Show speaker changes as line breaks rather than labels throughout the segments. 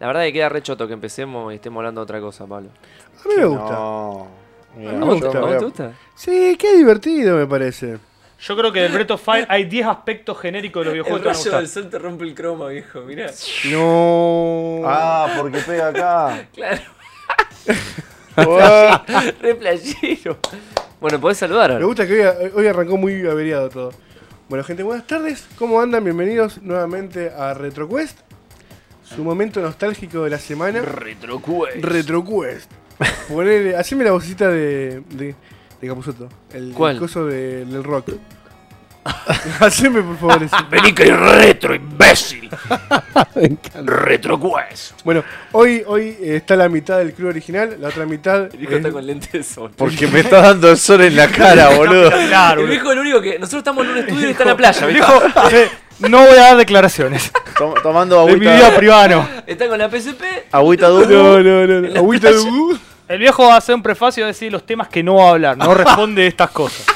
La verdad que queda rechoto que empecemos y estemos hablando de otra cosa, Pablo.
A mí me gusta.
No. Mira,
me
¿A
yo
vos te-
gusta,
a vos
bro.
te gusta?
Sí, qué divertido me parece.
Yo creo que del Breath of Fire hay 10 aspectos genéricos de los
El
videojuegos que te
rayo
van a
del
gustar.
sol te rompe el croma, viejo, mirá.
No.
Ah, porque pega acá.
Claro,
Ah,
Re playero. Bueno, podés saludar
me
ahora.
gusta que hoy, hoy arrancó muy averiado todo. Bueno, gente, buenas tardes. ¿Cómo andan? Bienvenidos nuevamente a RetroQuest. Su momento nostálgico de la semana.
RetroQuest.
RetroQuest. Ponele, haceme la vocecita de. de, de Capusotto. El, el
¿Cuál?
coso de- del rock. haceme, por favor, eso.
Vení que retro, imbécil. RetroQuest.
Bueno, hoy, hoy eh, está la mitad del crew original, la otra mitad.
el viejo
es-
está con lente de sol.
Porque me está dando el sol en la cara, boludo.
Claro,
El
boludo.
viejo es el único que. Nosotros estamos en un estudio y está en la playa, viejo.
No voy a dar declaraciones.
Tom- tomando
De mi vida
agüita,
privado.
Está con la PSP.
agüita
No,
duro.
no, no. no. Agüita de bu.
El viejo va a hacer un prefacio y va a decir los temas que no va a hablar. No responde de estas cosas.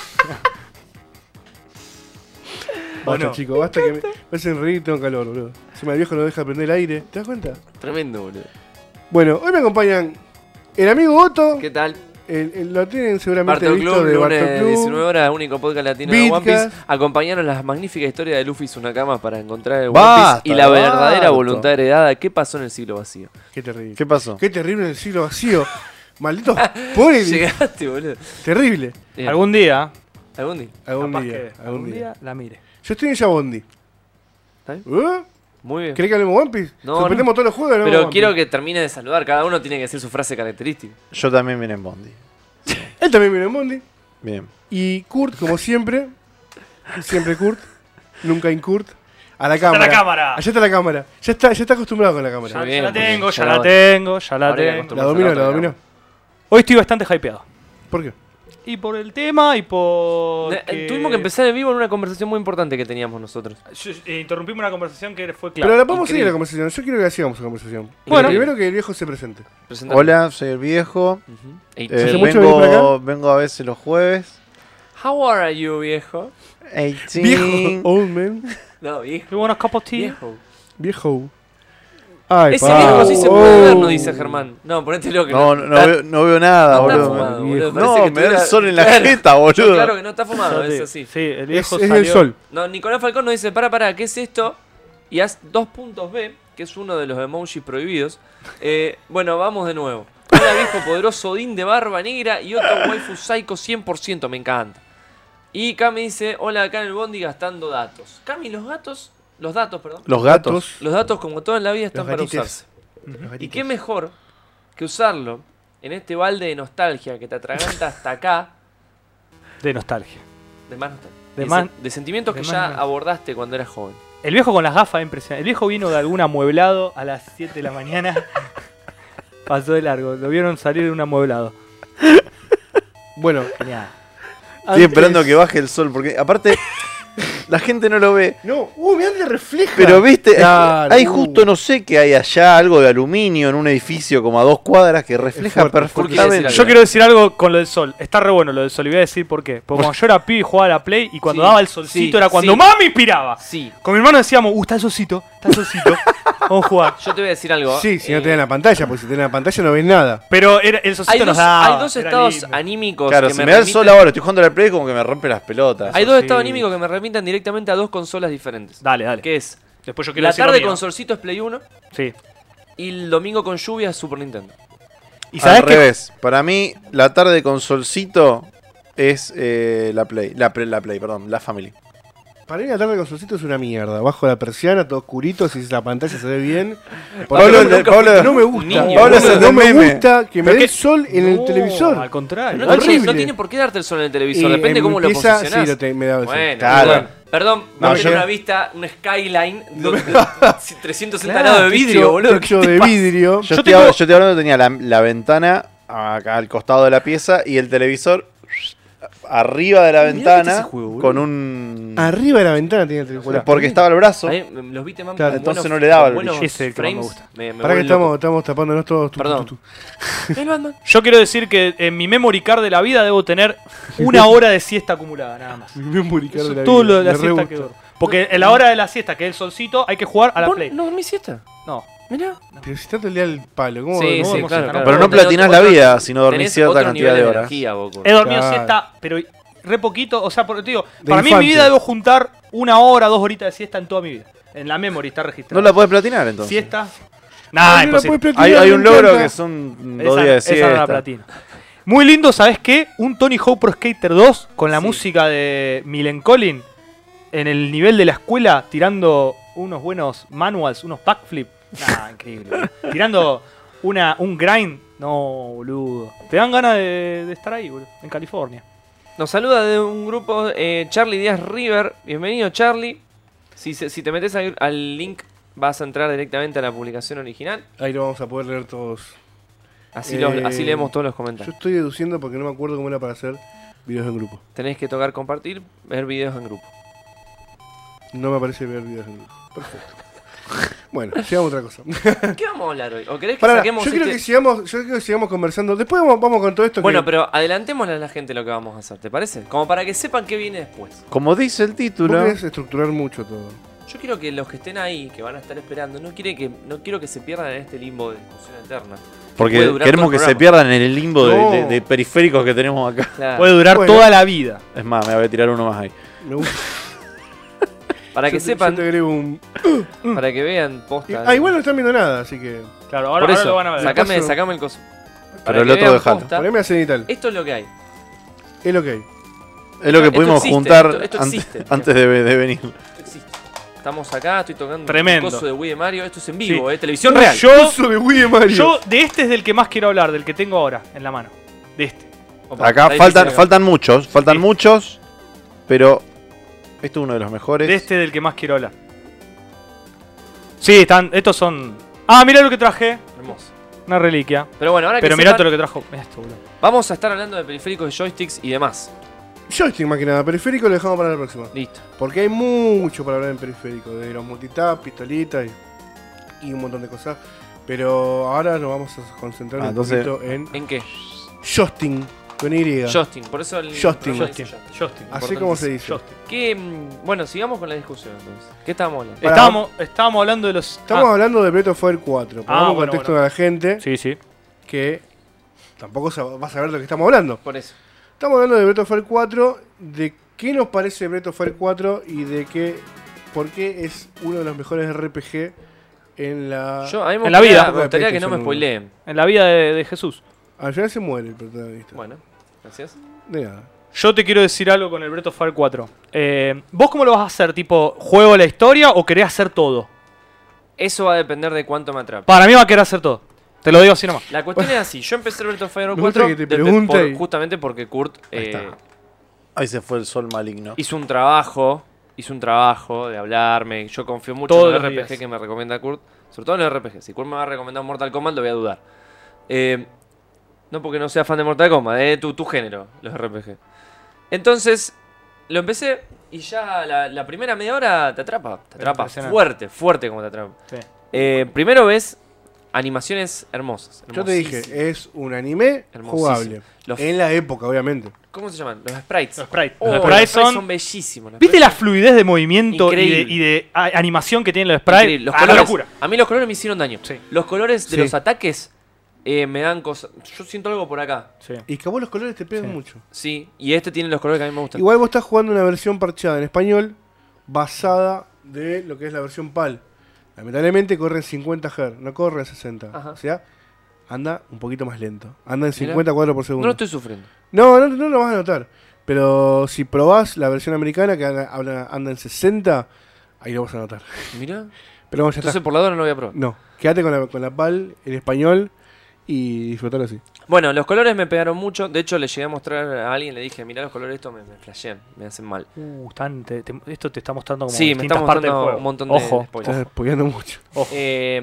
Basta,
no?
chicos, basta que me, me hacen reír y tengo calor, boludo. Encima el viejo no deja prender el aire. ¿Te das cuenta?
Tremendo, boludo.
Bueno, hoy me acompañan el amigo Otto.
¿Qué tal?
el- el- lo tienen seguramente
Barto
visto
Club,
de
lunes
Barto Club.
19 horas, único podcast latino de One Piece.
Vidcast.
Acompañaron las magníficas historias de Luffy y Sunakama para encontrar el One
Basta,
Piece y la verdadera
Barto.
voluntad heredada. ¿Qué pasó en el siglo vacío?
Qué terrible.
¿Qué pasó?
Qué terrible en el siglo vacío. Malditos pobres.
Llegaste, boludo.
Terrible.
Bien,
Algún día. ¿eh?
¿Algún día?
Algún
capaz
día,
que
algún día.
la mire.
Yo estoy en Yabondi.
¿Está bien?
¿Eh?
Muy bien.
¿Querés que hablemos One Piece?
No,
Suspendemos todos los juegos. y hablamos
Pero
One
quiero
Piece.
que termine de saludar. Cada uno tiene que decir su frase característica.
Yo también vine en Bondi.
Él también viene en Bondi.
Bien.
Y Kurt, como siempre. Siempre Kurt. Nunca en Kurt. A la cámara.
la cámara.
Allá está la cámara. Ya está, ya está acostumbrado con la cámara.
Ya,
bien,
la
muy bien.
tengo,
Ya
ya la
la-
tengo, ya la
Ahora que
tengo.
acostum-
La dominó, la
Otra
dominó.
Hoy estoy bastante hypeado.
¿Por qué?
Y por el tema y por.
Ne- eh, Tuvimos que empezar en vivo en una conversación muy importante que teníamos nosotros.
eh, interrumpimos una conversación que fue
Pero
clara.
la podemos seguir la conversación. Yo quiero que la sigamos la conversación.
Bueno.
primero que el viejo se presente.
Presentá.
Hola, soy el viejo.
Ujú. Ey,
Eh,
¿Hace mucho que venís por
vengo, vengo a veces los jueves.
How are you, viejo?
18.
Viejo. Old man.
No, viejo.
You want a cup of tea?
Viejo.
Viejo. Ay,
Ese
pa.
viejo sí se puede
Oh.
ver, no dice Germán. No, ponetelo que
No, no, no veo, no veo nada,
No, está
boludo.
fumado, boludo.
No,
Parece que
me da el
tuviera-
sol en la
Claro.
jeta, boludo.
Claro que no está fumado,
Sí,
es así.
Sí, el
Es,
viejo
es
salió-
el sol.
No, Nicolás Falcón nos dice, para, para, ¿qué es esto? Y haz dos puntos B, que es uno de los emojis prohibidos. Eh, bueno, vamos de nuevo. Hola viejo poderoso Odín de barba negra y otro waifu psycho 100%, me encanta. Y Cami dice, hola acá en el Bondi gastando datos. Cami, los gatos, los datos, perdón.
Los gatos.
Los datos, como todo en la vida, están para
gatites.
usarse. Y qué mejor que usarlo en este balde de nostalgia que te atraganta hasta acá
de nostalgia.
de más nostalgia.
De
De,
más-
sen- de sentimientos
de
que
más
ya
nostalgia.
abordaste cuando eras joven.
El viejo con las gafas, impresionante. El viejo vino de algún amueblado a las 7 de la mañana. Pasó de largo. Lo vieron salir de un amueblado.
Bueno,
Genial. Ah,
Estoy esperando que baje el sol, porque aparte, la gente no lo ve.
No, uh, mirá el refleja.
Pero viste,
Claro,
hay
uh.
justo, no sé que hay allá algo de aluminio en un edificio como a dos cuadras que refleja
fuerte.
perfectamente.
Porque
Yo quiero decir algo con lo del sol. Está re bueno lo del sol. Y voy a decir por qué. Porque cuando yo era pibe y jugaba a la play y cuando
Sí,
daba el solcito
sí,
era cuando
sí.
mami inspiraba.
Sí,
Con mi hermano decíamos, uh, está el solcito, está el solcito. Vamos a jugar.
yo te voy a decir algo.
Sí, si no
Eh,
tenés la pantalla, porque si tenés la pantalla no ves nada.
Pero era, el solcito
hay dos,
nos daba.
hay dos
era
estados
lindo.
anímicos
Claro,
que
si
me
me da el
remiten-
sol ahora, estoy jugando a la play como que me rompe las pelotas.
Hay dos
Sí.
estados anímicos que me remitan directamente a dos consolas diferentes.
Dale, dale.
Que es
Después yo quiero
la
decir lo
tarde
mío.
con solcito es Play 1
Sí.
y el domingo con lluvia es Super Nintendo.
Y
Al
sabes que
revés, para mí la tarde con solcito es eh, la play, la, pre- la play, perdón, la family.
Para ir a la tarde con solcito es una mierda. Bajo la persiana, todo oscurito, si la pantalla se ve bien. Porque
Pablo,
no-
nunca Pablo- fui
no me gusta.
niño,
Pablo,
boludo.
no me
Meme.
gusta que me
Pero
dé
que-
el sol en el
No, Al
televisor.
contrario.
No,
Horrible.
tiene- no tiene por qué darte el sol en el televisor, depende
Eh,
cómo lo
empieza-
posicionás.
Sí, lo te- me da el sol.
Bueno,
Claro.
bueno. Perdón, no,
No,
tener
yo-
una vista, un skyline donde- 360 grados de vidrio,
Techo-
boludo.
techo de vidrio.
Yo,
Yo
estoy,
tengo-
yo estoy hablando, tenía la, la ventana acá al costado de la pieza y el televisor arriba de la
Mirá que
ventana
ese juego, boludo. Ah,
con un...
Arriba de la ventana tiene el televisor.
Porque estaba el brazo.
Ahí, mm, los viste más
Claro,
entonces no le daba el brillo.
Ese es el que más me gusta.
Para que estamos, estamos tapándonos todos. tu-
Perdón.
tu- tu-
El Batman.
Yo quiero decir que en mi memory card de la vida debo tener una hora de siesta acumulada, nada más.
mi memory card
Eso
de
es
la
todo
vida,
lo de la
me re
siesta que
gusta.
duermo. Porque en la hora de la siesta, que es el solcito, hay que jugar a la
¿Vos
play.
¿No dormís siesta?
No,
Mirá.
Pero si está todo el día al palo, ¿cómo,
Sí, sí,
cómo vamos a
claro,
estar?
claro.
Pero no
Vos tenés
platinás la
otro-
vida si no dormís
Tenés
cierta
otro
cantidad
nivel
de
de
horas.
energía, Goku.
He dormido
Claro.
siesta, pero re poquito. O sea, por, te digo,
De
para mí
infante.
mi vida debo juntar una hora, dos horitas de siesta en toda mi vida. En la memory está
No
registrado.
la podés platinar entonces.
Siesta.
Ah,
Nah,
no la
imposible.
puedes platinar,
Hay, hay
me
un logro
encanta.
que son dos
Esa,
días de
esa no la
siesta.
platino. Muy lindo, ¿sabes qué? Un Tony Hawk Pro Skater 2 con la
Sí.
música de Milen Collin en el nivel de la escuela tirando unos buenos manuals, unos backflip. Nah, increíble. boludo. tirando una, un grind. No, boludo. Te dan ganas de, de estar ahí, boludo, en California.
Nos saluda de un grupo eh, Charlie Díaz River. Bienvenido, Charlie. Si, se- si te metes al, al link, vas a entrar directamente a la publicación original.
Ahí lo vamos a poder leer todos.
Así, los-
Eh,
así leemos todos los
Yo
comentarios.
estoy deduciendo porque no me acuerdo cómo era para hacer videos en grupo.
Tenés que tocar compartir, ver videos en grupo.
No me aparece ver videos en grupo. Perfecto. Bueno, sigamos a otra cosa.
¿Qué vamos a hablar hoy? ¿O querés que
Pará,
saquemos
yo, quiero
este-
que sigamos, yo quiero que sigamos conversando. Después vamos, vamos con todo esto.
Bueno,
que-
pero adelantémosle a la gente lo que vamos a hacer, ¿te parece? Como para que sepan qué viene después.
Como dice el
Vos
título,
querés estructurar mucho todo.
Yo quiero que los que estén ahí, que van a estar esperando, no, quiere que, no quiero que se pierdan en este limbo de discusión eterna. Puede
porque
durar
queremos
todo
que
el
se
programa.
pierdan en el limbo de-
No.
de, de periféricos que tenemos acá.
Claro.
Puede durar
Bueno.
toda la vida.
Es más, me voy a tirar uno más ahí.
Me gusta.
para que
Yo te-
sepan,
yo te agrego un...
para que vean posta.
Ah, igual no están viendo nada, así que...
Claro,
Por eso, sacame,
Paso.
sacame el coso.
el
que
otro
vean
dejalo.
posta,
Poneme a cenital.
Esto es lo que hay.
Es lo que hay.
Es lo que
Esto
pudimos
existe,
juntar
esto- esto
ante-
existe.
antes de, de venir.
Esto existe. Estamos acá, estoy tocando
Tremendo.
un coso de Wii de Mario. Esto es en vivo,
Sí.
eh, televisión real.
Yo,
Uso de Wii de Mario.
yo de este es del que más quiero hablar, del que tengo ahora en la mano. De este.
Opa,
Acá
está difícil
faltan,
acá.
faltan muchos, faltan
Sí.
muchos, pero este es uno de los mejores.
De este del que más quiero hablar. Sí, están. Estos son. Ah, mirá lo que traje.
Hermoso.
Una reliquia.
Pero bueno, ahora
Pero
que
mirá
sepan,
todo lo que trajo. Mirá esto, boludo.
vamos a estar hablando de periféricos, de joysticks y demás.
Joystick más que nada. Periférico lo dejamos para la próxima.
Listo.
Porque hay mucho para hablar en periférico. De los multitap, pistolitas y, y un montón de cosas. Pero ahora nos vamos a concentrar
Ah,
un
entonces-
poquito en
¿En qué?
Justin. Con Y.
Justin, por eso el
Justin.
programa dice
Justin. Justin.
Así como se dice.
Justin.
Que, mm, bueno, sigamos con la discusión entonces. ¿Qué estábamos hablando?
Pará.
Estábamos, estábamos hablando de los.
Estamos
ah,
hablando de Breath of Fire 4. Pongamos
bueno,
contexto
bueno.
a la gente
Sí, sí.
que tampoco sab- va a saber de lo que estamos hablando.
Por eso.
Estamos hablando de Breath of Fire 4, de qué nos parece Breath of Fire 4 y de qué, por qué es uno de los mejores RPG en la...
Yo, a mí me
En la
gustaría-
vida.
me gustaría que no me
PlayStation uno.
spoileen.
En la vida de, de Jesús.
Al final se muere el protagonista.
Bueno, gracias.
De nada.
Yo te quiero decir algo con el Breath of Fire 4. Eh, ¿Vos cómo lo vas a hacer? ¿Tipo, juego la historia o querés hacer todo?
Eso va a depender de cuánto me atrape.
Para mí va a querer hacer todo. Te lo digo así nomás.
La cuestión es así, yo empecé el Breath of Fire
Me
4
gusta que te
de- de-
pregunte
por-
y-
justamente porque Kurt eh,
Ahí se fue el sol maligno.
hizo un trabajo, hizo un trabajo de hablarme, yo confío mucho
Todos
en los
los
RPG
días.
que me recomienda Kurt, sobre todo en los RPG, si Kurt me va a recomendar un Mortal Kombat lo voy a dudar. Eh, no porque no sea fan de Mortal Kombat, de tu, tu género, los RPG. Entonces, lo empecé y ya la, la primera media hora te atrapa, te atrapa
Impresionante.
fuerte, fuerte como te atrapa. Eh, primero ves animaciones hermosas.
Yo te dije,
hermosísimas.
es un anime
Hermosísimo.
jugable.
Los-
En la época, obviamente.
¿Cómo se llaman? Los sprites.
Los sprites.
Oh,
Los
los
sprites
sprites son,
son
bellísimos. los
¿Viste
sprites
la fluidez de movimiento y de,
Increíble.
y de a- animación que tienen los
son
sprites?
increíbles. Los
Ah,
colores,
la locura.
A mí los colores me hicieron daño.
Sí.
Los colores de
Sí.
los ataques eh, me dan cosas. Yo siento algo por acá.
Y que a vos los colores te pegan
Sí.
mucho.
Sí, y este tiene los colores que a mí me gustan.
Igual vos estás jugando una versión parchada en español basada de lo que es la versión PAL. Lamentablemente corre en 50 Hz, no corre en 60.
Ajá.
O sea, anda un poquito más lento. Anda en
Mirá.
50 cuadros por
no
segundo.
lo estoy sufriendo.
No, no, no lo vas a notar. Pero si probás la versión americana que anda, habla- anda en 60, ahí lo vas a notar.
Mirá.
Pero vamos, ya está.
Entonces por la hora no lo voy a
Mm.
probar.
No, quédate con la, con la PAL en español y disfrutar así.
Bueno, los colores me pegaron mucho. De hecho, le llegué a mostrar a alguien. Le dije, mirá los colores, estos me, me flashean. Me hacen mal.
Uh, están- te- te- esto te está mostrando como
sí, me
distintas
está
partes del
mostrando
juego.
un montón de
Ojo.
spoilers.
Estás apoyando mucho.
Ojo.
Eh,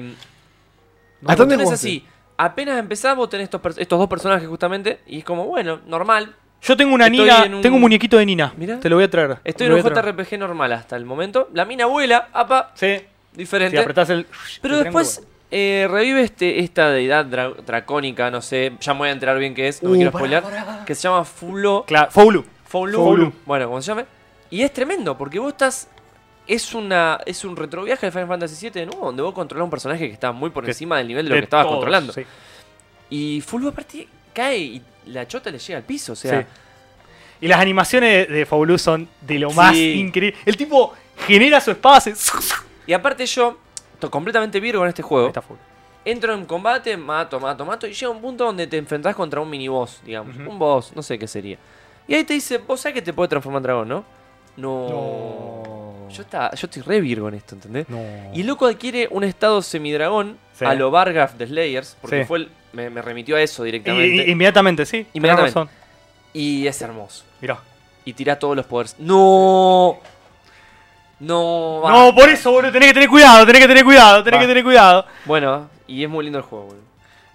¿A
la
dónde
cuestión es
jugaste?
así. Apenas empezás, vos tenés estos, per- estos dos personajes justamente. Y es como, bueno, normal.
Yo tengo una
estoy
Nina,
en un-
tengo un muñequito de Nina.
Mirá.
Te lo voy a traer.
Estoy
Te
en
lo
un
voy a traer.
JRPG normal hasta el momento. La mina vuela, apa,
Sí. Si
diferente.
apretás el.
Pero
el
después
triángulo.
eh, revive este, esta deidad dra- dracónica, no sé, ya me voy a enterar bien qué es, no me
Uh,
quiero
pará,
spoiler. Que se llama Fulo.
Claro, Foulu.
Foulu.
Foulu.
Bueno, como se llame. Y es tremendo, porque vos estás es, una, es un retroviaje de Final Fantasy VII de nuevo, donde vos controlás un personaje que está muy por
De-
encima del nivel de lo
de
que estabas
todos,
controlando.
sí.
Y Fulvo aparte cae y la chota le llega al piso, o sea,
Sí. Y las animaciones de, de Faulus son de lo más
Sí.
increíble. El tipo genera su espada, hace...
y aparte yo, to- completamente virgo en este juego,
Está full.
entro en combate, mato, mato, mato, y llega un punto donde te enfrentás contra un mini boss, digamos,
Ujú.
un boss, no sé qué sería. Y ahí te dice, vos sabés que te puede transformar en dragón, ¿no? No.
No.
Yo, está, yo estoy re virgo en esto, ¿entendés?
No.
Y el loco adquiere un estado semidragón
Sí.
a lo Bargraf de Slayers, porque
Sí.
fue el- me, me remitió a eso
Y-
directamente.
y- inmediatamente, sí. tenés
Inmediatamente.
razón.
y es hermoso.
Mirá.
Y tira todos los poderes. ¡No! No, va.
No, por eso, boludo, tenés que tener cuidado, tenés que tener cuidado, tenés
Va.
que tener cuidado.
Bueno, y es muy lindo el juego, boludo.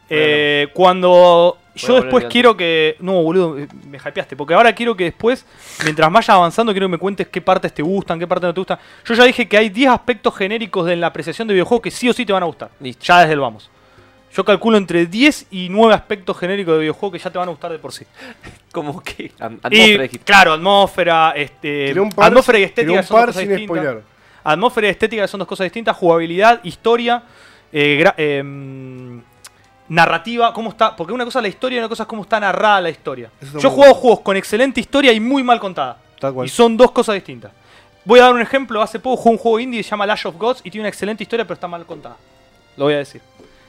Eh, cuando yo
volver
después
mirando.
quiero que. No, boludo, eh, me hypeaste. Porque ahora quiero que después, mientras vayas avanzando, quiero que me cuentes qué partes te gustan, qué partes no te gustan. Yo ya dije que hay 10 aspectos genéricos de la apreciación de videojuegos que sí o sí te van a gustar.
Listo.
Ya desde el vamos. Yo calculo entre 10 y 9 aspectos genéricos de videojuegos que ya te van a gustar de por sí.
Como que. Am-
Y,
atmósfera, dijiste.
claro, atmósfera, este,
Tiré un par-
atmósfera y
tiré
estética
un
son dos
par
cosas
sin
distintas.
spoiler.
Atmósfera y estética son dos cosas distintas. Jugabilidad, historia, eh, gra- em, narrativa. ¿Cómo está? Porque una cosa es la historia y una cosa es cómo está narrada la historia.
Eso está
Yo he
muy
jugado
bueno.
juegos con excelente historia y muy mal contada.
Tal cual.
Y son dos cosas distintas. Voy a dar un ejemplo. Hace poco jugué un juego indie que se llama Lash of Gods y tiene una excelente historia, pero está mal contada. Lo voy a decir.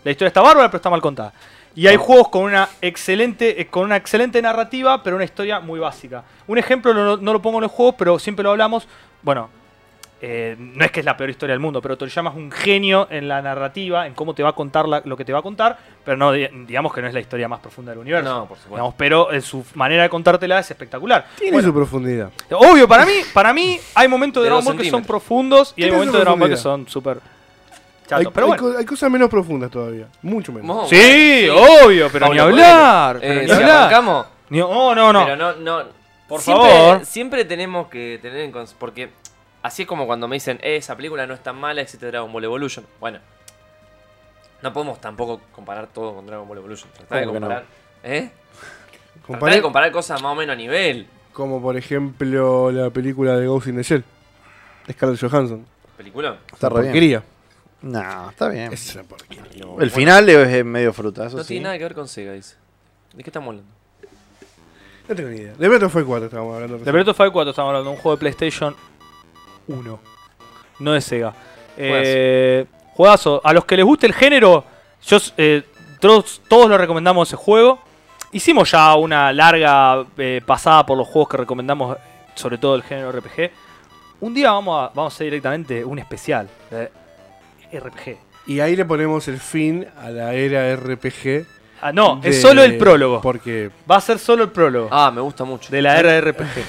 La historia está bárbara, pero está mal contada. Y
Ah.
hay juegos con una excelente, eh, con una excelente narrativa, pero una historia muy básica. Un ejemplo, lo- no lo pongo en los juegos, pero siempre lo hablamos. Bueno, eh, no es que es la peor historia del mundo, pero Toriyama es un genio en la narrativa, en cómo te va a contar la- lo que te va a contar, pero no di- digamos que no es la historia más profunda del universo.
No, por supuesto.
Digamos, pero en su manera de contártela es espectacular.
Tiene
Bueno,
su profundidad.
Obvio, para mí, para mí hay momentos de,
De
Dragon
dos
Ball que son
centímetros.
profundos y hay
Tiene su
momentos de Dragon Ball que
profundidad.
son súper
Hay,
chatos. Pero
hay
bueno.
co- hay cosas menos profundas todavía. Mucho menos.
Mo-
Sí, obvio, pero
Pablo
ni hablar.
Coelho.
pero
Eh,
ni
si
hablar.
arrancamos.
Ni- no, no, no.
Pero no, no.
Por
siempre,
favor.
Siempre tenemos que tener en cons- Porque así es como cuando me dicen, "Eh, esa película no es tan mala, existe Dragon Ball Evolution. Bueno, no podemos tampoco comparar todo con Dragon Ball Evolution. Tratar de
¿Cómo que no?
comparar. ¿Eh? Tratar
Comparé-
de comparar cosas más o menos a nivel.
como por ejemplo la película de Ghost in the Shell. De Scarlett Johansson.
Película.
Está
Una
re bien.
porquería.
No, está bien.
Es una porquería.
El final es eh, medio fruta, eso
No
sí.
tiene nada que ver con Sega, dice. ¿De qué estamos hablando?
No tengo ni idea. De Breath of Fire 4 estábamos hablando.
De Breath of Fire 4 estamos hablando de un juego de PlayStation 1. No de Sega. Eh, juegazo. A los que les guste el género, yo, eh, todos, todos lo recomendamos ese juego. Hicimos ya una larga eh, pasada por los juegos que recomendamos, sobre todo el género RPG. Un día vamos a, vamos a hacer directamente un especial de RPG.
Y ahí le ponemos el fin a la era RPG.
Ah, no,
de-
es solo el prólogo.
Porque este
Va a ser solo el prólogo.
Ah, me gusta mucho.
De la era RPG.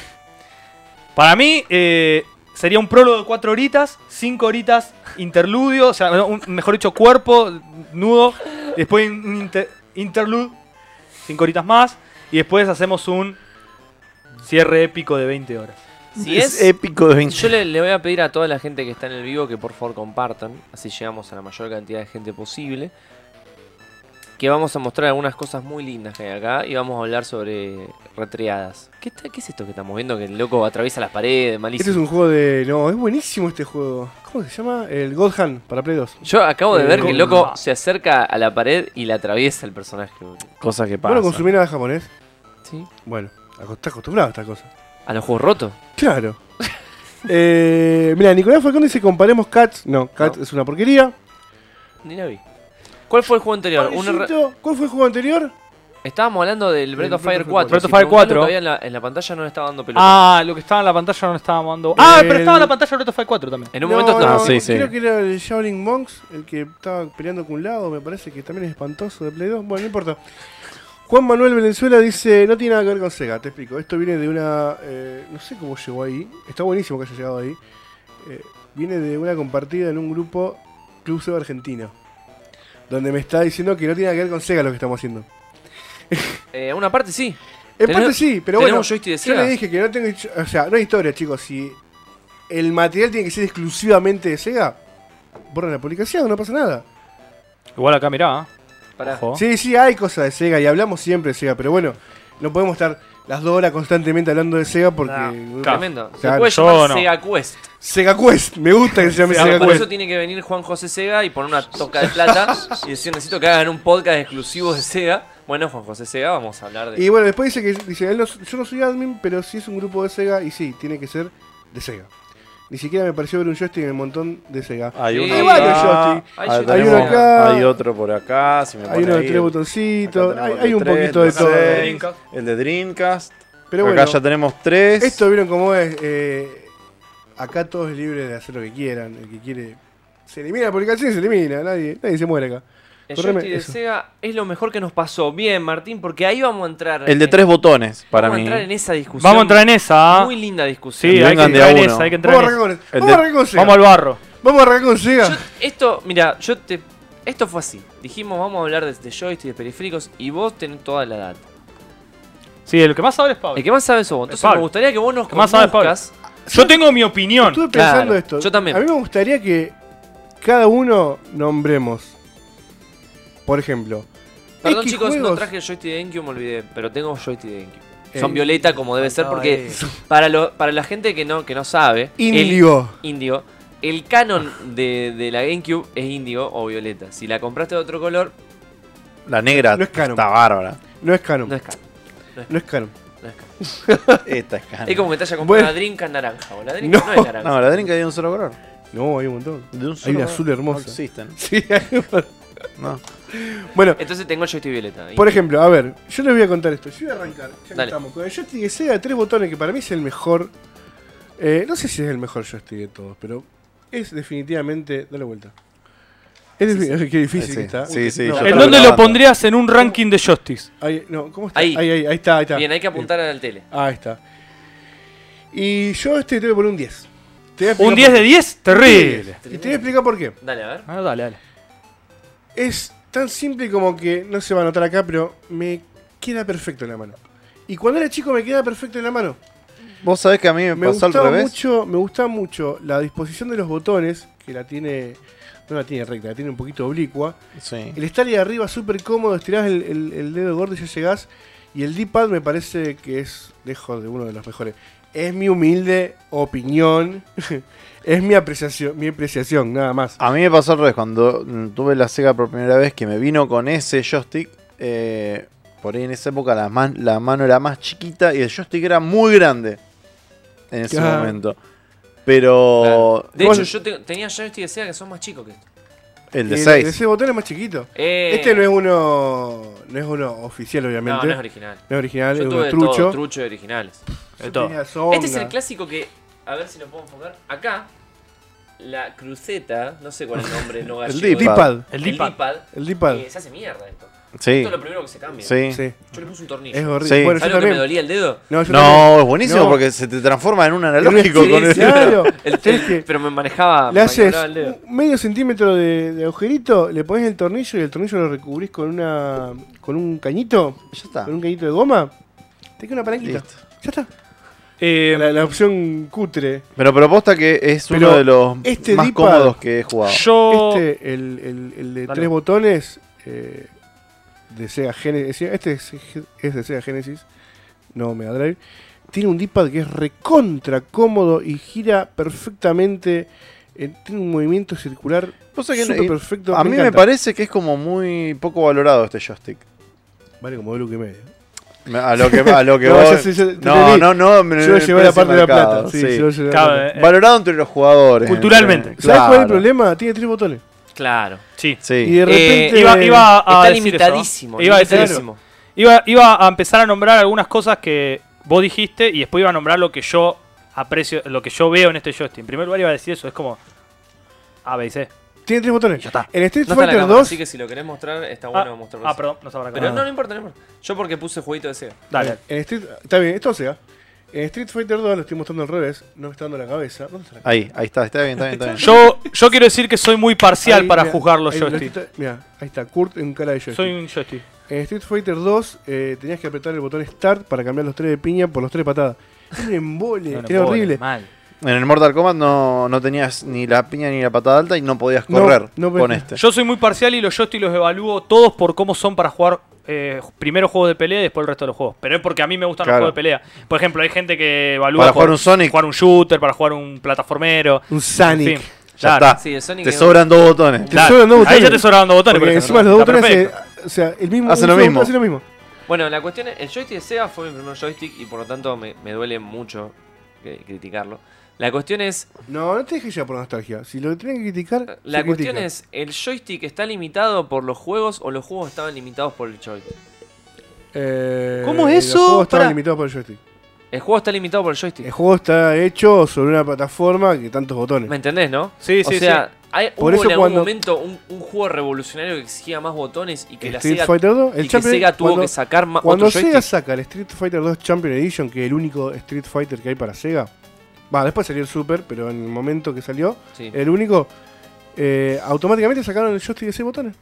Para mí, eh, sería un prólogo de cuatro horitas, cinco horitas, interludio, o sea, no, un- mejor dicho, cuerpo, nudo, después un inter- interlude, cinco horitas más, y después hacemos un cierre épico de 20 horas.
Si es,
es, épico de 20.
yo le, le voy a pedir a toda la gente que está en el vivo que por favor compartan, así llegamos a la mayor cantidad de gente posible. Que vamos a mostrar algunas cosas muy lindas que hay acá y vamos a hablar sobre retreadas. ¿Qué, está- qué es esto que estamos viendo? Que el loco atraviesa las paredes, malísimo.
este es un juego de. No, es buenísimo este juego. ¿Cómo se llama? El God Hand para Play 2.
Yo acabo de
Eh,
ver que el loco
no.
se acerca a la pared y la atraviesa el personaje. boludo.
Cosas que
¿Vos
pasan.
no consumí nada japonés?
¿Sí?
Bueno, aco- estás acostumbrado a estas cosas.
A los juegos rotos.
Claro. eh, mira, Nicolás Falcón dice: comparemos Cats. No, Cats es una porquería.
Ni la vi. ¿Cuál fue el juego anterior? Un R-
Parecito, ¿Cuál fue el juego anterior?
Estábamos hablando del Breath
Del
of Fire
Breath of
4.
Fire
Si
4.
preguntás lo que había en la, en la pantalla no le estaba dando pelota.
Ah, lo que estaba en la pantalla no estaba dando. Ah, pero
El-
estaba en la pantalla Breath of Fire 4 también.
en un momento estaba.
no, sí, sí.
Creo que era el Shaolin Monks, el que estaba peleando con un lado, me parece que también es espantoso de Play 2. Bueno, no importa. Juan Manuel Venezuela dice, no tiene nada que ver con Sega, te explico. Esto viene de una... eh, no sé cómo llegó ahí. Está buenísimo que haya llegado ahí. Eh, viene de una compartida en un grupo Club Seba Argentino. Donde me está diciendo que no tiene nada que ver con Sega lo que estamos haciendo.
Eh, una parte sí.
En
Tenemos-
parte sí, pero
tenemos
bueno.
un joystick de
Yo
Sega.
le dije que no tengo. O sea, no hay historia, chicos. Si el material tiene que ser exclusivamente de Sega, borra la publicación, no pasa nada.
Igual acá mirá.
Pará.
Ojo.
Sí, sí, hay cosas de Sega y hablamos siempre de Sega, pero bueno, no podemos estar las dos horas constantemente hablando de Sega porque.
Ah,
Tremendo. Se
Claro,
puede
yo
llamar
no.
Sega Quest.
Sega Quest, me gusta que se llame
Pero
Sega
por eso
Quest.
tiene que venir Juan José Sega y poner una toca de plata y decir, necesito que hagan un podcast exclusivo de Sega. Bueno, Juan José Sega, vamos a hablar de...
Y bueno, después dice que dice, él no- yo no soy admin, pero sí es un grupo de Sega y sí, tiene que ser de Sega. Ni siquiera me pareció ver un joystick en el montón de Sega.
Hay
Sí.
uno
Hay
varios
acá,
joystick.
ah,
Hay joystick.
tenemos-
Hay uno acá.
hay otro por acá. Si me
Hay
pone
uno de
ahí
tres
el-
botoncitos,
acá
hay,
tenemos
hay
el
un
tres,
poquito de
el
todo.
seis,
Dreamcast.
El de Dreamcast.
Pero
acá
bueno,
ya tenemos tres.
esto vieron cómo es. eh, acá todos es libre de hacer lo que quieran. El que quiere. Se elimina la publicación y se elimina. Nadie, nadie se muere acá.
El
correme
joystick de
eso.
Sega es lo mejor que nos pasó. Bien, Martín, porque ahí vamos a entrar.
el de
en-
tres botones, para
vamos
mí.
a entrar en esa discusión. Ah.
Vamos a entrar en esa.
Muy linda discusión.
Sí, hay que
Vengan de a
entrar en
uno.
esa, hay que entrar
Vamos a
en
arrancar con eso.
esa.
El
Vamos
de-
a arrancar con Sega.
Vamos al barro.
Vamos a arrancar con Sega.
Yo- esto, mira, yo te. Esto fue así. Dijimos, vamos a hablar de, de joystick, de periféricos, y vos tenés toda la data.
Sí, el que más sabe es Pablo.
El que más sabe sos vos. Entonces
Pablo.
me gustaría que vos nos
que más sabe es Pablo.
conduzcas.
Yo tengo mi opinión.
Estuve
Claro,
pensando esto.
yo también.
A mí me gustaría que cada uno nombremos. Por ejemplo.
Perdón,
X
chicos, no
juegos-
traje el joystick de GameCube, me olvidé, pero tengo joystick de GameCube. Son
Eh,
violeta como debe ser, porque para, lo, para la gente que no, que no sabe, el-
Índigo.
Índigo. El canon de, de la GameCube es índigo o violeta. Si la compraste de otro color,
La negra
No es canon.
está bárbara.
No es canon.
no es canon.
No es canon.
no es canon.
Esta es canon.
Es como que te haya comprado
Bueno.
una Drinka naranja. O la Drinka no,
No.
es naranja.
No, la Dreamcast de un solo color.
No, hay un montón.
De un solo
una
color.
azul hermosa.
No existen.
Sí, hay un montón.
No.
Bueno,
Entonces tengo el joystick violeta.
por ejemplo, a ver, yo les voy a contar esto. Yo voy a arrancar. Ya que
Dale.
estamos con el joystick de Sega de tres botones, que para mí es el mejor. eh, no sé si es el mejor joystick de todos, pero es definitivamente. Dale vuelta. Es defi- qué difícil
Sí,
que está.
sí, sí, yo
¿En
estaba
dónde lo
grabando.
pondrías en un ranking de Justice?
Ahí, no, ¿cómo está?
Ahí.
Ahí, ahí, ahí está, ahí está.
Bien, hay que apuntar al tele.
Ahí está. Y yo este te voy a poner un 10. Te voy a explicar
¿Un
por
10 de
qué.
10? Terrible.
Y te voy a explicar por qué.
Dale, a ver.
Ah, dale, dale.
Es tan simple como que, no se va a notar acá, pero me queda perfecto en la mano. Y cuando era chico me queda perfecto en la mano.
Vos sabés que a mí me,
Me
pasó al
gustaba,
revés.
mucho, me gustaba mucho la disposición de los botones, que la tiene... No la tiene recta, la tiene un poquito oblicua.
Sí.
El estar ahí arriba súper cómodo, estirás el, el- el dedo gordo y ya llegás. Y el D-pad me parece que es lejos de uno de los mejores. Es mi humilde opinión. es mi apreciación, mi apreciación, nada más.
A mí me pasó al revés. Cuando mm, tuve la Sega por primera vez, que me vino con ese joystick. eh, por ahí en esa época la, man- la mano era más chiquita y el joystick era muy grande. En ese
Claro.
momento. Pero.
De
Vos-
hecho, yo te- tenía joystick de Sega que son más chicos que esto.
El de
El-
6.
Ese botón es más chiquito.
Eh,
Este no es uno no es uno oficial,
no,
obviamente.
no es original.
No es original,
Yo
es
tuve
uno
de todo,
trucho.
trucho de originales.
Yo
De todo.
tenía Songa.
Este es el clásico que, a ver si lo puedo enfocar. Acá, la cruceta, no sé cuál es el nombre, no
El
gallego.
D-pad.
D-pad.
El
El D-pad.
D-pad.
El D-pad.
eh, se hace mierda esto.
Sí.
Esto es lo primero que se cambia.
Sí.
Sí.
Yo le puse un tornillo.
Es horrible.
Sí.
Bueno, yo
¿Sabes lo que me
también.
dolía el dedo?
No, yo
No, es buenísimo
No.
porque se te transforma en un
también.
analógico
Sí,
con
sí,
eso.
Claro.
El-
Tenés
el-
que-
pero me manejaba.
Le
me
haces
manejaba el dedo.
un medio centímetro de, de agujerito, le pones el tornillo y el tornillo lo recubrís con una con un cañito,
Ya está.
con un cañito de goma. Te queda una palanquita.
Ah. Listo.
Ya está.
Eh,
La, la opción cutre.
Pero proposta que es
Pero
uno de los
este
más
D-pad-
cómodos que he jugado.
yo.
Este, el, el- el de
Oh. Dale.
tres botones, eh, de Sega Genesis. Este es, es de Sega Genesis, no Mega Drive. Tiene un D-pad que es recontra cómodo y gira perfectamente. eh, tiene un movimiento circular
Vos sabés que no-
súper
y-
perfecto.
a mí me
encanta.
parece que es como muy poco valorado este joystick.
Vale, como de look y medio.
Me- A lo que, a lo que
No,
vos-
ya sé, ya te
no,
entendí.
no, no, me-
Yo
el
llevé la
precio
parte de la
mercado,
plata. Sí,
sí.
yo llevé la
Cabe,
plata.
eh,
Valorado entre los jugadores.
Culturalmente.
entre-
¿Sabes cuál es el
claro.
problema? Tiene tres botones.
Claro.
sí.
Sí.
Y de repente.
Eh, iba, iba
Ah,
a
Está
decir eso.
limitadísimo.
Iba a decir eso.
limitadísimo.
Iba, iba a empezar a nombrar algunas cosas que vos dijiste y después iba a nombrar lo que yo aprecio, lo que yo veo en este joystick. En primer lugar iba a decir eso, es como A, B y C.
Tiene tres botones.
Ya está.
En Street
No está la
Fighter
cámara,
2.
así que si lo querés mostrar, está
Ah,
bueno mostrarlo.
ah,
así.
perdón, no estaba la
Pero
cámara.
no, no importa, no importa. Yo porque puse jueguito de Sega.
Dale.
En Street, está bien, esto sea. En Street Fighter 2 lo estoy mostrando al revés. No me está dando la cabeza. ¿Dónde está la cabeza?
Ahí, ahí está, está bien, está bien, está bien.
Yo, yo quiero decir que soy muy parcial
Ahí,
para
mirá,
juzgar los
ahí lo
joysticks.
estoy- Mirá, ahí está, Kurt en cara de joystick.
Soy un joystick.
En Street Fighter 2 eh, tenías que apretar el botón Start para cambiar los tres de piña por los tres de patada. Era un embole,
No, no,
era
pobre,
horrible.
Mal.
En el Mortal Kombat no, no tenías ni la piña ni la patada alta y no podías
No,
correr
no,
con
pero-
este.
Yo soy muy parcial y los joysticks los evalúo todos por cómo son para jugar eh, primero juegos de pelea y después el resto de los juegos. Pero es porque a mí me gustan
Claro.
los juegos de pelea. Por ejemplo, hay gente que evalúa
Para jugar un Sonic.
jugar un shooter, para jugar un plataformero.
Un Sonic.
En fin,
Ya
claro.
está.
Sí, el Sonic
Te
es-
sobran dos botones.
Te sobran dos
Ahí
botones.
ya te sobran dos botones.
Porque
por ejemplo.
encima los dos
Está
botones, eh,
perfecto.
o sea, el mismo.
Hacen
un
lo
solo
mismo.
Hace lo mismo.
Bueno, la cuestión es, el joystick de Sega fue mi primer joystick y por lo tanto me, me duele mucho eh, criticarlo. La cuestión es,
No, no te dejes ya por nostalgia. Si lo tienen que criticar.
la
se
cuestión
critica.
es, ¿el joystick está limitado por los juegos o los juegos estaban limitados por el joystick?
Eh,
¿Cómo
los
eso?
juegos
Pará.
estaban limitados por el joystick.
El juego está limitado por el joystick.
El juego está hecho sobre una plataforma que tantos botones.
¿Me entendés, no?
Sí,
o
sí,
sea, hay,
Por
hubo
eso
en algún
cuando-
momento un, un juego revolucionario que exigía más botones y que la
Street
Sega,
Fighter 2,
y
el
que
Champion
Sega tuvo
cuando-
que sacar más
Cuando
otro
Sega
joystick.
saca el Street Fighter 2 Champion Edition, que es el único Street Fighter que hay para Sega, va, después salió el Super, pero en el momento que salió,
Sí.
el único, eh, automáticamente sacaron el joystick de 6 botones.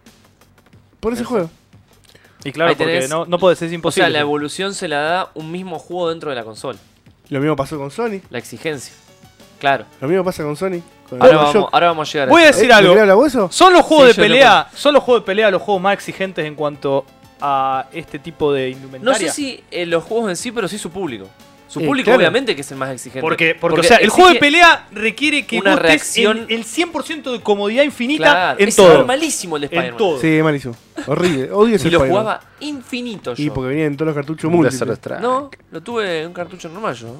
Por ese juego.
sí. Y claro,
Ahí
porque
tenés-
no, no podés, es
o sea,
imposible.
la evolución se la da un mismo juego dentro de la consola.
Lo mismo pasó con Sony,
La exigencia. Claro.
lo mismo pasa con Sony. Con el
Ahora
DualShock.
vamos, ahora vamos a llegar a
Voy a
eso.
decir
¿Eh?
algo.
¿Me habla vos eso?
Son los juegos
Sí,
de
yo lo
pelea, son los juegos de pelea los juegos más exigentes en cuanto a este tipo de indumentaria.
No sé si eh, los juegos en sí, pero sí su público. Su
Eh,
público
claro.
obviamente que es el más exigente.
porque, porque, o sea, el juego de
exige-
pelea requiere que
una
vos estés en
reacción-
el 100% de comodidad infinita
Claro,
en
ese era
todo.
malísimo el de
En
Spider-Man.
todo.
Sí, malísimo. Horrible. Odio ese
Y lo
Spider-Man.
jugaba infinito yo.
Y porque venían todos los cartuchos
Un
múltiples.
Desert Strike.
No, lo tuve en un cartucho normal yo.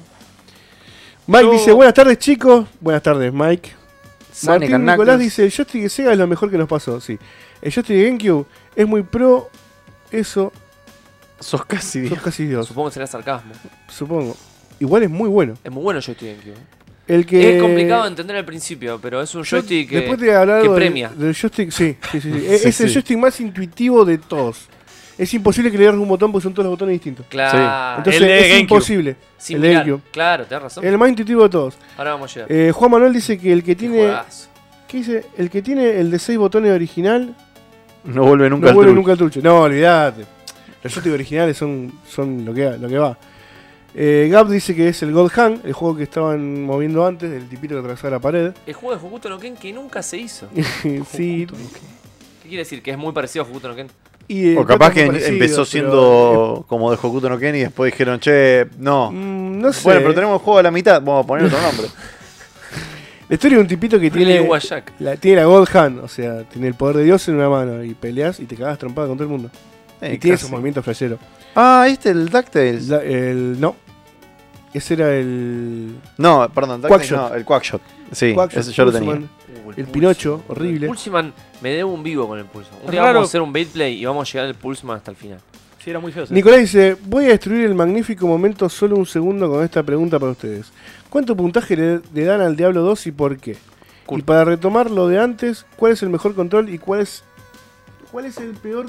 Mike
Yo-
dice, buenas tardes chicos. Buenas tardes, Mike.
Sonic
Martín
and
Nicolás
Knuckles.
dice, el joystick de Sega es lo mejor que nos pasó. Sí. El joystick de GameCube es muy pro. Eso,
Sos casi
sos
Dios.
casi Dios,
Supongo que será sarcasmo.
supongo. Igual es muy bueno.
Es muy bueno el joystick de GameCube.
El que...
Es complicado de entender al principio, pero es un
Yo-
joystick que,
después te voy a hablar
que
algo del-
premia.
Del, joystick, sí, sí, sí, sí. es
Sí,
es el
sí.
joystick más intuitivo de todos. Es imposible que le des un botón porque son todos los botones distintos.
Claro.
Entonces
el de
es
GameCube.
imposible.
Sin
el de
mirar.
GameCube.
Claro, tenés razón.
El más intuitivo de todos.
Ahora vamos a llegar.
Eh, Juan Manuel dice que el
Qué
que tiene
juegazo.
¿Qué dice? El que tiene el de 6 botones original
No vuelve nunca
no
al
vuelve
truco.
nunca al trucho. No, olvidate. Los joysticks originales son, son lo, que, lo que va. Eh, Gab dice que es el God Hand, el juego que estaban moviendo antes, el tipito que atravesaba la pared.
El juego de Hokuto no Ken que nunca se hizo.
sí.
¿Qué quiere decir? Que es muy parecido a Hokuto no Ken.
Y, eh,
O capaz que
parecido,
empezó
pero,
siendo como de Hokuto no Ken y después dijeron, che, no.
eh, mm, no sé.
Bueno, pero tenemos el juego a la mitad, vamos a poner otro nombre.
La historia de un tipito que
Tiene
tiene
Jack.
la, tiene la God Hand, o sea, tiene el poder de Dios en una mano y peleas y te cagas trompada con todo el mundo.
Eh,
y tiene
casi.
esos movimientos flasheros.
Ah, este, el DuckTales.
La- el, no. Ese era el.
No, perdón, DuckTales
Quackshot.
no, el Quackshot. Sí,
Quackshot,
ese yo lo
Pulseman.
tenía.
El Pinocho, horrible.
Pulseman, me debo un vivo con el pulso. Un día
Raro.
vamos a hacer un bait play y vamos a llegar al Pulseman hasta el final.
Sí, era muy feo. sí.
Nicolás dice, voy a destruir el magnífico momento solo un segundo con esta pregunta para ustedes. ¿Cuánto puntaje le, le dan al Diablo 2 y por qué?
Cool.
Y para retomar lo de antes, ¿cuál es el mejor control y cuál es cuál es el peor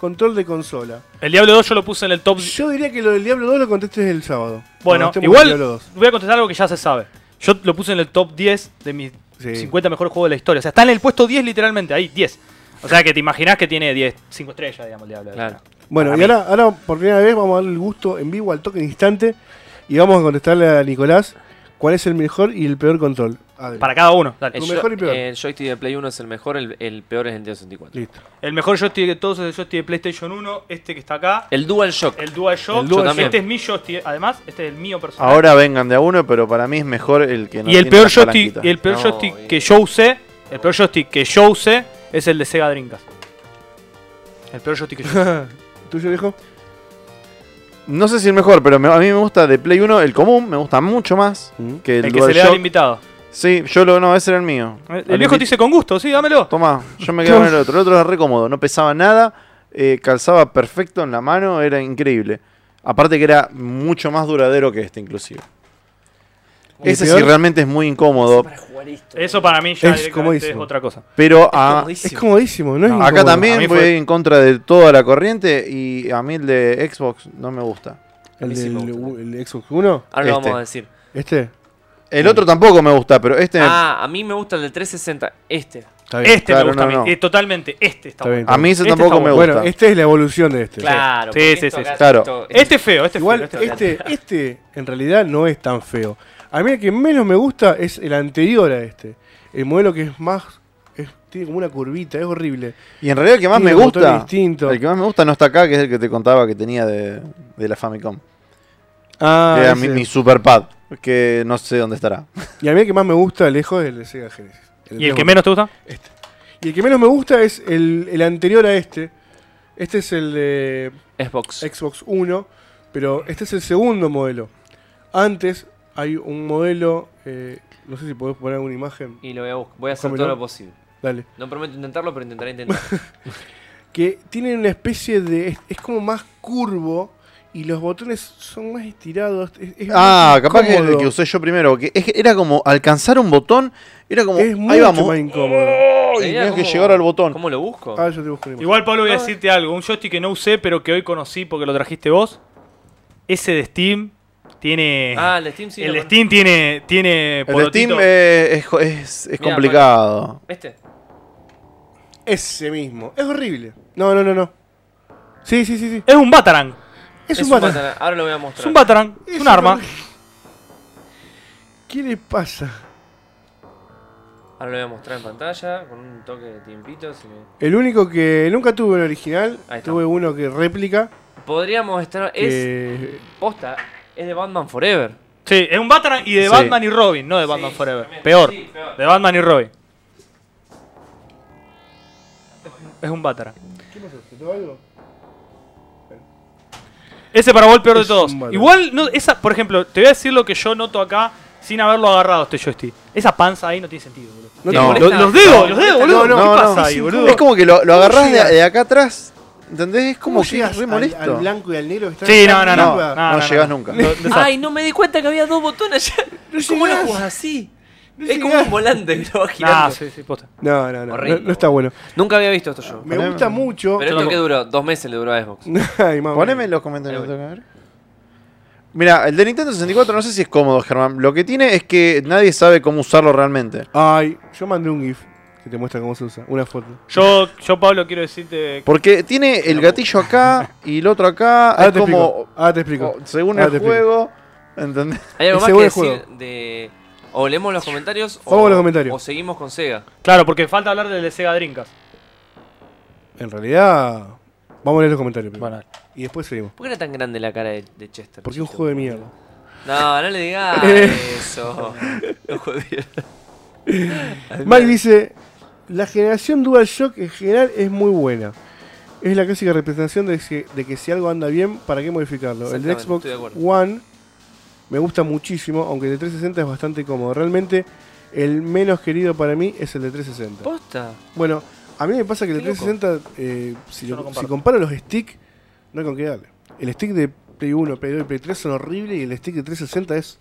control de consola?
El Diablo 2 yo lo puse en el top.
Yo diría que lo del Diablo 2 lo contestes el sábado.
bueno,
Cuando estemos con Diablo
igual
2.
voy a contestar algo que ya se sabe. Yo lo puse en el top 10 de mis
Sí.
50 mejores juegos de la historia. O sea, está en el puesto 10 literalmente, ahí, 10. O sea, que te imaginás que tiene 10, 5 estrellas, digamos, el Diablo. dos.
Claro.
Bueno,
para
y
mí.
ahora, ahora por primera vez vamos a darle el gusto en vivo al toque de instante y vamos a contestarle a Nicolás cuál es el mejor y el peor control. Adri.
Para cada uno. dale.
El,
Tu mejor y peor.
el joystick de Play 1 es el mejor, el, el peor es el de 64.
Listo.
El mejor joystick de todos es el joystick de PlayStation 1, este que está acá.
El Dual Shock.
El Dual Shock.
El DualShock.
Este es mi joystick, además, este es el mío personal.
Ahora vengan de a uno, pero para mí es mejor el que no
y el
tiene
peor
la
joystick,
palanquita.
y el peor
No,
joystick
y-
que yo usé, el peor joystick que yo usé es el de Sega Dreamcast. El peor joystick que yo usé.
¿Tuyo, viejo?
No sé si el mejor, pero me- a mí me gusta de Play 1 el común, me gusta mucho más
Mm.
que el,
el que se le da al
DualShock.
invitado.
Sí, yo lo no, ese era el mío.
El
Al
viejo
invi-
te dice con gusto, sí, dámelo.
Tomá, yo me quedo con el otro. El otro era re cómodo, no pesaba nada, eh, calzaba perfecto en la mano, era increíble. Aparte que era mucho más duradero que este, inclusive.
¿El
Ese
peor?
sí realmente es muy incómodo,
Eso para mí ya
Es
directamente es
comodísimo.
otra cosa.
pero
Ah,
a-
Es comodísimo, ¿no? es
No,
acá
incómodo.
A mí
también
fue-
voy en contra de toda la corriente y a mí el de Xbox no me gusta.
A mí
El
sí
del
me gusta.
el Xbox 1,
Ahora lo
Este.
vamos a decir.
este.
El otro tampoco me gusta, pero este me-
Ah, a mí me gusta el de 360. Este.
Está bien.
Este
Claro,
me
no,
gusta a mí,
no.
eh, totalmente este
Está
está,
bien,
bueno.
está
a mí ese
Este
tampoco
está
me gusta.
Bueno, esta es la evolución de este.
Claro.
Sí,
porque
sí,
esto
sí,
acá-
claro.
esto-
Este es feo, este es
Igual
feo. Este es feo.
este, este en realidad no es tan feo. A mí el que menos me gusta es el anterior a este. El modelo que es más es tiene como una curvita, es horrible.
Y en realidad el que más
Tiene
me
un botón
gusta.
distinto.
El que más me gusta no está acá, que es el que te contaba que tenía de, de la Famicom.
Ah,
que era mi,
ese.
mi super pad. Que no sé dónde estará.
Y a mí el que más me gusta lejos es el de Sega Genesis.
¿Y el
de
que
Play-
menos te gusta?
y el que menos me gusta es el, el anterior a este. Este es el de
Xbox.
Xbox One, pero este es el segundo modelo. Antes hay un modelo, eh, no sé si podés poner alguna imagen,
Y lo voy a buscar. Voy a hacer
Déjamelo.
todo lo posible.
dale.
No prometo intentarlo, pero intentaré intentarlo.
Que tiene una especie de... Es, es como más curvo y los botones son más estirados. es- es
Ah,
más
capaz que el
incómodo.
que usé yo primero. Que es que era como alcanzar un botón. Era como.
Es
ahí
mucho
vamos.
más incómodo.
¡Ay!
Sería
Tenías que
como-
llegar al botón.
¿Cómo lo busco?
Ah, yo te busco una imagen.
Igual, Pablo, voy a decirte algo. Un joystick que no usé, pero que hoy conocí porque lo trajiste vos. Ese de Steam tiene.
Ah, el de Steam sí.
el
lo
de
conozco.
Steam tiene. tiene
El de Steam
porotito.
eh, es, jo- es- es
Mirá,
complicado.
Este.
Ese mismo. Es horrible. No, no, no, no. Sí, sí, sí, sí.
Es un Batarang.
Es, un batán.
batana- Ahora lo voy a mostrar.
Es un Batarang.
Es
Es un arma.
horrible. ¿Qué le pasa?
Ahora lo voy a mostrar en pantalla con un toque de tiempito. si me-
El único que nunca tuve el original,
Ahí está.
tuve uno que réplica.
Podríamos estar. Es.
que-
Posta. Es de Batman Forever.
Sí, es un Batarang y de
Sí.
Batman y Robin, no de Batman
Sí,
Forever.
también.
Peor.
Sí, peor.
De Batman y Robin. Es un Batarang.
¿Qué pasó? ¿Te tocó algo?
Ese para vos el peor de
Es
todos.
un Batarang.
Igual, no, esa, por ejemplo, te voy a decir lo que yo noto acá sin haberlo agarrado este joystick. Esa panza ahí no tiene sentido, boludo.
No, te
No.
molesta?
Lo- los dedos,
No,
los dedos,
no,
boludo.
no,
¿Qué
no.
pasa ahí,
Es
boludo?
incómodo.
Es como que lo, lo agarrás de,
llegas?
de acá atrás. ¿Entendés? Es como
¿Cómo
que es
llegas
re
al-
molesto.
Al, blanco y al negro que está
Sí, no,
tan
no,
no, no.
arriba?
no, no.
llegás nunca.
Lo- lo-
Ay, no me di cuenta que había dos botones allá. ¿Cómo lo
llegás.
jugás así?
No
es como
llegás.
un volante que lo va girando.
Nah, sí, sí, posta.
No, no, no, no.
Horrible.
no está bueno.
Nunca había visto esto yo.
Me
Poneme-
gusta mucho.
Pero esto que duró, dos meses le duró a Xbox.
Ay, mamá.
Poneme en los comentarios. Mira, Eh, el de Nintendo 64 no sé si es cómodo, Germán. Lo que tiene es que nadie sabe cómo usarlo realmente.
Ay, yo mandé un GIF que te muestra cómo se usa. Una foto.
Yo, yo, Pablo, quiero decirte.
Porque tiene el gatillo acá y el otro acá.
Ahora
es
te
como.
explico. Ahora te explico.
o- según
Ahora
el
te explico.
juego. ¿Entendés?
¿Hay algo
Y
más que
según
decir
el
de. O leemos los comentarios.
Vamos
o,
a los comentarios.
o seguimos con Sega.
Claro, porque falta hablar del de Sega Drinkas.
En realidad, vamos a leer los comentarios. primero.
Bueno,
Y después seguimos.
¿Por qué era tan grande la cara de, de Chester?
Porque es un
chico?
juego de mierda.
No, no le digas
Eh.
eso. No jodieron.
Mike dice: La generación DualShock en general es muy buena. Es la clásica representación de que, de que si algo anda bien, ¿para qué modificarlo? El de
Exactamente,
Xbox
estoy de acuerdo.
One me gusta muchísimo, aunque el de 360 es bastante cómodo. Realmente, el menos querido para mí es el de 360.
¿Posta?
Bueno, a mí me pasa que el de
Qué loco.
360, eh, si, lo-
Yo no
si
comparto.
comparo los sticks, no hay con qué darle. El stick de Play 1, Play 2 y Play 3 son horribles y el stick de 360 es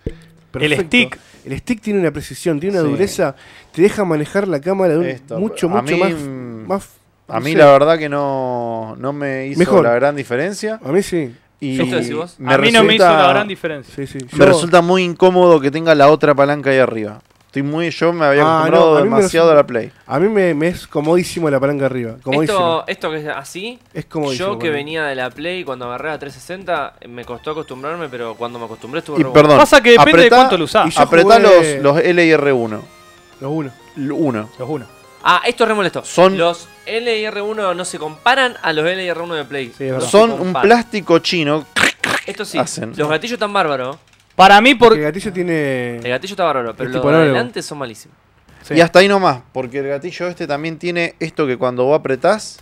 perfecto.
El stick.
El stick tiene una precisión, tiene una
Sí.
dureza, te deja manejar la cámara de un-
Esto,
mucho,
a
mucho
mí,
más,
mm,
más-
A
no
mí
sé.
la verdad que no, no me hizo
Mejor.
la gran diferencia.
A mí sí,
Y
¿Esto decís vos?
a mí no me hizo
resulta-
la gran diferencia.
sí, sí.
Me
Yo-
resulta muy incómodo que tenga la otra palanca ahí arriba. Estoy muy, yo me había
Ah,
acostumbrado
no, a mí me
demasiado a
resulta-
la Play.
A mí me, me es comodísimo la palanca arriba, comodísimo.
Esto, esto que es así.
es
yo
comodísimo.
que
para mí.
venía de la Play cuando agarré la 360 me costó acostumbrarme, pero cuando me acostumbré estuvo
Y
re
perdón,
Pasa que depende de
apretá-
cuánto lo usás.
y yo
Apretá
jugué-
los, los L y R1.
Los uno.
L- Uno.
Los uno.
bueno. Ah, esto es re molesto.
Son-
Los LR1 no se comparan a los LR1 de Play.
Sí, es
No
verdad.
se
Son un
comparan.
plástico chino.
Esto sí.
hacen.
Los gatillos están bárbaros.
Para mí, por.
El gatillo tiene...
El gatillo está bárbaro, pero
Es
los
tipo
de
análogo.
adelante son malísimos.
Sí.
Y hasta ahí nomás, porque el gatillo este también tiene esto que cuando vos apretás,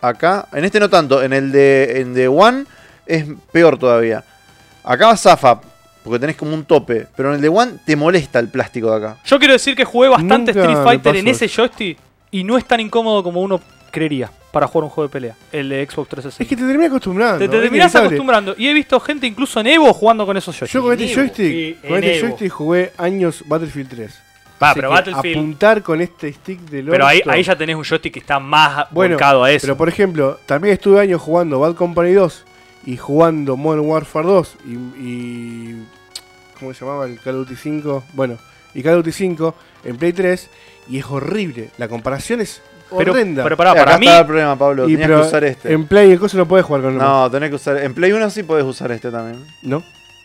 acá, en este no tanto, en el de, en de One es peor todavía. Acá va zafa, porque tenés como un tope, pero en el de One te molesta el plástico de acá.
Yo quiero decir que jugué bastante
Nunca
Street
me
Fighter
pasó
en ese joystick y no es tan incómodo como uno creería para jugar un juego de pelea. El de Xbox 360.
Es que te terminas acostumbrando.
te, te
es
terminás
inevitable.
acostumbrando. Y he visto gente incluso en Evo jugando con esos joysticks.
Yo con este
En Evo.
joystick,
Sí,
con
en
este
Evo.
joystick jugué años Battlefield 3.
Va,
Así
pero
este que
Battlefield.
Apuntar con este stick de
Pero ahí, ahí ya tenés un joystick que está más
bueno,
volcado a eso.
Pero por ejemplo, también estuve años jugando Bad Company 2 y jugando Modern Warfare 2 y, y- ¿cómo se llamaba el Call of Duty 5? Bueno, y Call of Duty 5 en Play 3 y es horrible, la comparación es
Pero-
horrenda.
pero pará,
Eh, Acá
para mí.
está el problema, Pablo,
Y
tenías
pero
que usar este.
En Play el coso no podés jugar con el
No, tenés que usar. En Play 1 sí podés usar este también.
¿no?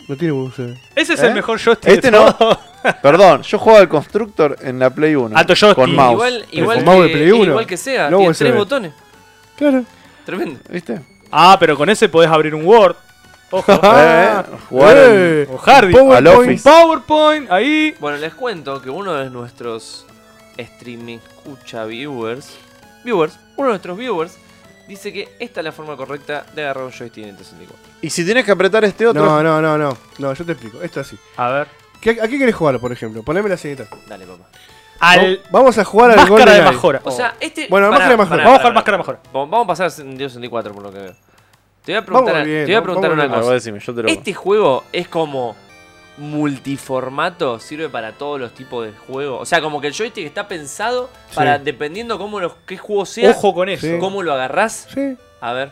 No tiene buceo.
Ese es
¿Eh?
el mejor joystick.
Este
de todos.
Perdón, yo jugaba al Constructor en la Play 1.
Alto joystick.
Con mouse.
Igual,
Pero
igual,
con mouse de
que,
Play uno.
igual que sea,
No
tiene
USB.
tres botones.
Claro.
Tremendo.
¿Viste?
Ah, pero con ese podés abrir un Word. Ojo.
Ah,
Eh, jugar al-
eh,
o Hardy.
Al
Un
Office.
PowerPoint, ahí.
Bueno, les cuento que uno de nuestros streaming escucha viewers, viewers, uno de nuestros viewers dice que esta es la forma correcta de agarrar un joystick en el 64.
Y si tienes que apretar este otro.
No, no, no, no. No, yo te explico. Esto así.
A ver.
¿Qué- ¿A qué querés jugar, por ejemplo? Poneme la señorita.
Dale, papá.
Al
Vamos a jugar al
máscara de
GoldenEye.
majora.
O sea, este.
Oh. Bueno,
pará,
máscara
pará,
de máscara.
Vamos a
pará,
jugar
pará.
máscara mejor.
Vamos vamos a pasar a Nintendo 64 por lo que veo. Te voy a preguntar,
Vamos bien,
te voy a
vamos-
preguntar
vamos
una
bien.
A
cosa.
ver, Ah, decime, yo te lo.
Este juego es como multiformato, sirve para todos los tipos de juegos. O sea, como que el joystick está pensado para,
Sí.
dependiendo cómo los, qué juego sea,
Ojo con eso.
Sí.
cómo lo agarrás.
Sí.
A ver.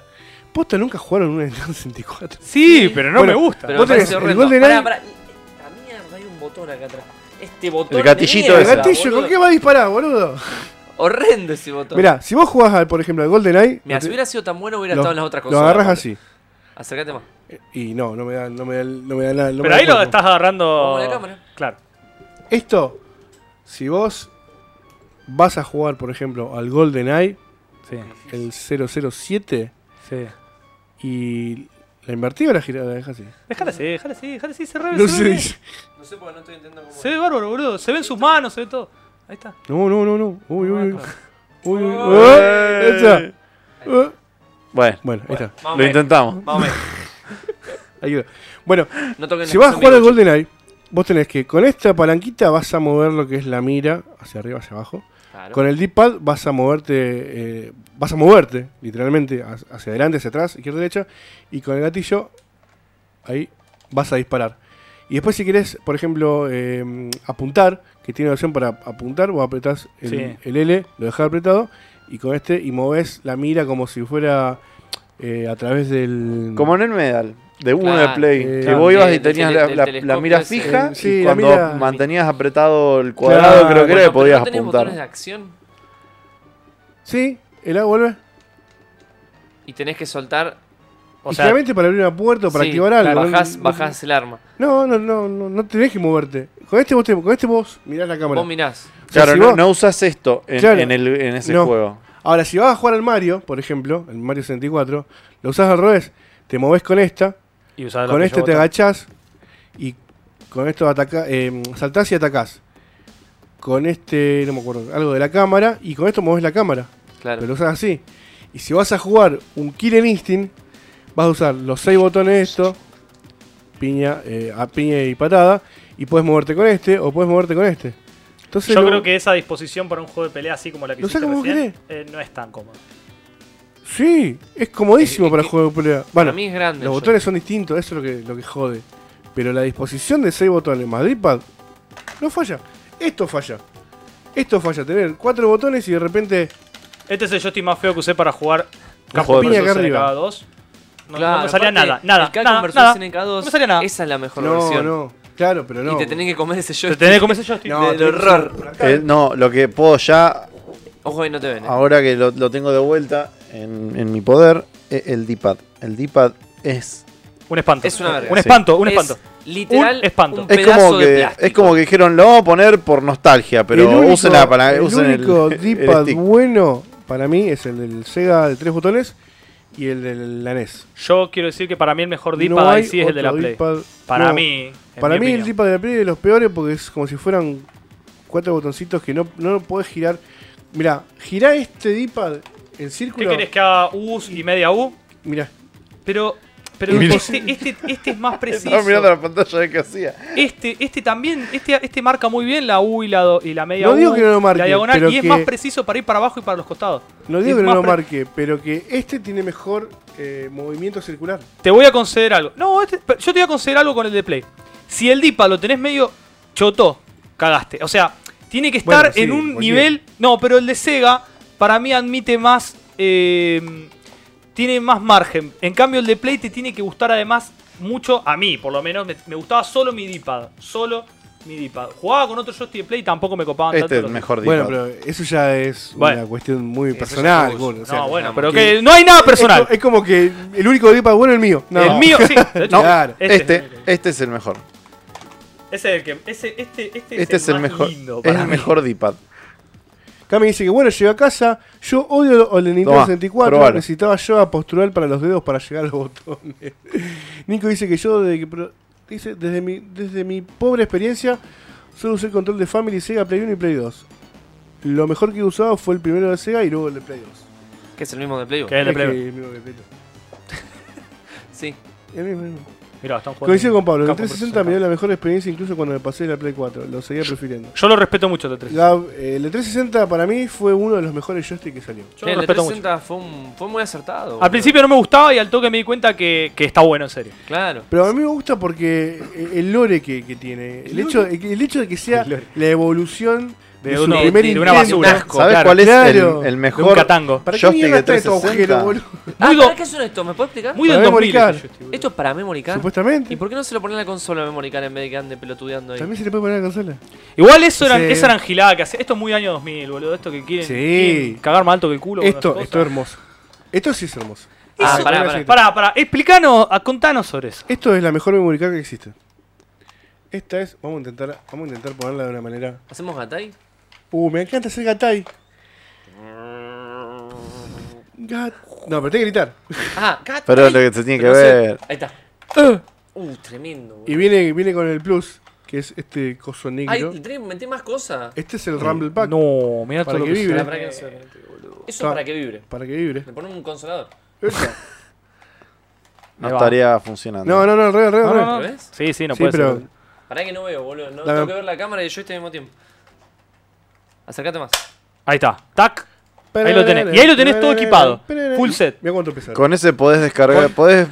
Posta nunca jugaron un Nintendo 64.
Sí, pero no
Bueno,
me gusta.
Pero
Vos
me parece
tenés el
horrendo.
Golden
Pará,
Eye.
pará. La mierda, hay un botón acá atrás. Este botón.
El gatillito
de
El
mierda,
ese.
gatillo,
boludo.
¿con qué va a disparar, boludo?
Horrendo ese botón.
Mirá, si vos jugás, al, por ejemplo, al GoldenEye.
Mira,
no te-
si hubiera sido tan bueno, hubiera
lo-
estado en las otras
Lo
cosas.
agarras así.
Acércate más.
Y no, no me da, no me da, no me da nada. no me
Pero
da
ahí lo
cuerpo.
estás agarrando.
Vamos a la cámara.
Claro.
Esto, si vos vas a jugar, por ejemplo, al GoldenEye,
Sí,
el 007,
sí.
y. ¿La invertí o la girada? La dejás así.
Déjala así, déjala así, déjala así, se re
No
se,
sé.
ve bien.
No sé porque no estoy entendiendo cómo.
Se ve bárbaro, boludo. Se ven sus manos, se ve todo. Ahí está.
No, no, no, no. Uy, uy,
Ah,
uy.
claro.
Uy, uy.
Uy.
Ah, ahí está. Ah.
Bueno,
Bueno, ahí está.
Más o
lo
menos,
intentamos.
más o menos.
Ahí quedó. Bueno,
No toquen
si
las
vas a
cosas
jugar al
en vivo,
GoldenEye, vos tenés que con esta palanquita vas a mover lo que es la mira hacia arriba, hacia abajo.
chicos. Claro.
Con el D-pad vas a moverte, eh, vas a moverte, literalmente, ha- hacia adelante, hacia atrás, izquierda, derecha, y con el gatillo, ahí vas a disparar. Y después si querés, por ejemplo, eh, apuntar, que tiene la opción para apuntar, vos apretás el,
Sí.
el L, lo dejás apretado, y con este, y movés la mira como si fuera eh, a través del...
Como en el Medal, de uno
Claro,
de Play.
eh,
que vos
del-
ibas y
del
tenías
tele-
la,
del
la- la
telescopio
mira
ese.
fija
Sí,
y
la
cuando
mira-
mantenías apretado el cuadrado,
Claro. Bueno,
creo que era que
Pero
podías
no tenés botones de
apuntar.
acción
Sí, el A vuelve.
y tenés que soltar.
O
Y
sea,
generalmente para abrir una puerta o para
sí,
activar algo. no-
Bajás,
no-
bajás el arma.
No, no, no, no, no tenés que moverte. Con este vos, te- con este vos mirás la cámara.
Vos mirás.
O sea,
Claro,
si
no,
vos-
no usas esto en,
Claro.
en el- en ese
No.
juego.
Ahora, si vas a jugar al Mario, por ejemplo, el Mario 64, lo usás al revés, te movés con esta,
y usar
con esta te agachás y con esto ataca, eh, saltás y atacás. Con este, no me acuerdo, algo de la cámara y con esto movés la cámara,
Claro.
pero lo usás así. Y si vas a jugar un Killer Instinct, vas a usar los seis botones de esto, piña, eh, a piña y patada, y puedes moverte con este o puedes moverte con este. Entonces
Yo
lo-
creo que esa disposición para un juego de pelea así como la que
Lo
hiciste
saco como
recién, eh, no es tan cómodo.
Sí, es comodísimo
Es- es
para
que-
juego de pelea.
Para
Bueno,
mí es grande.
Los
yo-
botones son distintos, eso es lo que, lo que jode. Pero la disposición de seis botones más D-pad no falla. Esto falla. Esto falla. Tener cuatro botones y de repente.
Este es el joystick más feo que usé para jugar
juego de
versus
pelea acá arriba.
SNK 2. No,
Claro,
no me salía
aparte,
nada, nada,
El Capcom
nada,
versus
nada.
SNK2,
No me salía nada.
Esa es la mejor
No,
versión.
no. Claro, pero no.
Y te tenés que comer ese
Te
joystick.
tenés que comer ese joystick.
No,
del
tenés que
horror.
usar por acá.
Eh, no, lo que puedo ya,
Ojo que no te ven. eh.
ahora que lo, lo tengo de vuelta en, en mi poder, es el D-pad. El D-pad es.
Un espanto.
Es una verga.
Un
Sí.
espanto, un espanto.
Es literal.
Un espanto.
un
Es como,
pedazo de
que,
plástico.
es como que dijeron, lo vamos a poner por nostalgia, pero
único-
usen la para
el
usen el-
único
el
D-pad
stick.
bueno para mí es el del Sega de tres botones y el del la NES.
Yo quiero decir que para mí el mejor
No
D-pad ahí
hay
sí es el de la
otro
Play.
D-pad-
Para
no.
mí. en
Para
mi
mí el
opinión.
tipo de la Play es de los peores porque es como si fueran cuatro botoncitos que no, no lo podés girar. Mirá, girá este D-pad en
¿Qué
círculo.
querés que haga U y media U?
Mirá,
Pero, pero
Mira.
este, este, este es más preciso.
Estaba mirando la pantalla de qué hacía.
Este, este también, este, este marca muy bien la U y la, do- y la media
No
U.
digo que no lo marque,
la diagonal,
pero
y es
que-
más preciso para ir para abajo y para los costados.
no
Es
digo que no
más
lo
pre-
marque, pero que este tiene mejor eh, movimiento circular.
Te voy a conceder algo. No, este- pero yo te voy a conceder algo con el de Play. Si el DIPA lo tenés medio choto, cagaste. O sea, tiene que estar
Bueno, sí,
en un
cualquiera.
nivel. No, pero el de Sega, para mí, admite más. eh, tiene más margen. En cambio, el de Play te tiene que gustar además mucho. A mí, por lo menos, me, me gustaba solo mi D-pad. Solo mi D-pad. Jugaba con otro joystick de play y tampoco me copaban
Este es
tanto.
el
los-
mejor
Bueno,
D-pad.
pero eso ya es
Bueno.
una cuestión muy
Eso ya
personal.
es
Gon, o sea,
No, bueno,
digamos
pero
que-
que no hay nada
es-
personal.
Es, co- es como que el único dipad bueno es el mío. No.
El mío, sí. de hecho,
No,
claro.
este
este,
es el-
este es el mejor.
Ese es el que. Ese, este, este,
Este es el
más
mejor.
lindo
Es
para
el
mí.
mejor D-pad.
Acá me dice que bueno, llegué a casa. Yo odio lo- el de Nintendo
Tomá,
64.
probalo.
Necesitaba yo a posturar para los dedos para llegar a los botones. Nico dice que yo desde que pro- dice, desde mi, desde mi pobre experiencia solo usé el control de Family Sega Play 1 y Play 2. Lo mejor que he usado fue el primero de Sega y luego el de Play 2.
Que es el mismo de Play
Que es el de
Es que
Play.
el mismo que Play 2.
Sí.
El mismo, el mismo.
Mirá, están jugando.
Coincido con Pablo, el
Campo
360 me dio la mejor experiencia incluso cuando me pasé la Play 4, lo seguía prefiriendo.
Yo lo respeto mucho, el 360.
Gab, eh, el 360 para mí fue uno de los mejores joystick que salió.
Yo
Che,
lo
el de
respeto mucho.
360 fue, un- fue muy acertado.
Al
boludo.
principio no me gustaba y al toque me di cuenta que, que está bueno, en serio.
Claro.
Pero a mí me gusta porque eh, el lore que, que tiene, el hecho, el hecho de que sea
El lore.
la evolución de,
De
su
uno-
primer
de
una
intento.
basura. Asco,
¿Sabes
claro.
cuál es
Claro.
el, el
De un
mejor?
catango.
¿Para qué
Joystick
mierda
de
está estos
360?
agujeros, boludo?
Ah,
Muy do-
¿para qué son estos? ¿Me puedes explicar?
Muy del
Para
2000
memory
ese
card.
joystick, boludo.
¿Esto es para Memory Card?
Supuestamente.
¿Y por qué no se lo ponen a la consola Memory Card en vez de que ande pelotudeando ahí?
También se le puede poner a la consola.
Igual eso eran,
Sí.
esa eran giladas que hacían. Esto es muy año 2000, boludo. Esto que quieren,
Sí.
quieren cagar más alto que el culo. con
Esto,
las
esto es
cosas.
hermoso. Esto sí es hermoso.
Ah, pará,
Eso- pará,
pará.
pará, pará, pará. Explicanos, ah, contanos sobre eso.
Esto es la mejor memory card que existe. Esta es, vamos a intentar, vamos a intentar ponerla de una manera
¿Hacemos Gatai?
Uh, me encanta hacer gatay. Gat... No, pero tenés que gritar.
Ah, Gatai.
Pero es lo que se tiene que
no sé.
ver.
Ahí está. Uh, tremendo. boludo.
Y viene, viene con el plus, que es este coso
Ay,
negro.
le tenés que meter más cosas.
Este es el Rumble Pack.
No, mirá
Para
todo lo
que
que
vibre.
se-
Para que no se Eso es
Ah.
para que vibre.
Para que vibre.
Le ponemos un consolador.
Epa.
No
Ahí va.
estaría funcionando.
No, no, Ah, no, re, re,
No,
re.
no, no.
¿Ves?
Sí, sí, no
sí,
puede
pero
ser.
Pará que no veo, boludo. No,
Dame.
tengo que ver la cámara y yo este al mismo tiempo. Acércate más.
Ahí está. Tac. Ahí lo tenés. Y ahí lo tenés todo equipado. Full set.
Mira cuánto pesa.
Con ese podés descargar, podés,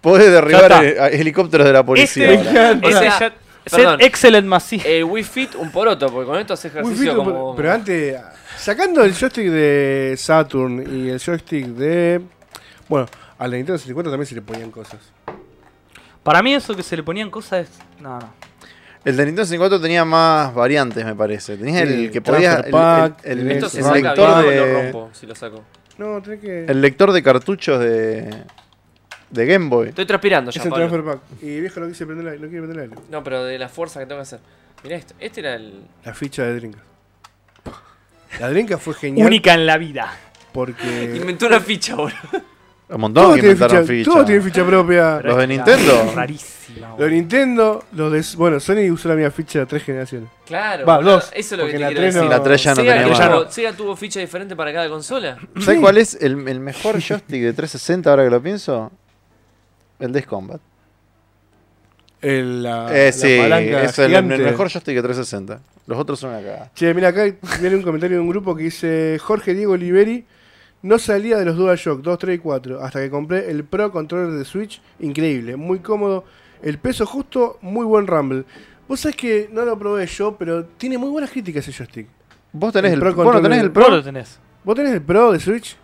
podés derribar
Ya
hel- helicópteros de la policía.
Este,
ahora.
ese
Pará.
ya-
Perdón.
set excellent masivo.
El Wii Fit, un poroto, porque con esto haces
Muy
ejercicio
fino,
como.
pero- pero antes, sacando el joystick de Saturn y el joystick de. Bueno, a la Nintendo 64 también se le ponían cosas.
Para mí eso que se le ponían cosas es... No, no.
El de Nintendo 64 tenía más variantes, me parece. Tenías
Sí,
el que podías.
Transfer
el-
Pack,
el, el-
tenés
Esto
el
se
un
saca
lector
bien, lo
de,
rompo si lo saco.
No, tenés que.
el lector de cartuchos de, de Game Boy.
Estoy transpirando ya,
Es el
Pablo.
transfer pack. Y viejo no quise prender la, no quiere prender la,
No, pero de la fuerza que tengo que hacer. Mirá esto. Este era el.
la ficha de Drinka. La Drinka fue genial
Única en la vida.
porque
Inventó una ficha, boludo.
Un montón que inventaron fichas.
todos tienen ficha propia.
Los de Nintendo.
Rarísima.
Los de Nintendo, los de bueno, Sony usó la misma ficha de tres generaciones.
Claro.
Va,
boludo,
dos,
Eso es lo que
porque
te
la
quiero
tres
decir.
no-
La 3 ya no
Sega,
tenía
que
más.
tuvo- Sega tuvo ficha diferente para cada consola.
¿Sabes cuál es el, el mejor joystick de 360 ahora que lo pienso? El Death Combat.
El,
Ah,
la,
eh,
la
sí,
palanca
es el,
gigante.
el mejor joystick de 360. Los otros son acá.
Che, mira acá viene un comentario de un grupo que dice Jorge Diego Liberi no salía de los DualShock 2, 3 y 4 hasta que compré el Pro Controller de Switch, increíble, muy cómodo, el peso justo, muy buen rumble. Vos sabés que no lo probé yo, pero tiene muy buenas críticas ese joystick.
Vos tenés
El
el,
Pro
Pro. Vos no
Controller.
tenés el
Pro
Pro.
lo tenés.
¿Vos tenés el Pro de Switch?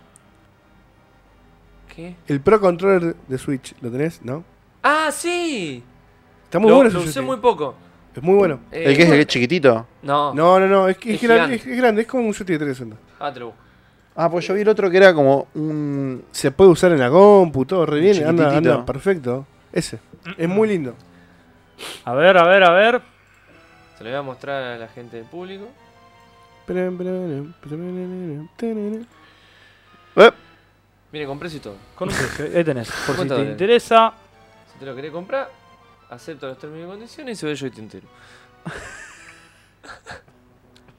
¿Qué?
El Pro Controller de Switch, ¿lo tenés? ¿No?
¡Ah, sí!
Está muy
lo,
bueno
lo
ese
usé
joystick.
muy poco.
Es muy bueno.
Eh,
El que es el que es chiquitito.
No.
No, no, no, es, que- es
Es
que la-
gigante.
es- es grande, es como un joystick de 360.
Ah, te lo busco.
Ah, pues yo vi el otro que era como un.
Se puede usar en la compu, todo re bien, anda,
Chiquititito.
anda perfecto. Ese, es muy lindo.
A ver, a ver, a ver.
Se lo voy a mostrar a la gente del público.
Eh,
Mire, con precio y todo.
Con un precio. Ahí tenés. Por si
¿Cuánto
te
vale?
interesa.
Si te lo querés comprar, acepto los términos y condiciones y se ve yo y te entero.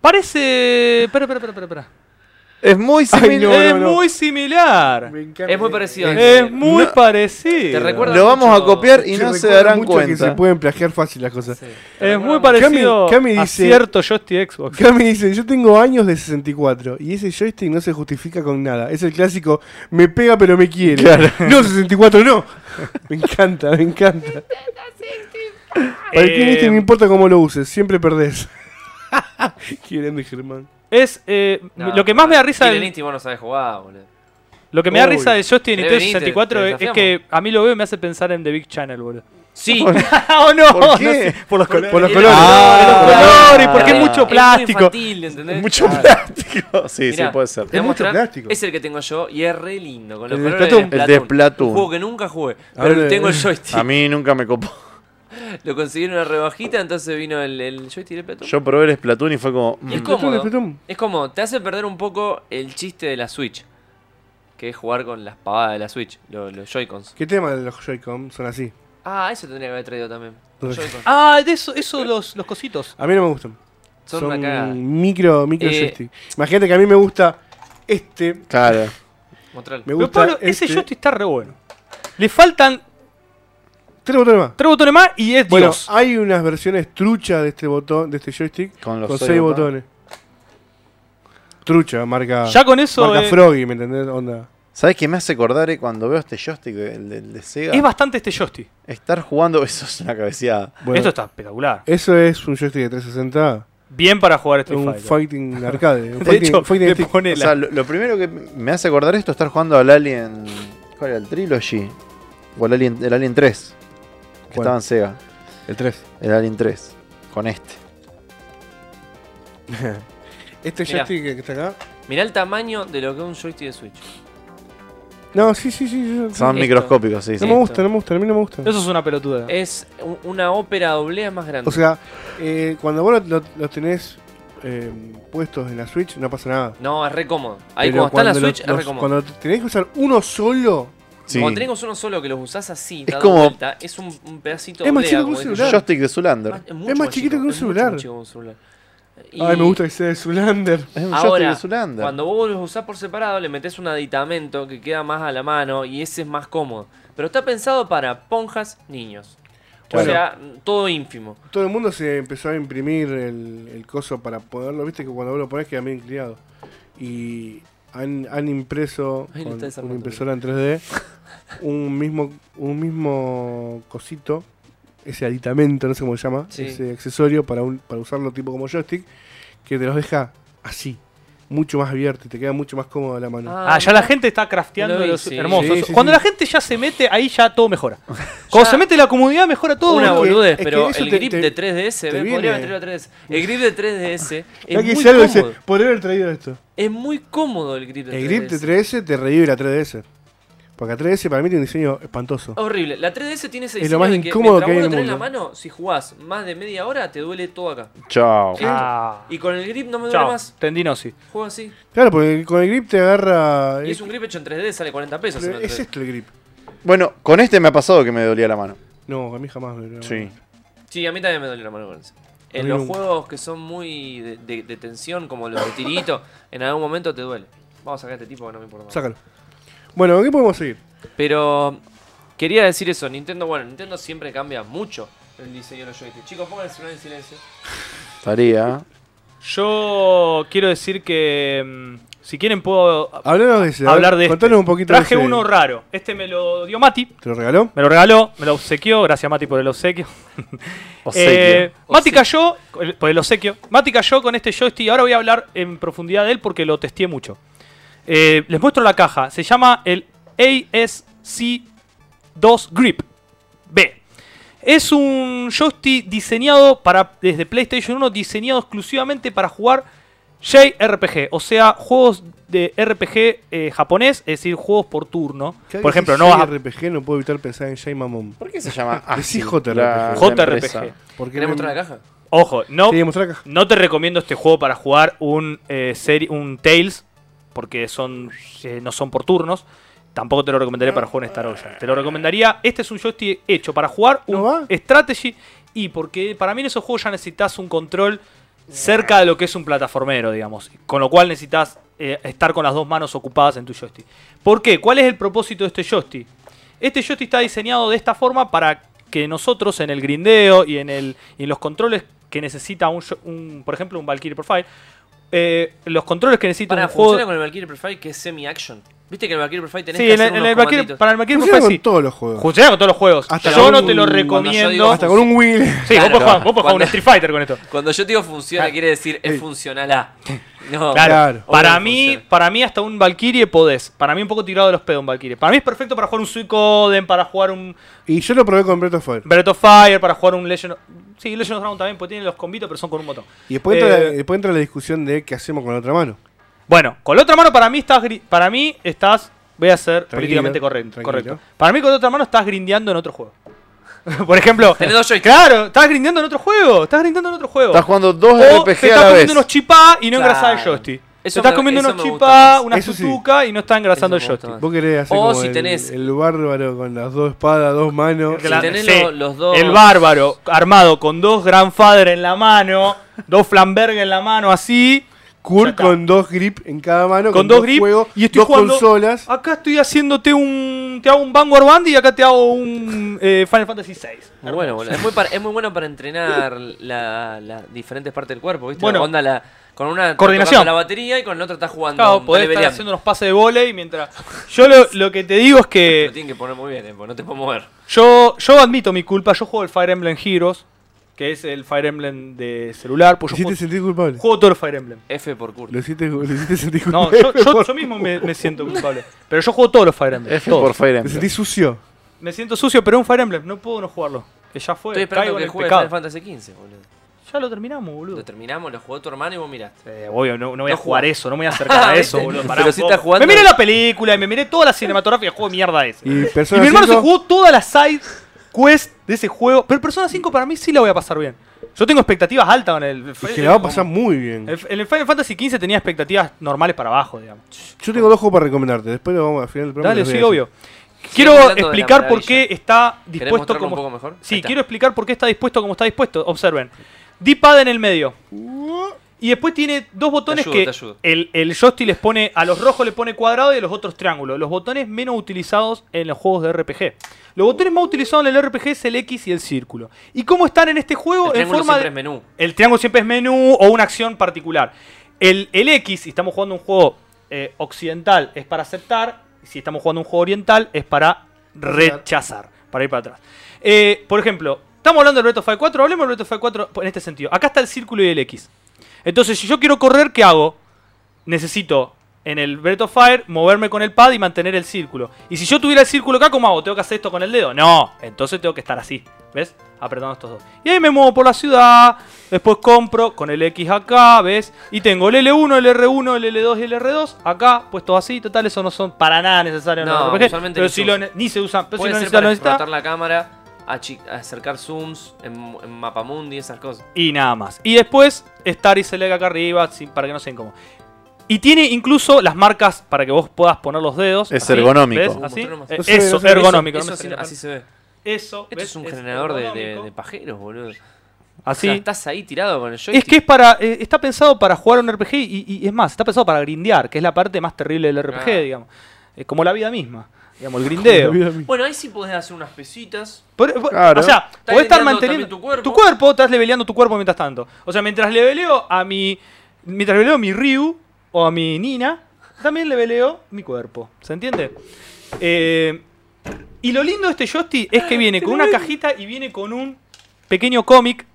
Parece... Espera, espera, espera, espera, espera.
Es muy
Ay,
similar.
No,
es
no, no.
muy similar.
Me encanta.
Es muy parecido.
Eh,
Es muy parecido.
Te recuerda
Lo vamos a
mucho-
copiar y
Se
no se
recuerda
darán
mucho que se
cuenta.
pueden plagiar fácil las cosas.
Sí. Te
Es
recuerda
muy
mucho.
parecido
Cami- Cami
a
dice-
cierto joystick Xbox.
Acá me dice, yo tengo años de 64 y ese joystick no se justifica con nada. Es el clásico, me pega pero me quiere. No, 64 no. Me encanta, me encanta. Para el que viste,
Eh,
no importa cómo lo uses, siempre perdés. Qué grande Germán.
Es eh,
No,
lo que más me da risa
Kill
del-
and Instinct vos no sabés jugar, boludo.
lo que me da
Uy.
risa del joystick de
Te
Nintendo
veniste,
64
te
es, es que a mí lo veo y me hace pensar en The Big Channel, boludo.
Sí,
¿O no?
¿Por qué?
No sé, por los, col-
Por los
el-
colores.
Ah.
por los colores,
Ah,
porque es mucho
es muy
plástico.
infantil, ¿entendés?
Es mucho
Claro.
plástico. Sí,
Mirá.
sí, puede ser.
Te voy a
mucho
mostrar,
plástico.
Es el que tengo yo y es re lindo. Con los
¿El de
colores
Splatoon?
del
El de Splatoon.
Un juego que nunca jugué.
Ahora
Pero
le-
tengo el joystick.
A mí nunca me copó.
Lo conseguí en una rebajita, entonces vino el, el joystick de Splatoon.
Yo probé el Splatoon y fue como. mm,
Y es
Splatoon,
cómodo.
Splatoon.
Es como, te hace perder un poco el chiste de la Switch. Que es jugar con la espada de la Switch, lo- los Joy-Cons.
¿Qué tema de los Joy-Con son así?
Ah, eso tendría que haber traído también. Los Joy-Cons.
Ah, de eso, eso los, los cositos.
A mí no me gustan.
Son una cagada.
micro, micro
Eh,
joystick. Imagínate que a mí me gusta este.
Claro.
Mostralo.
Me
Pero
gusta
Pablo,
este.
ese joystick está re bueno. Le faltan
Tres botones más.
tres botones más y es
Bueno,
Dios.
hay unas versiones trucha de este botón, de este joystick, con,
Con los
seis, botones. Trucha, marca.
Ya con eso
ah, marca
eh,
Froggy, ¿me entendés? Onda.
¿Sabes qué me hace acordar eh, cuando veo este joystick del del de Sega?
es bastante este joystick.
Estar jugando. Eso es una cabeceada.
Bueno,
Esto está espectacular.
Eso es un joystick de 360,
Bien para jugar Street
un
Fighter.
fighting arcade. Un
de
fighting,
hecho,
fighting
le
stick.
pone
O
la-
sea, lo, lo primero que me hace acordar esto es estar jugando al Alien. ¿Cuál era? ¿El Trilogy? O el Alien, el Alien 3. Que
¿Cuál?
estaba en Sega.
El 3.
El Alien 3. Con este.
Este
Mirá.
joystick que está acá.
Mirá el tamaño de lo que es un joystick de Switch.
No, sí, sí, sí. sí, sí.
Son
Esto.
microscópicos, sí.
No
sí.
me gusta, no me gusta, a mí no me gusta.
Eso es una pelotuda.
Es un- una ópera doblea más grande.
Ah. O sea, eh, cuando vos lo- lo- los tenés eh, puestos en la Switch, no pasa nada.
no, es re cómodo. Ahí
Pero
cuando, está la
cuando lo-
Switch es
los-
re cómodo.
Cuando tenés que usar uno solo,
Sí.
Cuando tenemos uno solo que los usás así,
Es
dado
como-
vuelta, es un, un pedacito
Es más
oblea,
chico que
como
un
dice
celular.
Joystick de Zulander.
Más- mucho
más chiquito que un
es mucho
celular.
más chico que un celular.
ay,
Y
me gusta que sea de Zulander.
Es un joystick
Ahora,
de Zulander.
cuando vos los usás por separado, le metés un aditamento que queda más a la mano y ese es más cómodo. Pero está pensado para ponjas niños. O
Claro.
sea, todo ínfimo.
Todo el mundo se empezó a imprimir el, el coso para poderlo, viste que cuando vos lo ponés queda medio inclinado. Y han, han impreso
Ay, lo
con
está desarmando,
una impresora en 3D un mismo, un mismo cosito, ese aditamento, no sé cómo se llama,
Sí.
ese accesorio para, un, para usarlo tipo como joystick, que te los deja así, mucho más abierto y te queda mucho más cómodo la mano.
Ah, ya la gente está crafteando
Lo
los
hice.
hermosos.
Sí, sí,
Cuando
sí.
la gente ya se mete, ahí ya todo mejora. Cuando
Ya-
se mete la comunidad, mejora todo.
Una
Es que-
boludez,
es que
pero
eso
el
te-
grip
te-
de 3DS,
te
¿ves?
viene-
Podría meterlo a 3DS. El grip de 3DS
Ya
es
que
muy
hice algo, dice,
cómodo.
por haber traído esto.
Es muy cómodo el grip de 3DS.
El grip de 3DS te revibra 3DS. Porque a 3DS para mí tiene un diseño espantoso.
Horrible. La 3DS tiene ese
Es lo
diseño
más
de que
incómodo
mientras
que hay
vos
en
lo tenés
el
en la mano, si jugás más de media hora, te duele todo acá.
Chao.
Ah.
Y con el grip no me duele
Chao.
más.
Tendinosis.
Juego así.
Claro, porque con el grip te agarra.
Y es un grip hecho en 3D, sale 40 pesos.
Pero
en la
es
3D.
esto el grip.
Bueno, con este me ha pasado que me dolía la mano.
No, a mí jamás me
Sí.
Sí, a mí también me duele la mano con ese.
A
En
mí
los
nunca.
juegos que son muy de, de- de tensión, como los de tirito, en algún momento te duele. Vamos a sacar a este tipo que no me importa. más.
Sácalo. Bueno, ¿qué podemos seguir?
Pero quería decir eso, Nintendo, bueno, Nintendo siempre cambia mucho el diseño de los joysticks. Chicos, pongan el celular en silencio.
Estaría.
Yo quiero decir que. mm, Si quieren, puedo a-
Hablanos de ese. Ah, a ver,
hablar de.
Contanos
este.
un poquito
Traje
de ese.
uno raro. Este me lo dio Mati.
¿Te lo regaló?
Me lo regaló, me lo obsequió. Gracias, Mati, por el obsequio. Eh,
Obsequio.
Mati cayó, por el obsequio, Mati cayó con este joystick. Ahora voy a hablar en profundidad de él porque lo testé mucho. Eh, les muestro la caja. Se llama el ASC2 Grip B. Es un joystick diseñado para, desde PlayStation 1, diseñado exclusivamente para jugar JRPG, o sea, juegos de RPG eh, japonés, es decir, juegos por turno. Por ejemplo, no vas a
RPG, no puedo evitar pensar en Jay Mamón.
¿Por qué se llama
Decí
así?
JRPG.
la- la
JRPG.
empresa?
Porque
¿Querés
me-
mostrar la caja?
Ojo, no,
Sí, mostrar la caja.
no te recomiendo este juego para jugar un, eh, seri- un Tales, porque son, eh, no son por turnos. Tampoco te lo recomendaría para jugar en Star Ocean. Te lo recomendaría, este es un joystick hecho para jugar un
¿No va?
Strategy. Y porque para mí en esos juegos ya necesitas un control cerca de lo que es un plataformero, digamos. Con lo cual necesitas eh, estar con las dos manos ocupadas en tu joystick. ¿Por qué? ¿Cuál es el propósito de este joystick? Este joystick está diseñado de esta forma para que nosotros en el grindeo y en, el, y en los controles que necesita un, jo- un- por ejemplo, un Valkyrie Profile, eh, los controles que necesita
Para,
un juego...
funciona con el Valkyrie Profile que es semi-action. Viste que en el Valkyrie Profile tenés
Sí,
que
en
hacer
el, en
unos
el Valkyrie-
comanditos.
para el Valkyrie
Funciona
Profile
con
sí.
todos los juegos.
Funciona con todos los juegos.
Hasta
yo
con
no
un-
te lo
cuando yo
recomiendo.
digo-
Hasta con un Will.
Sí,
Claro,
vos podés jugar, vos podés jugar un
cuando-
Street Fighter con esto.
Cuando yo te digo funciona,
Ah.
quiere decir
Sí.
es funcional A. No,
Claro.
Claro.
Para
Obvio,
mí,
funciona.
para mí hasta un Valkyrie podés. Para mí un poco tirado de los pedos un Valkyrie. Para mí es perfecto para jugar un Suicoden, para jugar un
Y yo lo probé con Breath of Fire.
Breath of Fire, para jugar un Legend of... Sí, Legend of Round también, porque tiene los combitos, pero son con un botón.
Y después,
Eh,
entra la, después entra la discusión de qué hacemos con la otra mano.
Bueno, con la otra mano para mí estás gri- para mí estás voy a ser
Tranquilo,
políticamente correcto,
tranquilo.
correcto. Para mí con la otra mano estás grindeando en otro juego. Por ejemplo,
Tenés dos joysticks.
claro, estás grindeando en otro juego, estás grindeando en otro juego.
Estás jugando dos
o te
RPG
estás
a la vez.
comiendo unos chipá y no
Claro.
engrasás el joystick. Te
Eso
estás
me-
comiendo
eso
unos
me gustó más.
chipá, una
Eso sí.
tutuca y no estás engrasando el
Eso me gustó
joystick.
Vos querés hacer
O
como
Oh, si
el,
tenés-
el bárbaro con las dos espadas, dos manos.
Si tenés lo- los dos-
El bárbaro armado con dos Grandfather en la mano, dos Flamberg en la mano, así. Ya
Kurt
está.
con dos grip en cada mano.
con dos grip
juegos,
y estoy
dos
jugando Ah,
consolas.
acá estoy haciéndote un te hago un Vanguard Band y acá te hago un eh, Final Fantasy VI
Muy Ah, bueno, boludo. Es muy, para- es muy bueno para entrenar la- las diferentes partes del cuerpo, ¿viste?
Bueno.
La onda la- con una estás
Coordinación.
tocando la batería y con la otra estás jugando.
claro podés estar
leveleando.
haciendo unos pases de volei mientras yo lo, lo que te digo es
Lo
que
tienen que poner muy bien, eh, porque no te puedo mover.
yo yo admito mi culpa yo juego el Fire Emblem Heroes que es el Fire Emblem de celular pues yo
Hiciste
juego,
sentir culpable.
juego todo el Fire Emblem
F por curto.
Lo hiciste, lo hiciste sentir
no
culpable.
yo, yo, yo mismo me, me siento culpable pero yo juego todos los Fire Emblem
F
todos.
por Fire
Te
Emblem.
sentí sucio.
me siento sucio pero es un Fire Emblem no puedo no jugarlo que ya fue
Estoy esperando
caigo en
que
el
juegue
pecado.
Final Fantasy XV, boludo.
ya lo terminamos boludo
Lo terminamos, lo jugó tu hermano y vos miraste.
Eh, obvio, no, no voy a
No jugás.
jugar
Ah,
eso, no me voy a acercar a eso,
¿Viste?
boludo.
Pero
un
si
poco.
estás jugando-
Me miré la película y me miré toda la cinematografía, juego de mierda ese. Y,
Y Persona
mi hermano se
5,
jugó todas las side quest de ese juego. Pero Persona 5 para mí sí la voy a pasar bien. Yo tengo expectativas altas con el.
y que la va a
Eh,
pasar muy bien.
el- En el Final Fantasy XV tenía expectativas normales para abajo, digamos.
Yo tengo dos juegos para recomendarte. Después lo vamos al final del programa.
Dale,
les voy
sí,
a decir.
obvio. Quiero
hablando de la
explicar por
maravilla.
qué está
¿Querés
dispuesto
mostrarlo un
como.
poco mejor? Ahí
Sí,
está.
quiero explicar por qué está dispuesto como está dispuesto. Observen. D-pad en el medio. Y después tiene dos botones
ayudo, te ayudo.
que el, el joystick les pone, a los rojos le pone cuadrado y a los otros triángulo. Los botones menos utilizados en los juegos de RPG. Los botones más utilizados en el RPG es el X y el círculo. ¿Y cómo están en este
El
juego? en
triángulo
forma
siempre
de,
es menú.
el triángulo siempre es menú o una acción particular. El, el X, si estamos jugando un juego eh, occidental, es para aceptar. Si estamos jugando un juego oriental, es para rechazar, para ir para atrás. Eh, por ejemplo, estamos hablando del Breath of Fire 4, hablemos del Breath of Fire 4 en este sentido. Acá está el círculo y el X. Entonces, si yo quiero correr, ¿qué hago? Necesito en el Breath of Fire moverme con el pad y mantener el círculo. Y si yo tuviera el círculo acá, ¿cómo hago? ¿Tengo que hacer esto con el dedo? No, entonces tengo que estar así, ¿ves? Apretando estos dos. Y ahí me muevo por la ciudad, después compro con el X acá, ¿ves? Y tengo el L1, el R1, el L2 y el R2 acá, puestos así. Total, eso no son para nada necesarios en
No,
los RPG,
usualmente
pero
no
si
se
lo
usa.
ne- ni se usan, pero si
Puede
lo
ser
necesitas,
para
lo
explotar
necesitas.
la cámara, achi- acercar zooms en, en mapamundi, esas cosas.
Y nada más. Y después, Star y Select acá arriba, sin- para que no sean cómo. Y tiene incluso las marcas para que vos puedas poner los dedos.
Es ergonómico.
¿ves?
Uh,
Así.
mostralo más.
Eh,
No se ve, no
Eso,
se ve.
ergonómico.
Eso,
no
eso
me
así,
sale
así se ve.
Eso,
Esto
¿ves?
es un
Es
generador de, de,
ergonómico.
de pajeros, boludo.
Así.
O sea, estás ahí tirado con el joystick.
es que es para, eh, está pensado para jugar un RPG y, y es más, está pensado para grindear, que es la parte más terrible del RPG,
Ah.
digamos. Eh, como la vida misma, digamos, el
La
grindeo.
vida misma.
Bueno, ahí sí podés hacer unas pesitas.
Por- por-
Claro.
O sea, podés estar
leveando
manteniendo
también tu cuerpo.
estás leveleando tu cuerpo mientras tanto. O sea, mientras leveleo a mi. Mientras leveleo a mi Ryu o a mi Nina, también leveleo mi cuerpo. ¿Se entiende? Eh, y lo lindo de este joystick es que viene con una cajita y viene con un pequeño cómic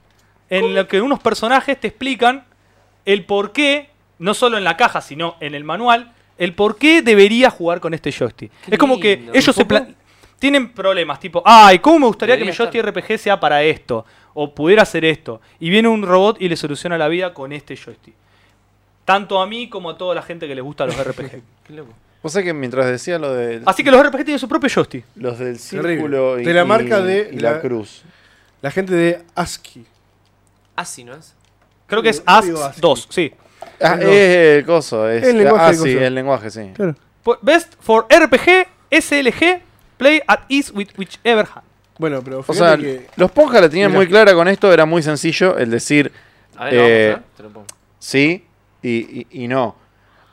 en lo que unos personajes te explican el por qué, no solo en la caja, sino en el manual, el por qué deberías jugar con este joystick.
Qué
es como que
lindo.
ellos se
¿Un
pla-
poco?
tienen problemas, tipo, ay, ¿cómo me gustaría que mi
Debería
joystick RPG sea para esto? O pudiera hacer esto. Y viene un robot y le soluciona la vida con este joystick. Tanto a mí como a toda la gente que les gusta los RPG.
Qué loco.
Vos sabés que mientras decía lo de
Así que los RPG tienen su propio joystick.
los del
Terrible.
círculo y,
De la marca
y-
de
y la,
la-
cruz.
La gente de ASCII.
Así, Ah, ¿no es?
Creo que es
Yo digo
Asks
ASCII.
2, sí.
Ah,
Perdón.
es el coso, es
El lenguaje
ah,
del
sí,
coso.
el lenguaje, sí.
Claro.
Po- Pues, Best for RPG, SLG, play at ease with whichever hand.
Bueno, pero
O
fíjate
sea,
que
los ponjas la tenían
Mirá.
muy clara con esto, era muy sencillo el decir
A ver, lo vamos
Eh,
a ver, te lo pongo.
sí y, y- y no.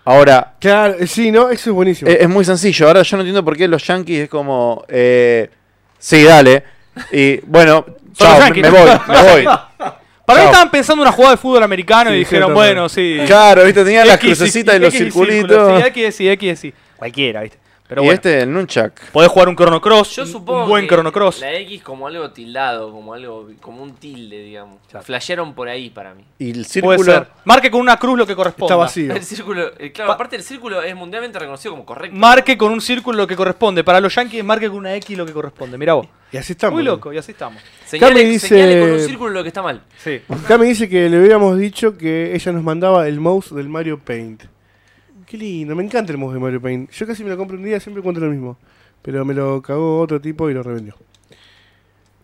Ahora,
Claro, eh, sí, no, eso es buenísimo.
eh, es muy sencillo. Ahora yo no entiendo por qué los yankees es como, eh, sí, dale. Y bueno,
Son los
chao,
Yankees,
me
¿no?
voy, me voy.
Para mí
Chao.
estaban pensando una jugada de fútbol americano
Sí, sí,
y dijeron,
también.
bueno, sí.
Claro, viste, tenían las
X
crucecitas y los
X
circulitos.
círculos, Sí, X, sí, X, sí. Cualquiera, ¿viste? Pero
y
bueno,
este, el Nunchak.
podés jugar un Chrono Cross,
Yo
un-
supongo
un buen
que
Chrono Cross.
La X como algo tildado, como algo como un tilde, digamos.
Claro.
Flashearon por ahí para mí.
Y el
Puede
círculo.
ser. Marque con una cruz lo que corresponda.
Está vacío.
El círculo, eh, claro,
Pa-
aparte el círculo es mundialmente reconocido como correcto.
Marque con un círculo lo que corresponde. Para los yankees, marque con una X lo que corresponde. Mirá vos.
Y así estamos.
Muy loco, y así estamos.
Señale,
Cami dice-
señale con un círculo lo que está mal.
Sí.
Acá me dice que le hubiéramos dicho que ella nos mandaba el mouse del Mario Paint. Qué lindo, me encanta el mouse de Mario Paint. Yo casi me lo compro un día, siempre encuentro lo mismo. Pero me lo cagó otro tipo y lo revendió.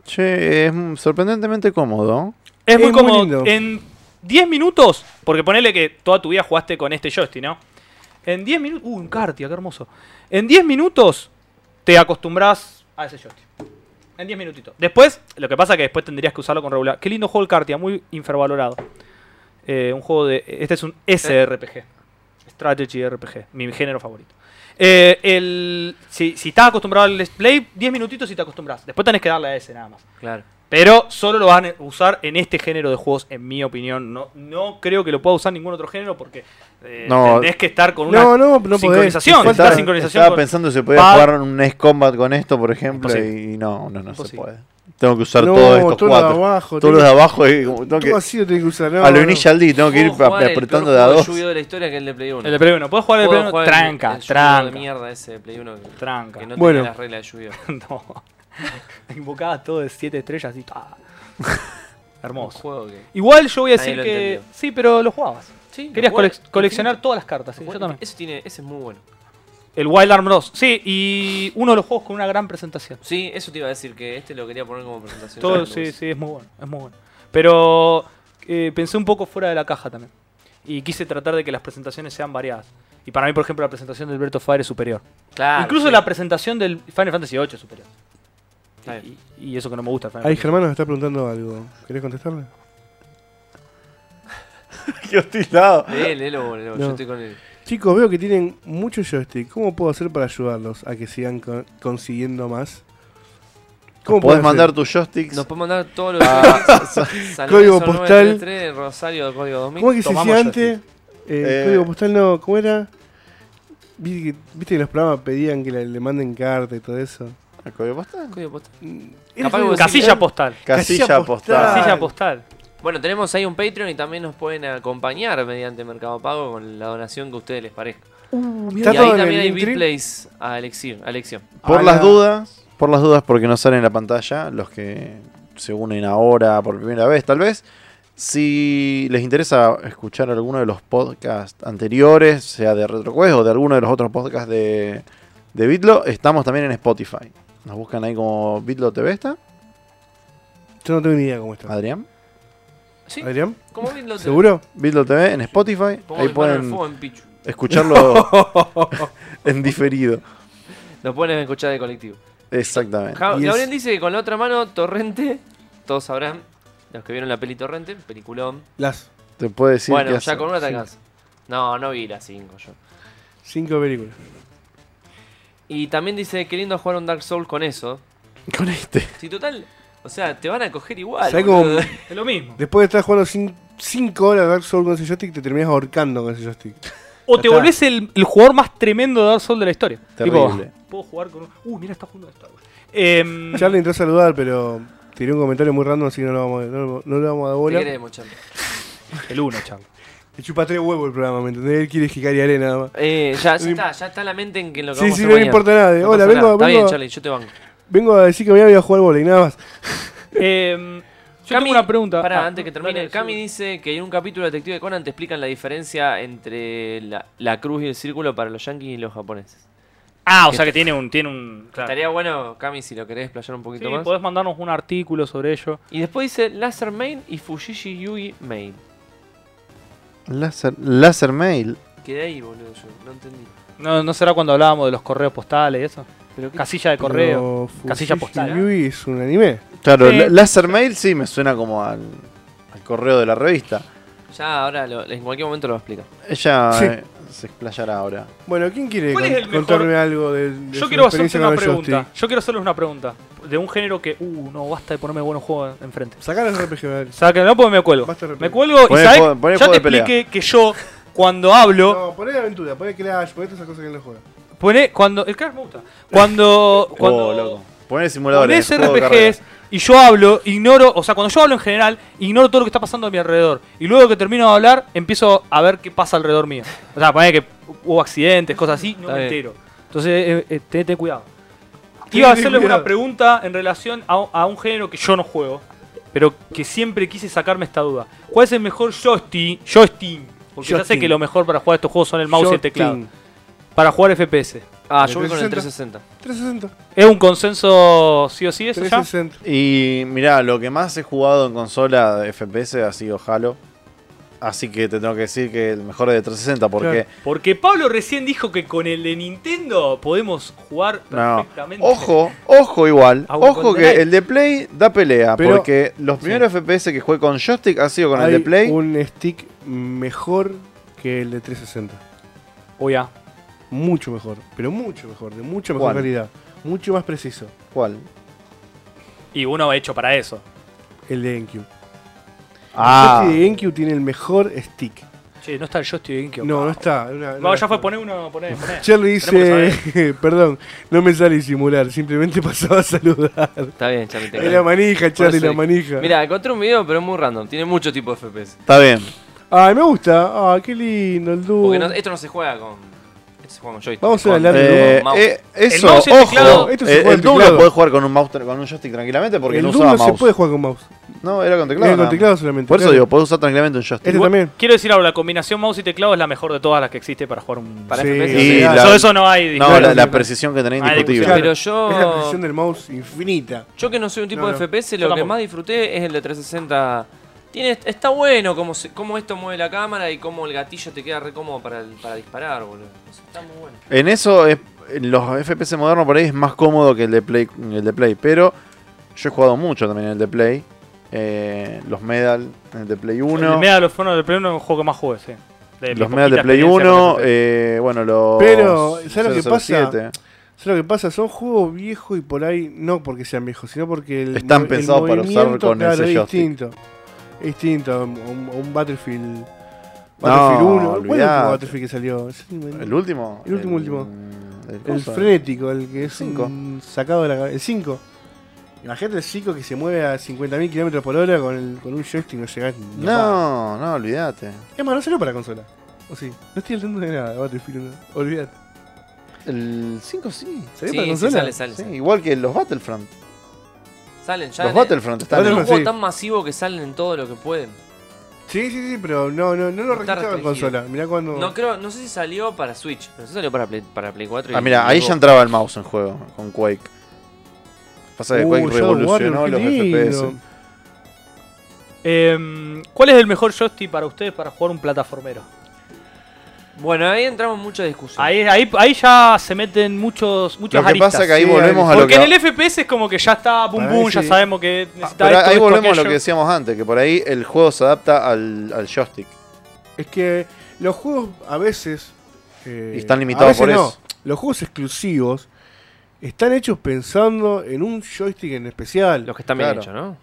Che, es mm, sorprendentemente cómodo.
Es muy
Es muy
cómodo.
lindo.
en 10 minutos, porque ponele que toda tu vida jugaste con este joystick, ¿no? En 10 minutos. Uh, un Cartia, qué hermoso. En 10 minutos te acostumbrás a ese joystick. En 10 minutitos. Después, lo que pasa es que después tendrías que usarlo con regular. Qué lindo juego el Cartia, muy infravalorado. Eh, un juego de. Este es un SRPG. Strategy RPG, mi género favorito. Eh, el, si, si estás acostumbrado al let's play, 10 minutitos y te acostumbras. Después tenés que darle a ese nada más.
Claro.
Pero solo lo van a usar en este género de juegos, en mi opinión. No, no creo que lo pueda usar ningún otro género porque eh,
No.
tenés que estar con una
No, no, no podés.
sincronización.
Te
Falta
falta-
sincronización.
Estaba
con-
pensando si se podía
Pad.
jugar un Ace Combat con esto, por ejemplo,
Imposible.
y no, no, no se
Imposible.
puede. Tengo que usar
No,
todos estos
todo lo de
cuatro.
abajo,
todos los de
tengo-
abajo. y como tengo que-
Todo así lo tenés que usar, no,
a lo
no.
Initial D, tengo que ir
Puedo jugar el
apretando
peor
de a
juego
dos.
Yu-Gi-Oh de la historia que el de Play 1.
El de Play 1. ¿Podés jugar el de Play 1? Tranca,
de
tranca.
mierda ese de Play 1 que,
Tranca.
que no
Bueno.
tiene las reglas de Yu-Gi-Oh.
No. Invocabas todo de 7 estrellas y. ¡ah! Hermoso.
Juego que...
Igual yo voy a
Nadie
decir
lo
que.
entendió.
Sí, pero lo jugabas.
Sí, lo
Querías
jugué
colec- coleccionar
infinito.
todas las cartas, sí, yo también.
Eso tiene, ese es muy bueno.
El Wild Arm 2. Sí, y uno de los juegos con una gran presentación.
Sí, eso te iba a decir que este lo quería poner como presentación.
Todo, sí, sí, es muy bueno, es muy bueno. Pero eh, pensé un poco fuera de la caja también. Y quise tratar de que las presentaciones sean variadas. Y para mí, por ejemplo, la presentación del Breath of Fire es superior.
Claro.
Incluso
sí.
la presentación del Final Fantasy VIII es superior.
Está bien.
Y, y eso que no me gusta. del Final
Ahí
Fantasy.
Germán nos está preguntando algo. ¿Querés contestarle?
Qué hostilado.
Léelo, léelo, léelo,
No.
yo estoy con él.
Chicos, veo que tienen muchos joystick. ¿Cómo puedo hacer para ayudarlos a que sigan co- consiguiendo más? puedo
Podés
hacer?
mandar tus joysticks.
Nos puede mandar todos los links. San
Ah, Código
Lorenzo
postal.
933, Rosario, código 2000.
¿Cómo es que se
Tomamos
decía antes? Eh,
Eh,
Código postal no, ¿cómo era? Viste que, viste que los programas pedían que la- le manden carta y todo eso. Mm,
¿El código postal?
Código postal.
Era
Capaz
código
vos-
Casilla postal.
Casilla,
Casilla
postal.
postal.
Casilla postal.
Bueno, tenemos ahí un Patreon y también nos pueden acompañar mediante Mercado Pago con la donación que a ustedes les parezca. "Uh, Y
Está
ahí
todo Uh, en
también
el
hay
link tree.
replays a elección. A elección.
Por
A
las
la-
dudas, por las dudas porque no salen en la pantalla, los que se unen ahora por primera vez, tal vez. Si les interesa escuchar alguno de los podcasts anteriores, sea de Retrocuest o de alguno de los otros podcasts de, de Bitlo, estamos también en Spotify. Nos buscan ahí como Bitlo TV, ¿está?
Yo no tengo ni idea cómo está.
Adrián.
¿Sí?
¿Adrián?
¿Cómo bien lo te-
¿Seguro?
Bitlo TV en Spotify.
Pongo mi mano en
Ahí
el
pueden
fuego en Pichu.
escucharlo en diferido.
Lo pueden escuchar de colectivo.
Exactamente.
Ja-
Y es-
Gabriel dice que con la otra mano, Torrente, todos sabrán, los que vieron la peli Torrente, peliculón.
Las
Te puede decir
bueno,
qué
ya
hace.
con una te alcanza. No, no vi la 5 yo.
cinco películas.
Y también dice que lindo jugar un Dark Souls con eso.
Con este.
Si total, o sea, te van a coger igual.
¿Sabés
boludo.
cómo-
Es lo mismo.
Después de estar jugando cin- cinco horas de Dark Souls con ese joystick, te terminás ahorcando con ese joystick.
O te
Está.
volvés el, el jugador más tremendo de Dark Souls de la historia.
Terrible.
Tipo, puedo jugar con un. Uh, mira, está jugando de Star Wars.
Mm.
Em,
Charlie entró a saludar, pero tiré un comentario muy random, así que no lo vamos, a- no, lo- no le vamos a dar
Te
bola.
queremos, Charlie.
el 1, chaval.
Le chupa tres huevos el programa, ¿me entendés? Él quiere jicar y arena nada más.
Eh, ya, ya
No
está, ya está la mente en que lo que
Sí,
vamos
sí,
a hacer
no le
mañana.
importa nada.
No
Hola,
pasa
vengo-
nada. Está
vengo-
bien, Charlie, yo te banco.
Vengo a decir que mañana voy a jugar bola y nada más.
Em, yo
Cami,
tengo una pregunta.
Pará,
Ah,
antes que termine.
dale, sí.
Cami dice que en un capítulo de Detective Conan te explican la diferencia entre la, la cruz y el círculo para los yankees y los japoneses.
Ah, o sea que tiene un. Tiene un claro.
Estaría bueno, Cami, si lo querés explayar un
Sí,
poquito más.
podés mandarnos un artículo sobre ello.
Y después dice Laser Main y Fujishi Yui Main.
Láser, láser Mail.
Quedé ahí, boludo, yo no entendí.
No, ¿No será cuando hablábamos de los correos postales y eso?
Pero qué
Casilla de correo.
Pero
casilla
Fujishi
postal.
Yui es un anime.
Claro,
Sí.
la- Láser Mail sí me suena como al, al correo de la revista.
Ya, ahora lo- en cualquier momento lo explico.
Ella
Sí.
eh, se explayará ahora.
Bueno, ¿quién quiere
¿Cuál
con-
es el mejor-
contarme algo de, de
Yo
su
quiero hacerte
experiencia
una
con el
pregunta.
joystick?
Yo quiero hacerles una pregunta. De un género que. Uh, no, basta de ponerme buenos juegos enfrente.
Sacá los RPG, ¿verdad?
O sea, que no, porque me cuelgo.
Basta de
Me
repente.
cuelgo y
Poné
¿sabes?
juego- poné
ya
juego
te
de pelea.
expliqué que yo, cuando hablo.
No, poné aventura, poné Clash, poné todas esas cosas que él no juega.
Pone, cuando. El Crash me gusta. Cuando. cuando
Oh, loco. Poner simuladores.
Ponés
juego de
RPGs y yo hablo, ignoro, o sea, cuando yo hablo en general, ignoro todo lo que está pasando a mi alrededor. Y luego que termino de hablar, empiezo a ver qué pasa alrededor mío. O sea, poner que hubo accidentes, cosas así, no
Está
me
bien.
entero. Entonces, eh, eh, tenete cuidado. Iba a hacerles
cuidado.
una pregunta en relación a, a un género que yo no juego, pero que siempre quise sacarme esta duda. ¿Cuál es el mejor joystick? joystick? Porque ya sé
Joystick.
que lo mejor para jugar estos juegos son el mouse y el teclado.
Joystick.
Para jugar FPS.
Ah,
¿El
yo voy con el
360?
360.
360.
¿Es un consenso sí o sí eso ya?
360.
Y mirá, lo que más he jugado en consola de FPS ha sido Halo. Así que te tengo que decir que el mejor es de 360 porque...
Porque Pablo recién dijo que con el de Nintendo podemos jugar
No.
perfectamente.
Ojo, ojo igual.
Aún
Ojo
con
que
delay.
el de Play da pelea.
Pero-
porque los primeros FPS que jugué con joystick ha sido con el de
Hay
Play.
un stick mejor que el de 360.
Oye, ah,
Mucho mejor, pero mucho mejor, de mucha mejor
¿Cuál?
calidad. Mucho más preciso.
¿Cuál?
Y uno hecho para eso.
El de GameCube.
Ah.
El de GameCube tiene el mejor stick.
Che, no está el joystick ¿eh? de GameCube.
No, no está. una-
No,
una-
ya fue, poné uno, poné, poné.
Charlie
Tenemos
dice, perdón, no me sale simular, simplemente pasaba a saludar.
Está bien, Charlie. te
Es la
creo.
manija, Charlie,
eso
la
dije.
manija.
Mira, encontré un video, pero es muy random. Tiene mucho tipo de FPS.
Está bien.
Ay, me gusta. Ay, qué lindo el dúo.
Porque no- esto no se juega con. Esto se juega con joystick.
Uh. Vamos a
Con-
hablar
Eh,
mouse.
eh, eso,
mouse y el
ojo.
teclado.
Esto se
Eh,
juega
el
al
Doom lo
teclado.
podés jugar con un, mouse, con un joystick tranquilamente porque
el
no
Doom
usaba
no
mouse.
se puede jugar con mouse.
No, era con teclado.
Era con
nada más.
teclado solamente.
Por eso
claro.
digo, podés usar tranquilamente un joystick.
Este
Igual-
también.
Quiero decir algo, la combinación mouse y teclado es la mejor de todas las que existe para jugar un...
Para
Sí.
FPS.
Y
sí.
la-
eso, eso no hay...
No,
discusión.
la, la precisión que tenés
Ah,
indiscutible.
claro.
Pero
Es la precisión
yo.
del mouse infinita.
Yo que no soy un tipo
No,
de
no.
FPS,
Yo
lo que
tampoco.
más disfruté es el de 360. Tiene, está bueno cómo, se- cómo esto mueve la cámara y cómo el gatillo te queda re cómodo para, el- para disparar, boludo. Eso está muy bueno.
En eso, es- en los FPS modernos por ahí es más cómodo que el de Play. El de Play pero yo he jugado mucho también en el de Play. Eh, los Medal, en el de Play 1.
El Medal of Honor de Play 1 es un juego que más jugué, sí. De
los
mi
Medal de
poquita
Play
experiencia con
1.
FPS.
eh, bueno, los.
Pero, ¿sabes lo que pasa?
007.
¿Sabes lo que pasa? Son juegos viejos y por ahí, no porque sean viejos, sino porque el.
Están
mov- el
pensados para usar
movimiento,
con
claro,
ese
es
joystick.
distinto. Es distinto a un, a un- a un Battlefield. Battlefield 1. ¿Cuál es el último
olvidate.
Battlefield que salió? Es un-
¿El último?
El último, último.
El,
El
coso.
frenético, el que es
Cinco.
un sacado de la cabeza. El 5. Imagínate el 5 que se mueve a 50.000 km por hora con, el- con un joystick no llegás ni a palo.
No, no, olvídate.
Es más, no salió para consola. O sí, no estoy hablando de nada de Battlefield 1. Olvídate.
El 5 sí.
¿Salió
Sí,
para
sí,
consola?
sale, sale.
Sí,
sale.
Igual que los Battlefront.
Salen ya.
Los
en-
Battlefront están
Es
en-
un
Battlefront,
juego
sí.
tan masivo que salen en todo lo que pueden.
Sí, sí, sí, pero no, no, no lo
Está
registraba en
restringido.
consola. Mirá cuando.
No creo, no sé si salió para Switch, pero sí salió para Play, para Play 4. y-
Ah, mira,
y
ahí
Xbox.
ya entraba el mouse en juego con Quake. Pasa que
Uh,
Quake
Shadow
revolucionó
Warrior,
los
qué lindo.
FPS.
Em, ¿Cuál es el mejor joystick para ustedes para jugar un plataformero?
Bueno, ahí entramos en mucha discusión.
Ahí, ahí, ahí ya se meten muchos, muchas
Lo que
aristas.
pasa que ahí
sí,
volvemos a lo
Porque
que. Ah,
en el FPS es como que ya está boom
Para
boom,
mí
ya
sí.
sabemos que necesita
Pero
esto,
ahí
esto,
volvemos a lo
aquello.
que decíamos antes, que por ahí el juego se adapta al, al joystick.
Es que los juegos a veces. eh,
Y están
a
limitados
veces
por
no.
eso.
Los juegos exclusivos están hechos pensando en un joystick en especial.
Los que están bien
Claro.
hechos, ¿no?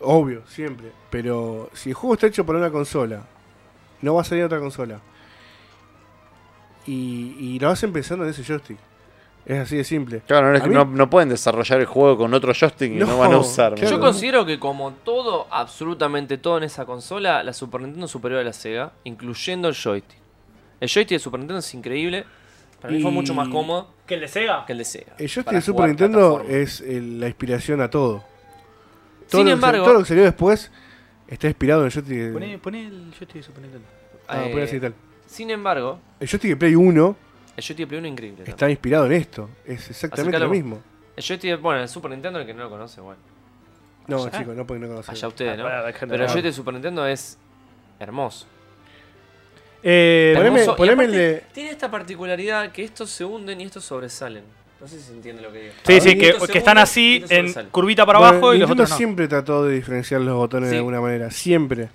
Obvio, siempre. Pero si el juego está hecho para una consola, no va a salir a otra consola. Y, y lo hacen pensando en ese joystick. Es así de simple.
Claro, no, es
A
que
mí-
no, no pueden desarrollar el juego con otro joystick y no,
No,
van a usar.
claro.
Yo
boludo.
considero que como todo, absolutamente todo en esa consola, la Super Nintendo superó a la Sega, incluyendo el joystick. El joystick de Super Nintendo es increíble. Para mí fue
Y-
mucho más cómodo
¿Que el de Sega?
que el de Sega.
El joystick
para
de Super
jugar
Nintendo
plataforma.
es el- la inspiración a todo.
Sin
todo lo que sal-
embargo,
todo lo que salió después está inspirado en el joystick de.
Poné, poné el joystick de Super Nintendo.
Ah,
eh,
poné así y tal.
sin embargo,
El joystick de Play 1
el joystick de Play 1 es increíble. ¿no?
está inspirado en esto. Es exactamente
Acercalo
lo
vos.
mismo.
El joystick, de- bueno, el Super Nintendo, el que no lo conoce, bueno,
No,
Allá.
chicos, no pueden no conocer.
allá ustedes, ¿no?
Ah, bueno, hay gente
Pero el
que no.
joystick de Super Nintendo es hermoso.
Eh,
Poneme-
Hermoso. Y
poneme el
aparte,
de-
Tiene esta particularidad que estos se hunden y estos sobresalen. No sé si se entiende lo que digo.
Sí, sí,
Ahí
que,
estos se
que están
hunden y
así
estos
en
sobresalen.
curvita para
Bueno,
abajo y los
Nintendo
otros no.
siempre trató de diferenciar los botones
Sí.
de alguna manera. Siempre.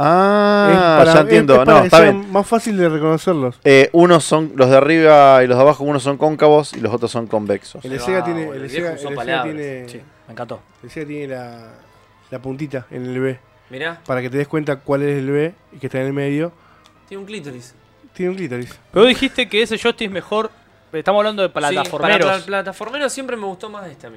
Ah,
Es para-
ya
es-
entiendo.
es para
no,
que
está
sea
bien.
más fácil de reconocerlos.
Eh, unos son, los de arriba y los de abajo, unos son cóncavos y los otros son convexos.
El de
va,
Sega tiene.
boludo,
El de
el viejo
Sega- el
usó
de Sega
palabras.
tiene.
Sí, me encantó.
el Sega tiene la, la puntita en el B.
Mirá,
Para que te des cuenta cuál es el B y que está en el medio.
tiene un clítoris.
Tiene un clítoris.
Pero dijiste que ese joystick es mejor Estamos hablando de
Sí,
plataformeros.
para pla- plataformeros siempre me gustó más este a mí.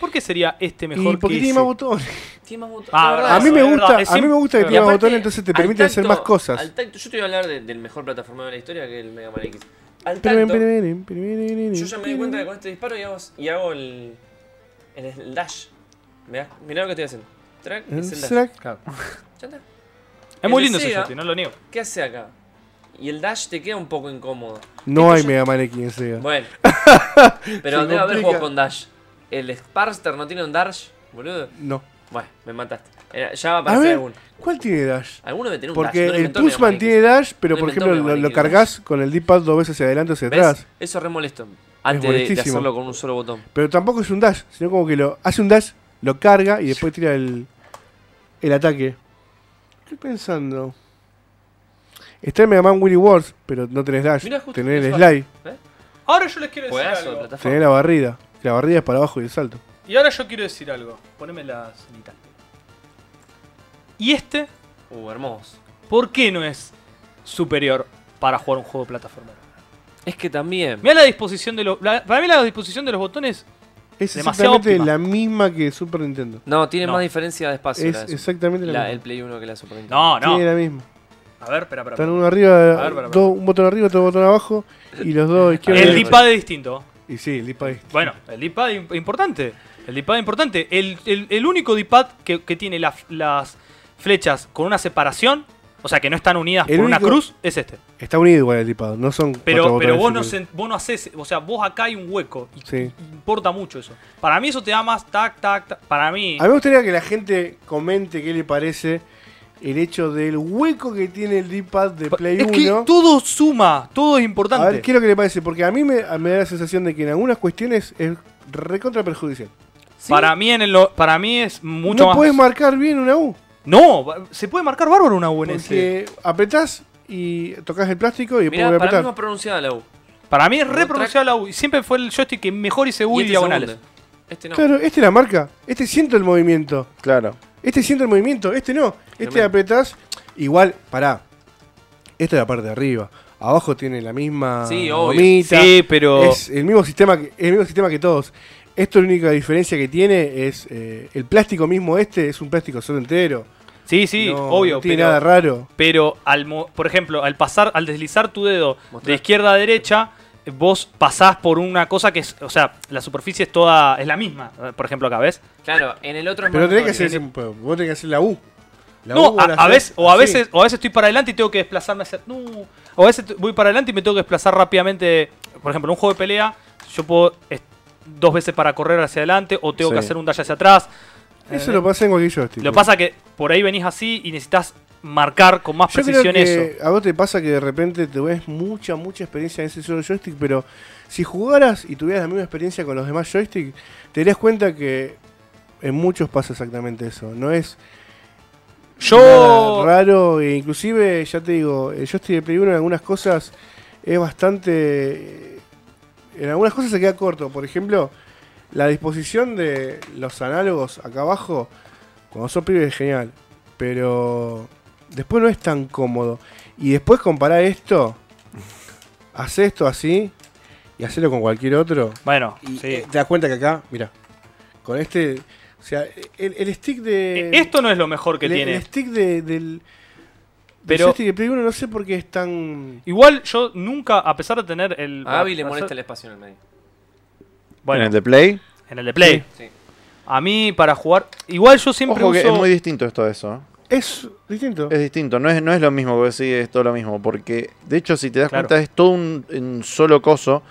¿Por qué sería este mejor
Y porque
que
tiene
ese?
más botones.
Tiene más botones.
Ah,
La verdad,
A mí
eso,
me
es
gusta,
verdad.
es
a mí me
simple.
gusta que
Y
tiene más
aparte,
botones, entonces te
al
permite hacer
tacto-
más cosas.
al tacto- yo te voy a hablar de- del mejor plataformero de la historia, que es el Mega Man X. Al
Pirinin,
tacto,
pirinin, pirinin,
yo ya me di cuenta que con este disparo y hago, y hago el, el, el dash. Mirá, mirá lo que estoy haciendo. Track,
El
es el dash.
Shrek,
Claro.
Ya está.
Es muy
El
lindo
de
ese
Sega.
joystick, no lo niego.
¿Qué hace acá? Y el dash te queda un poco incómodo.
No hay
ya-
Mega Man X en Sega.
Bueno. Pero
Se
debe haber
complica.
juegos con dash. El Sparster no tiene un dash, boludo.
No.
Bueno, me mataste. Era- ya va a
A
aparecer
ver,
alguno.
¿cuál tiene Dash?
Alguno debe tener un
Porque
dash. no lo
el
inventó Mega Man
Pushman
X.
tiene Dash, pero
No
por
inventó
ejemplo
Mega
lo,
Man
lo
X,
cargas con el D-pad dos veces hacia adelante o hacia
¿Ves?
atrás.
Eso es re molesto. Antes de- de,
molestísimo.
hacerlo con un solo botón.
Pero tampoco es un Dash, sino como que lo hace un Dash, lo carga y después tira el, el ataque. Estoy pensando. Está en Mega Man Willy Wars, pero no tenés Dash.
Mirá, justo
tenés el
eso.
Slide,
Ahora yo les quiero decir
Juegazo de
algo.
tenés
plataforma.
la barrida. La barrida es para abajo y el salto.
Y ahora yo quiero decir algo. Poneme la cenita. ¿Y este?
Uh, hermoso.
¿Por qué no es superior para jugar un juego plataformero?
Es que también.
Mira la disposición de los. la- para mí la disposición de los botones.
Es
Demasiado
exactamente
óptima.
la misma que Super Nintendo.
No, tiene
No.
más diferencia de espacio.
Es
la de Super-
exactamente la,
la- el
misma.
Play 1 que la Super Nintendo.
No, no.
Tiene la misma.
A ver, espera, espera.
Están
espera.
uno arriba,
A ver, para, para.
dos- un botón arriba, otro botón abajo y los dos izquierdos.
El
y
D-pad es distinto.
Y sí, el D-pad es-
Bueno, el D-pad es importante. El D-pad es importante. El, el- el único D-pad que, que tiene la- las flechas con una separación, o sea, que no están unidas
El
por una
único-
cruz, es este.
Está unido igual el D-pad, no son cuatro
Pero,
botones
pero vos, no
iguales.
sen- vos no haces, o sea, vos acá hay un hueco. Y,
Sí.
y importa mucho eso. Para mí eso te da más tac, tac, tac. Para mí,
A mí me gustaría que la gente comente qué le parece el hecho del hueco que tiene el D-pad de Play
es
1.
que todo suma, todo es
a
importante.
ver, ¿qué es lo que le parece? Porque a mí me, me da la sensación de que en algunas cuestiones es recontra perjudicial.
Para mí en el lo- para mí es mucho
no
más.
puedes marcar bien una U.
no, va- se puede marcar bárbaro una U en ese.
Porque apretás y tocas el plástico y después
Mirá,
vuelves a
para mí es
apretar.
más pronunciada la U.
Para mí es re
Track.
pronunciado la U. y Siempre fue el joystick que mejor hice U y,
este
diagonales.
segundo. Este no.
Claro, este la marca. Este siento el movimiento.
Claro.
Este siente el movimiento, este no. Este
Tremendo.
apretás. Igual, pará. Esta es la parte de arriba. Abajo tiene la misma
Sí, obvio.
gomita.
Sí, pero-
Es el mismo sistema que, el mismo sistema que todos. Esto la única diferencia que tiene es eh, el plástico mismo este, es un plástico solo entero.
Sí, sí,
No-
obvio.
No tiene
pero,
nada raro.
pero al mo- por ejemplo, al pasar, al deslizar tu dedo
Mostrá.
de izquierda a derecha, vos pasás por una cosa que es, o sea, la superficie es toda, es la misma. eh, Por ejemplo, acá ves.
Claro, en el otro es
Pero
más
tenés que hacer
notorio.
ese- vos tenés que hacer la U. La U
no,
vos
a,
la
a
hacés
veces, o a
así.
veces, o a veces estoy para adelante y tengo que desplazarme hacia. No. O a veces t- voy para adelante y me tengo que desplazar rápidamente. Por ejemplo, en un juego de pelea, yo puedo es- dos veces para correr hacia adelante, o tengo que
Sí.
hacer un dash hacia atrás.
Eso
Eh,
lo pasa en cualquier joystick.
Lo pasa que por ahí venís así y necesitas marcar con más
Yo
precisión
creo
eso.
que A vos te pasa que de repente te ves mucha, mucha experiencia en ese solo joystick, pero si jugaras y tuvieras la misma experiencia con los demás joysticks, te darías cuenta que en muchos pasa exactamente eso. No es nada
Yo.
raro, e inclusive, ya te digo, el joystick de Play 1 en algunas cosas es bastante... En algunas cosas se queda corto, por ejemplo, la disposición de los análogos acá abajo, cuando sos pibe es genial, pero después no es tan cómodo. Y después comparar esto, hace esto así y hacerlo con cualquier otro.
Bueno,
Y
sí.
eh, te das cuenta que acá, mira, con este, o sea, el, el stick de...
Eh, Esto no es lo mejor que
el,
tiene.
el stick de- del...
Pero-
Pero de Play 1 no sé por qué es tan...
Igual yo nunca, a pesar de tener el.
A Abby le
hacer-
molesta el espacio en el medio.
Bueno.
Bueno,
En el de Play.
en el de Play.
Sí.
A mí, para jugar. Igual yo siempre
Ojo que
uso-
es muy distinto esto a eso. ¿eh?
Es distinto.
Es distinto, no es, no es lo mismo, porque sí, es todo lo mismo. Porque, de hecho, si te das
Claro.
cuenta, es todo un, un solo coso.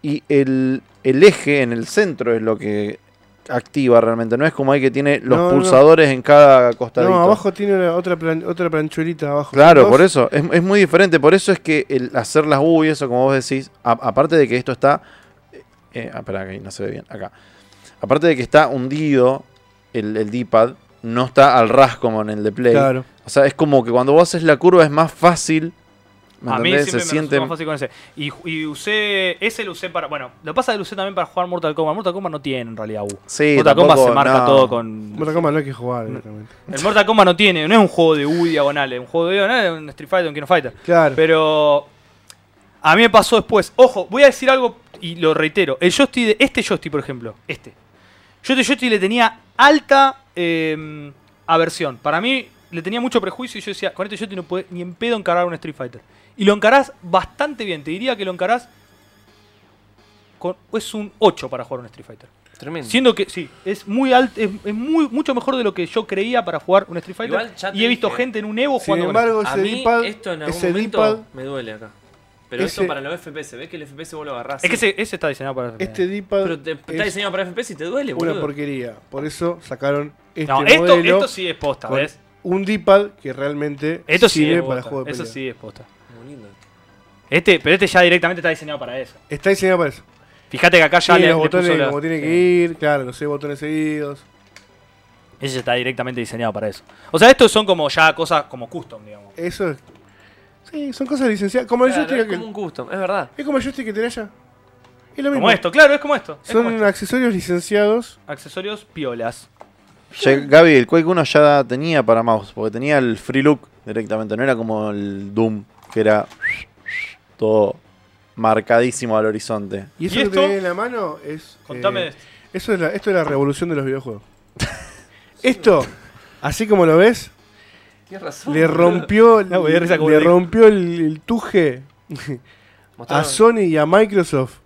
Y el, el eje en el centro es lo que activa realmente. No es como hay que tiene los
No, no.
pulsadores en cada costadito.
no, abajo tiene una- otra, plan- otra planchuelita abajo.
Claro,
Dos.
por eso. Es, es muy diferente. Por eso es que el hacer las U y eso, como vos decís, a- aparte de que esto está. Eh, ah, pará, que ahí no se ve bien. Acá. Aparte de que está hundido el, el D-pad, no está al ras como en el de Play.
Claro.
O sea, es como que cuando vos haces la curva es más fácil. ¿Me
A mí
entendés?
siempre
Se
me
siente.
resultó más fácil con ese. Y, ju- y usé. Ese lo usé para. Bueno, lo que pasa es que lo usé también para jugar Mortal Kombat. Mortal Kombat no tiene en realidad U.
Sí,
Mortal Kombat
tampoco,
se marca
no.
todo con.
Mortal Kombat no hay que jugar
Mm.
directamente.
El Mortal Kombat no tiene, no es un juego de U diagonales. Un juego de U diagonales es un Street Fighter, un King of Fighter.
Claro.
Pero. A mí me pasó después. Ojo, voy a decir algo y lo reitero. El joystick de este joystick, por ejemplo, este. Yo este joystick le tenía alta eh, aversión. Para mí le tenía mucho prejuicio y yo decía, con este joystick no puedes ni en pedo encarar un Street Fighter. Y lo encarás bastante bien. Te diría que lo encarás con es un 8 para jugar un Street Fighter.
Tremendo.
Siendo que sí, es muy alto, es, es muy mucho mejor de lo que yo creía para jugar un Street Fighter
Igual ya te
y he visto
dije.
gente en un Evo
Sin
jugando con
embargo,
a
ese
mí
D-pad.
esto en algún
Ese
momento
D-pad.
me duele acá. Pero
ese-
esto para los FPS, ves que el FPS vos lo agarrás.
este. Es que ese, ese está diseñado para
Este
Pero te-
D-pad.
está
es
diseñado para FPS y te duele,
una
boludo.
porquería. Por eso sacaron este
no, esto,
modelo.
esto sí es posta,
con
¿ves?
Un D-pad que realmente
Esto sí,
sirve
es
para
posta.
juegos de
Eso
pelea.
sí es posta.
Muy lindo.
Este, pero este ya directamente está diseñado para eso.
Está diseñado para eso.
Fíjate que acá ya
Tiene
le,
los
le puso
botones
la-
como tiene que
sí.
ir, claro, no sé, botones seguidos.
Ese ya está directamente diseñado para eso. O sea, estos son como ya cosas como custom, digamos.
Eso es. Sí, son cosas licenciadas. Como el
Claro,
joystick
es
aquel.
como un custom, es verdad.
Es como el joystick que tenés allá. Es lo mismo.
Como esto, claro, es como esto. es
Son
como esto.
accesorios licenciados.
Accesorios piolas.
Ya, Gaby, el Quake 1 ya tenía para mouse, porque tenía el free look directamente, no era como el Doom, que era todo marcadísimo al horizonte.
Y eso
¿Y
que
esto?
tenés en la mano es.
Contame
eh,
de esto.
eso es la, esto es la revolución de los videojuegos. esto, así como lo ves,
Tienes razón.
le
boludo.
rompió, el-
No, me dio risa como
le
lo dijo.
rompió el, el tuje a
Mostraron-
Sony y a Microsoft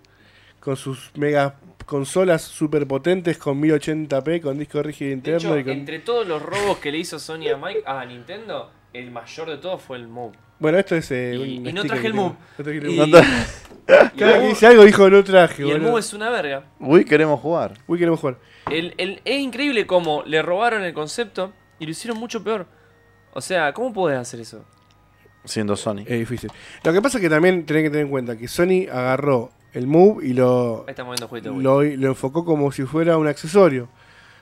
con sus mega consolas superpotentes con 1080p, con disco rígido
De
interno
hecho,
y con...
entre todos los robos que le hizo Sony a Mike a Nintendo, el mayor de todos fue el Move.
Bueno, esto es... eh,
Y-
un
y no
sticker
traje
que
el
tengo.
Move.
No traje el
Y-
Move.
No te-
Y
Cada
el
que
Move-
dice algo dijo no traje,
y el
boludo.
Move es una verga.
Uy, queremos jugar.
Uy, queremos jugar.
El, el- es increíble cómo le robaron el concepto y lo hicieron mucho peor. O sea, ¿cómo podés hacer eso?
Siendo Sony.
Es difícil. Lo que pasa es que también tenés que tener en cuenta que Sony agarró el Move y lo,
Ahí estamos viendo juguete, güey.
lo, lo enfocó como si fuera un accesorio.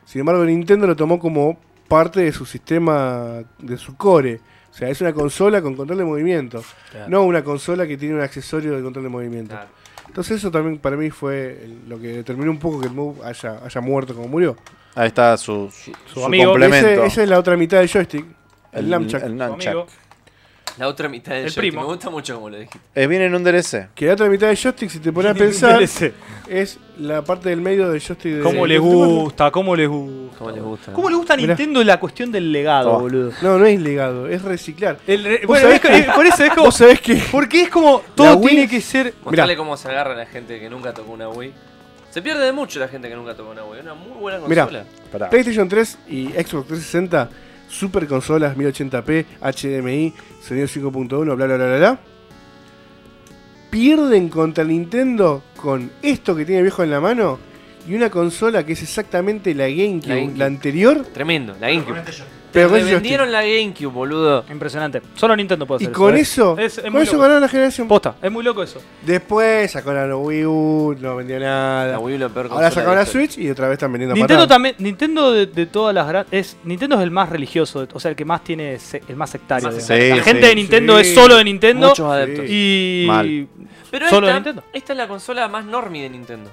Sin embargo, Nintendo lo tomó como parte de su sistema, de su core. O sea, es una consola con control de movimiento.
Claro.
No una consola que tiene un accesorio de control de movimiento.
Claro.
Entonces eso también para mí fue el- lo que determinó un poco que el Move haya, haya muerto como murió.
Ahí está su, su, su
amigo.
complemento.
Ese- esa es la otra mitad del joystick. El, Nunchuck.
el
Su amigo.
Nunchuck.
La otra mitad del
El
el
primo.
Me gusta mucho como lo dijiste.
Eh, viene en un DLC.
Que la otra mitad del joystick, si te pones a pensar, es la parte del medio del joystick de...
¿Cómo les gusta? ¿Cómo les gusta? Oh.
Cómo les gusta.
¿Cómo le gusta a
Mirá.
Nintendo la cuestión del legado,
Toma.
boludo?
No, no es ligado, es reciclar.
El re-
¿Vos
bueno,
sabés
es que-
que-
eh, por eso es como.
Vos sabés que...
Porque es como. Todo
Wii-
tiene que ser.
Mostrarle cómo se agarra la gente que nunca tocó una Wii. Se pierde de mucho la gente que nunca tocó una Wii. Una muy buena
Mirá.
consola.
Pará.
PlayStation 3 y Xbox 360, super consolas 1080p, HDMI, sonido 5.1, bla bla bla bla bla. Pierden contra Nintendo con esto que tiene el viejo en la mano y una consola que es exactamente la GameCube, la,
La GameCube.
anterior,
Tremendo, la GameCube.
pero
Te
con ese joystick.
vendieron la GameCube, boludo.
Impresionante. Solo Nintendo puede
Y
hacer
con
¿eh?
eso,
Es- es
con
muy
eso
loco.
ganaron la generación.
Posta, es muy loco eso.
Después sacaron la Wii U, no vendió nada.
La Wii la peor consola.
Ahora sacaron
de
la
historia.
Switch y otra vez están vendiendo
Nintendo
patadas.
también, Nintendo de, de todas las gran- es Nintendo es el más religioso, de- o sea, el que más tiene, se- el más sectario.
Más
digamos.
sectario. Sí,
la gente
sí,
de Nintendo
sí.
es solo de Nintendo
Muchos adeptos.
Sí.
y
Mal.
Pero
Solo de
esta,
Nintendo.
esta es la consola más normie de Nintendo.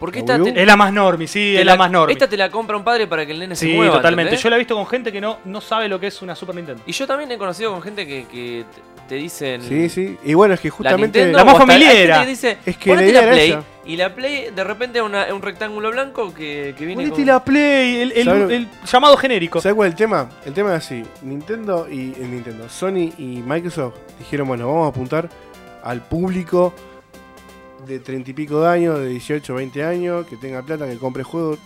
Porque
¿La
esta
Wii U?
te,
es la más normie, sí,
te
es la, más normie.
Esta te la compra un padre para que el nene
sí,
se mueva.
totalmente.
¿entendés?
Yo la he visto con gente que no, no sabe lo que es una Super Nintendo.
Y yo también he conocido con gente que, que te- te dicen.
Sí, sí. Y bueno, es que
La
justamente...
Nintendo,
La más
o hasta- hay
familiera.
gente que dice,
Es que la
"Ponete
idea era
Play",
esa.
Y la Play de repente es una- es un rectángulo blanco que, que viene.
Ponete
Con...
la Play, el, el-
¿Sabes lo-
el llamado genérico.
¿Sabes cuál es el tema? El tema es así: Nintendo y el Nintendo, Sony y Microsoft dijeron, bueno, vamos a apuntar al público de 30 y pico de años, de 18, 20 años, que tenga plata, que compre juegos.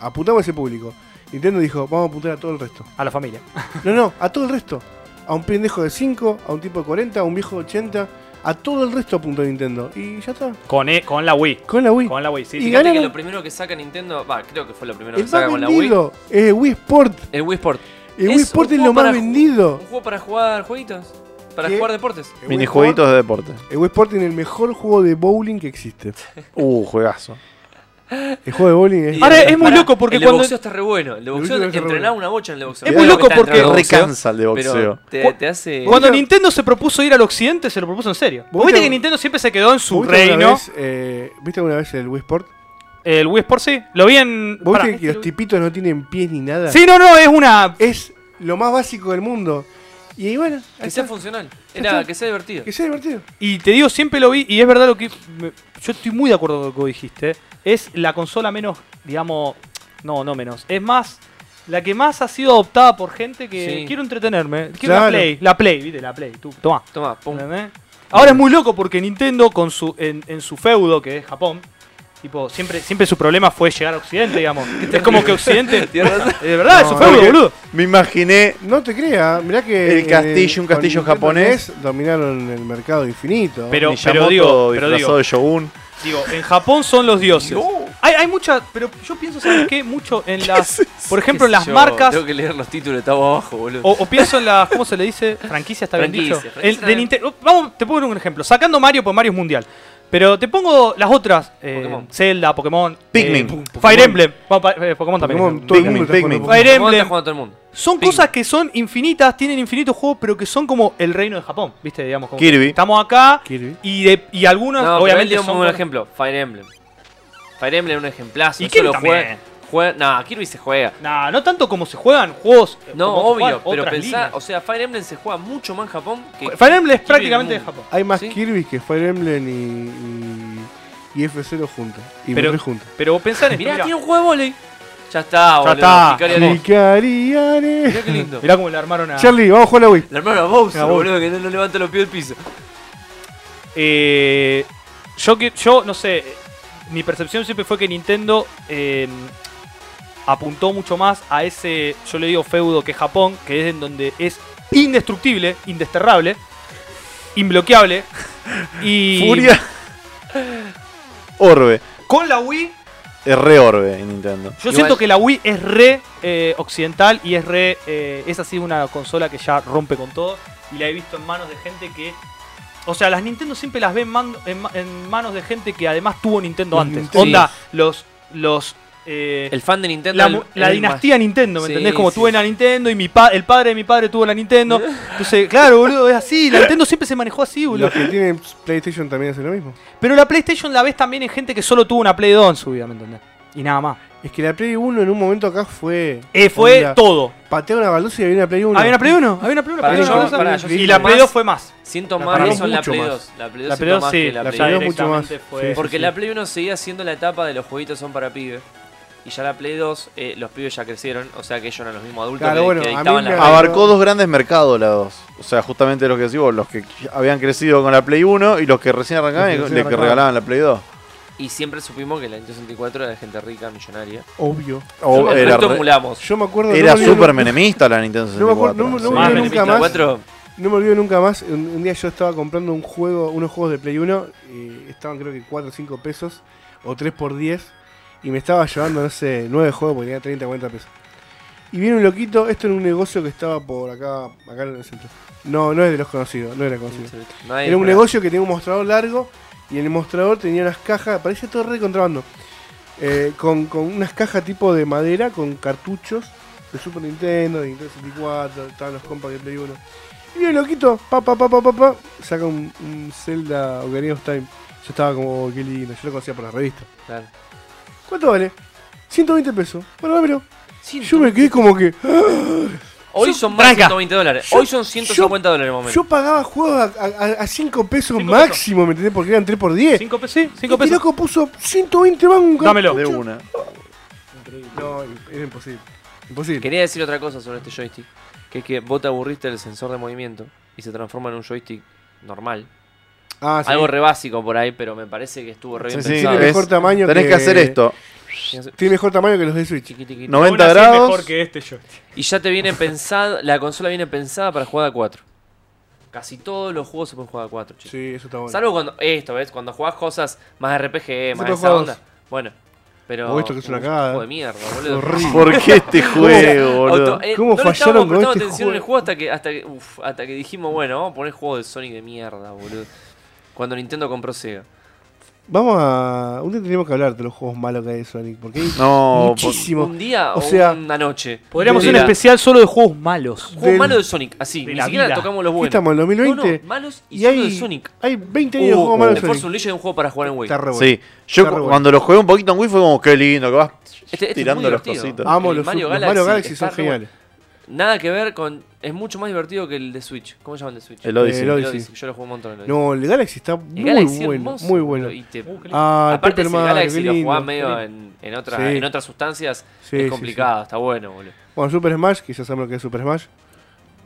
Apuntamos a ese público. Nintendo dijo, vamos a apuntar a todo el resto.
A la familia.
No, no, a todo el resto. A un pendejo de 5, a un tipo de 40, a un viejo de 80, a todo el resto apuntó Nintendo. Y ya está.
Con, e- con la Wii.
Con la Wii.
Con la Wii, sí.
Y
sí.
Fíjate
gana-
que
Ganaron.
lo primero que saca Nintendo. Va, creo que fue lo primero que
el más
saca con la Wii.
vendido es Wii Sport.
El Wii Sport.
El
Es
Wii
un
Sport es
juego
lo más
para ju-
vendido.
Un juego para jugar jueguitos. Para
¿Qué?
jugar deportes.
El Wii
Minijueguitos de deporte.
El Wii Sport tiene el mejor juego de bowling que existe.
Uh, juegazo.
El juego de bowling es.
Y
Ahora,
el-
es muy
pará,
loco porque
el
cuando-
de boxeo está re bueno. El de boxeo
boxeo está re
entrenaba una
bueno.
bocha en el de boxeo.
Es
Mirá
muy
lo
loco
que está
porque-
Que
entrenando el boxeo,
recansa el de boxeo.
Pero te, te hace.
Cuando
Vos-
Nintendo se propuso ir al occidente, se lo propuso en serio.
Eh, Vos
Vos viste
te-
que Nintendo siempre se quedó en su
¿Vos viste alguna
reino.
vez, eh, ¿Viste alguna vez el Wii Sport?
El Wii Sport sí. Lo vi en.
¿Vos
pará.
viste que los tipitos no tienen pies ni nada?
Sí, no, no, es una.
Es lo más básico del mundo. Y bueno, ahí
Que
está.
sea funcional. Era
está.
que sea divertido.
que sea divertido.
Y te digo, siempre lo vi, y es verdad lo que. me- yo estoy muy de acuerdo con lo que vos dijiste. Es la consola menos, digamos. No, no menos. Es más. La que más ha sido adoptada por gente que.
Sí.
Quiero entretenerme. Quiero
Claro.
la Play. La Play, viste, la Play. Tú, toma.
Toma, pum.
¿Entendés? Ahora es muy loco porque Nintendo con su, en, en su feudo, que es Japón, tipo, siempre, siempre su problema fue llegar a Occidente, digamos. es como que Occidente.
Tienes razón.
De verdad, es su
No,
feudo,
porque-
boludo.
Me imaginé
No te creas, mirá que. eh,
El castillo, un
con
castillo
Nintendo
japonés.
NES dominaron el mercado infinito.
Pero, pero
Miyamoto
digo, pero
disfrazado
digo,
de Shogun.
digo, en Japón son los dioses. Hay, hay mucha, pero yo pienso, ¿sabes qué? Mucho en las, por ejemplo, en
Qué
las
sé yo,
marcas,
Tengo que leer los títulos, estaba abajo, boludo.
o, o pienso en las, ¿cómo se le dice? Franquicia, está bien
Franquicia,
dicho.
franquicia
El-
está
de
bien.
Nintendo- vamos, te pongo un ejemplo. Sacando Mario, pues Mario es mundial. Pero te pongo las otras, eh,
Pokémon.
Zelda, Pokémon,
Pikmin.
eh, Fire Emblem, Vamos, pa- eh, Pokémon también.
Pokémon, todo el
Pikmin,
mundo está jugando
Pikmin.
Pokémon.
Fire
Pokémon está
Emblem.
jugando todo el mundo.
Son
Ping.
cosas que son infinitas, tienen infinitos juegos, pero que son como el reino de Japón, ¿viste? Digamos, como
Kirby.
estamos acá
Kirby.
y, de, y algunos,
No,
obviamente,
obviamente
son.
un buen
buenos.
ejemplo. Fire Emblem. Fire Emblem es un ejemplazo.
Y
Eso
Kirby
lo juega,
también.
juega- No, Kirby se juega.
Nah, no tanto como se juegan juegos. eh,
No,
como se
obvio,
juegan
pero
otras
pensá,
líneas.
o sea, Fire Emblem se juega mucho más en Japón que.
Fire Emblem es
Kirby
prácticamente de
del mundo.
Japón.
Hay más
¿Sí?
Kirby que Fire Emblem y. y, y F0 juntos. Y
Pero-
Pero... juntos.
Pero vos pensá en esto,
Mirá,
mirá.
tiene un juego de volei. Ya está, boludo.
está.
Hikari
Sí.
Ari.
Hikariane.
Mirá qué lindo.
Mirá cómo le armaron a.
Charlie, vamos a jugar a la Wii.
La hermana Bowser,
Mirá, Bowser.
boludo, que no, no levanta los pies del piso.
Eh, yo, que- yo no sé, mi percepción siempre fue que Nintendo eh, apuntó mucho más a ese, yo le digo feudo que es Japón, que es en donde es indestructible, indesterrable, inbloqueable. Y
Furia. Orbe.
con la Wii,
Es re Orbe en Nintendo.
yo
Igual-
siento que la Wii es re eh, occidental y es re. eh, es así una consola que ya rompe con todo. Y la he visto en manos de gente que. O sea, las Nintendo siempre las ven man- en, ma- en manos de gente que además tuvo Nintendo
Los
antes.
Nintendo.
Onda, los. los eh,
El fan de Nintendo.
la,
el-
mu- la
el
dinastía Nintendo, ¿me
Sí,
entendés? Como
sí.
tuve la Nintendo y mi pa- el padre de mi padre tuvo la Nintendo. Entonces, claro, boludo, es así. La Nintendo siempre se manejó así, boludo.
Los que tienen PlayStation también hacen lo mismo.
Pero la PlayStation la ves también en gente que solo tuvo una Play 2 en su vida, ¿me entendés? Y nada más.
Es que la Play 1 en un momento acá fue.
Eh, fue
Onda,
todo.
Patea una baldosa y había una Play 1.
¿Había una Play 1? ¿Había una Play 1?
Pará,
Play
yo-
1, ¿no?
pará, yo
y
siento
la Play
más-
2 fue más.
Siento
La
más
Play
eso en la
mucho
Play
más.
2. La Play 2 siento
La Play 2
más
sí,
que la
la
Play
Play 2
2 mucho más.
fue.
Sí,
Porque
sí.
la Play 1 seguía siendo la etapa de los jueguitos son para pibes. Y ya la Play 2, eh, los pibes ya crecieron, o sea que ellos eran los mismos adultos
Claro,
que,
bueno,
que
a mí
dictaban
me
la
agarró-
Abarcó dos grandes mercados la 2. O sea, justamente los que decís vos, los que habían crecido con la Play 1 y los que recién arrancaban
Los que
y los
recién
que
arrancaban.
regalaban la Play 2.
Y siempre supimos que la Nintendo 64 era de gente rica, millonaria.
Obvio.
O
Nosotros
Oh, era re-
acumulamos.
Yo me acuerdo.
era
no me olvido
súper
nunca-
menemista la Nintendo
No me acuerdo-
64.
no me- no
sí.
me
Más
olvido
en el
nunca más.
64,
No me olvido nunca más. Un, un día yo estaba comprando un juego, unos juegos de Play 1. eh, estaban creo que 4 o 5 pesos. O 3 por 10. Y me estaba llevando, no sé, 9 juegos porque tenía 30 40 pesos. Y viene un loquito, esto en un negocio que estaba por acá, acá en el centro. No, no es de los conocidos, no era conocido.
nadie
Era un
esperaba.
negocio que tenía un mostrador largo y en el mostrador tenía unas cajas, parecía todo re contrabando, eh, con, con unas cajas tipo de madera con cartuchos de Super Nintendo, de Nintendo 64, estaban los compas de Play 1. Y viene un loquito, pa pa pa pa pa pa, saca un, un Zelda Ocarina of Time. Yo estaba como, "Oh, qué lindo, yo lo conocía por la revista.
Claro.
¿Cuánto vale? 120 pesos. Bueno, dámelo. Yo me quedé como que.
Hoy
Yo-
son más de
Tranca.
120 dólares.
Yo-
Hoy son 150 dólares en el momento.
Yo pagaba juegos a- a, 5 pesos
Cinco pesos.
máximo, ¿me entendés? Porque eran 3 por 10.
5 pesos, sí,
Este
5 pesos.
loco puso 120 bancos.
Dámelo.
De una.
No, era imposible. Imposible.
Quería decir otra cosa sobre este joystick. Que es que vos te aburriste del sensor de movimiento y se transforma en un joystick normal.
Ah, sí.
Algo re básico por ahí, pero me parece que estuvo re bien
Sí, sí,
pensado.
Tiene mejor
es-
tamaño
Tenés que
que-
hacer esto.
Tiene mejor tamaño que los de Switch.
Chiqui, tiqui, tiqui.
90 grados.
mejor que este yo.
Y ya te viene pensada, la consola viene pensada para jugar a 4. Casi todos los juegos se pueden jugar a 4, chicos.
Sí, eso está bueno.
Salvo cuando, esto, ¿ves? Cuando jugás cosas más RPG, más
puede
esa
jugar
onda. Bueno, pero.
O esto que es una
Uf,
cagada.
juego de mierda, boludo.
Horrible.
¿Por qué este juego, boludo?
Auto- eh,
¿Cómo
no le
fallaron
estábamos
con
prestando
este
atención
juego?
en el juego hasta que, hasta, que, uf, hasta que dijimos, bueno, vamos a poner juego de Sonic de mierda, boludo. Cuando Nintendo compró Sega.
Vamos a. Un día tenemos que hablar de los juegos malos que hay de Sonic. Porque hay
No, por-
muchísimos.
Un día
O
o,
sea,
una noche.
Podríamos hacer un
Era
especial solo de juegos malos.
Juego
del-
malo de Sonic, así.
de
Ni
la
siquiera
vida.
tocamos los
Aquí
buenos.
estamos en el
No,
2020.
no, malos y,
y
solo
hay,
de Sonic. Uh,
hay 20 años de juegos
el
malos de
Force
Sonic.
Unleashed es un juego para jugar en Wii.
Está re bueno.
Sí,
Está re
yo cu-
bueno.
cuando lo jugué un poquito en Wii fue como qué lindo que vas
Este- este es
tirando
muy
las
divertido.
cositas.
Amo
El
los,
Mario
los
Galaxy
Mario Galaxy
está
son
re bueno.
geniales.
Nada que ver con. Es mucho más divertido que el de Switch. ¿Cómo se llama el de Switch?
El Odyssey.
El
El
Eh, Odyssey.
Odyssey. Yo lo jugué un montón. El Odyssey.
No, el Galaxy está muy
El Galaxy
bueno.
hermoso,
muy
boludo,
bueno.
y te-
Ah,
Aparte, si
Paper
el
Mario,
Galaxy
qué
lo jugás
lindo.
medio en, en otra-
Sí.
en otras sustancias,
Sí, sí,
es
sí.
complicado, está bueno, boludo.
Bueno, Super Smash, quizás saben lo que es Super Smash.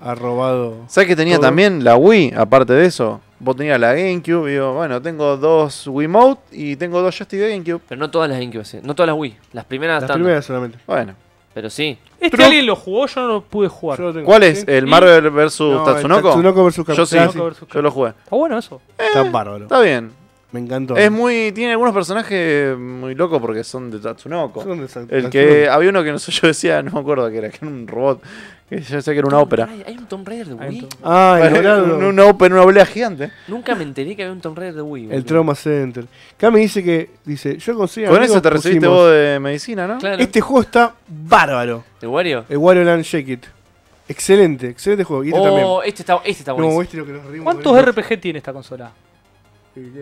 Ha robado.
¿Sabes que tenía
Todo.
también la Wii, aparte de eso? Vos tenías la GameCube, y digo, bueno, tengo dos Wiimote y tengo dos Joystick de GameCube.
Pero no todas las Incubus, eh, no todas las Wii, las primeras
Las
tanto.
primeras solamente.
Bueno,
Pero sí,
Este
Truc.
alguien lo jugó, yo no lo pude jugar.
Yo lo tengo,
¿cuál es?
¿sí?
¿El
Y-
Marvel vs.
No, el
Tatsunoko?
Tatsunoko versus Capcom.
Yo sí,
Tatsunoko versus
yo
Capcom.
lo jugué.
Está bueno eso.
Está bárbaro.
Está bien.
Me encantó.
Es muy. Tiene algunos personajes muy locos porque son de Tatsunoko.
Son de Sa-
El
Tatsunoko.
que había uno que no sé, yo decía, no me acuerdo que era, que era un robot, que yo decía que era una ópera.
Ay, hay un Tomb Raider de
Ahí
Wii.
entonces.
Ah, el dorado.
Una, una ópera, una oblea gigante.
Nunca me enteré que había un Tomb Raider de Wii.
El
boludo.
Trauma Center. Cami dice que. Dice, yo consigo.
Con eso te recibiste vos de medicina, ¿no?
Claro.
Este juego está bárbaro.
¿De Wario?
El Wario Land Shake It. Excelente, excelente juego. Y este también.
Oh, este está, este está buenísimo.
No, este lo que nos rimos.
¿Cuántos RPG tiene esta consola?
este.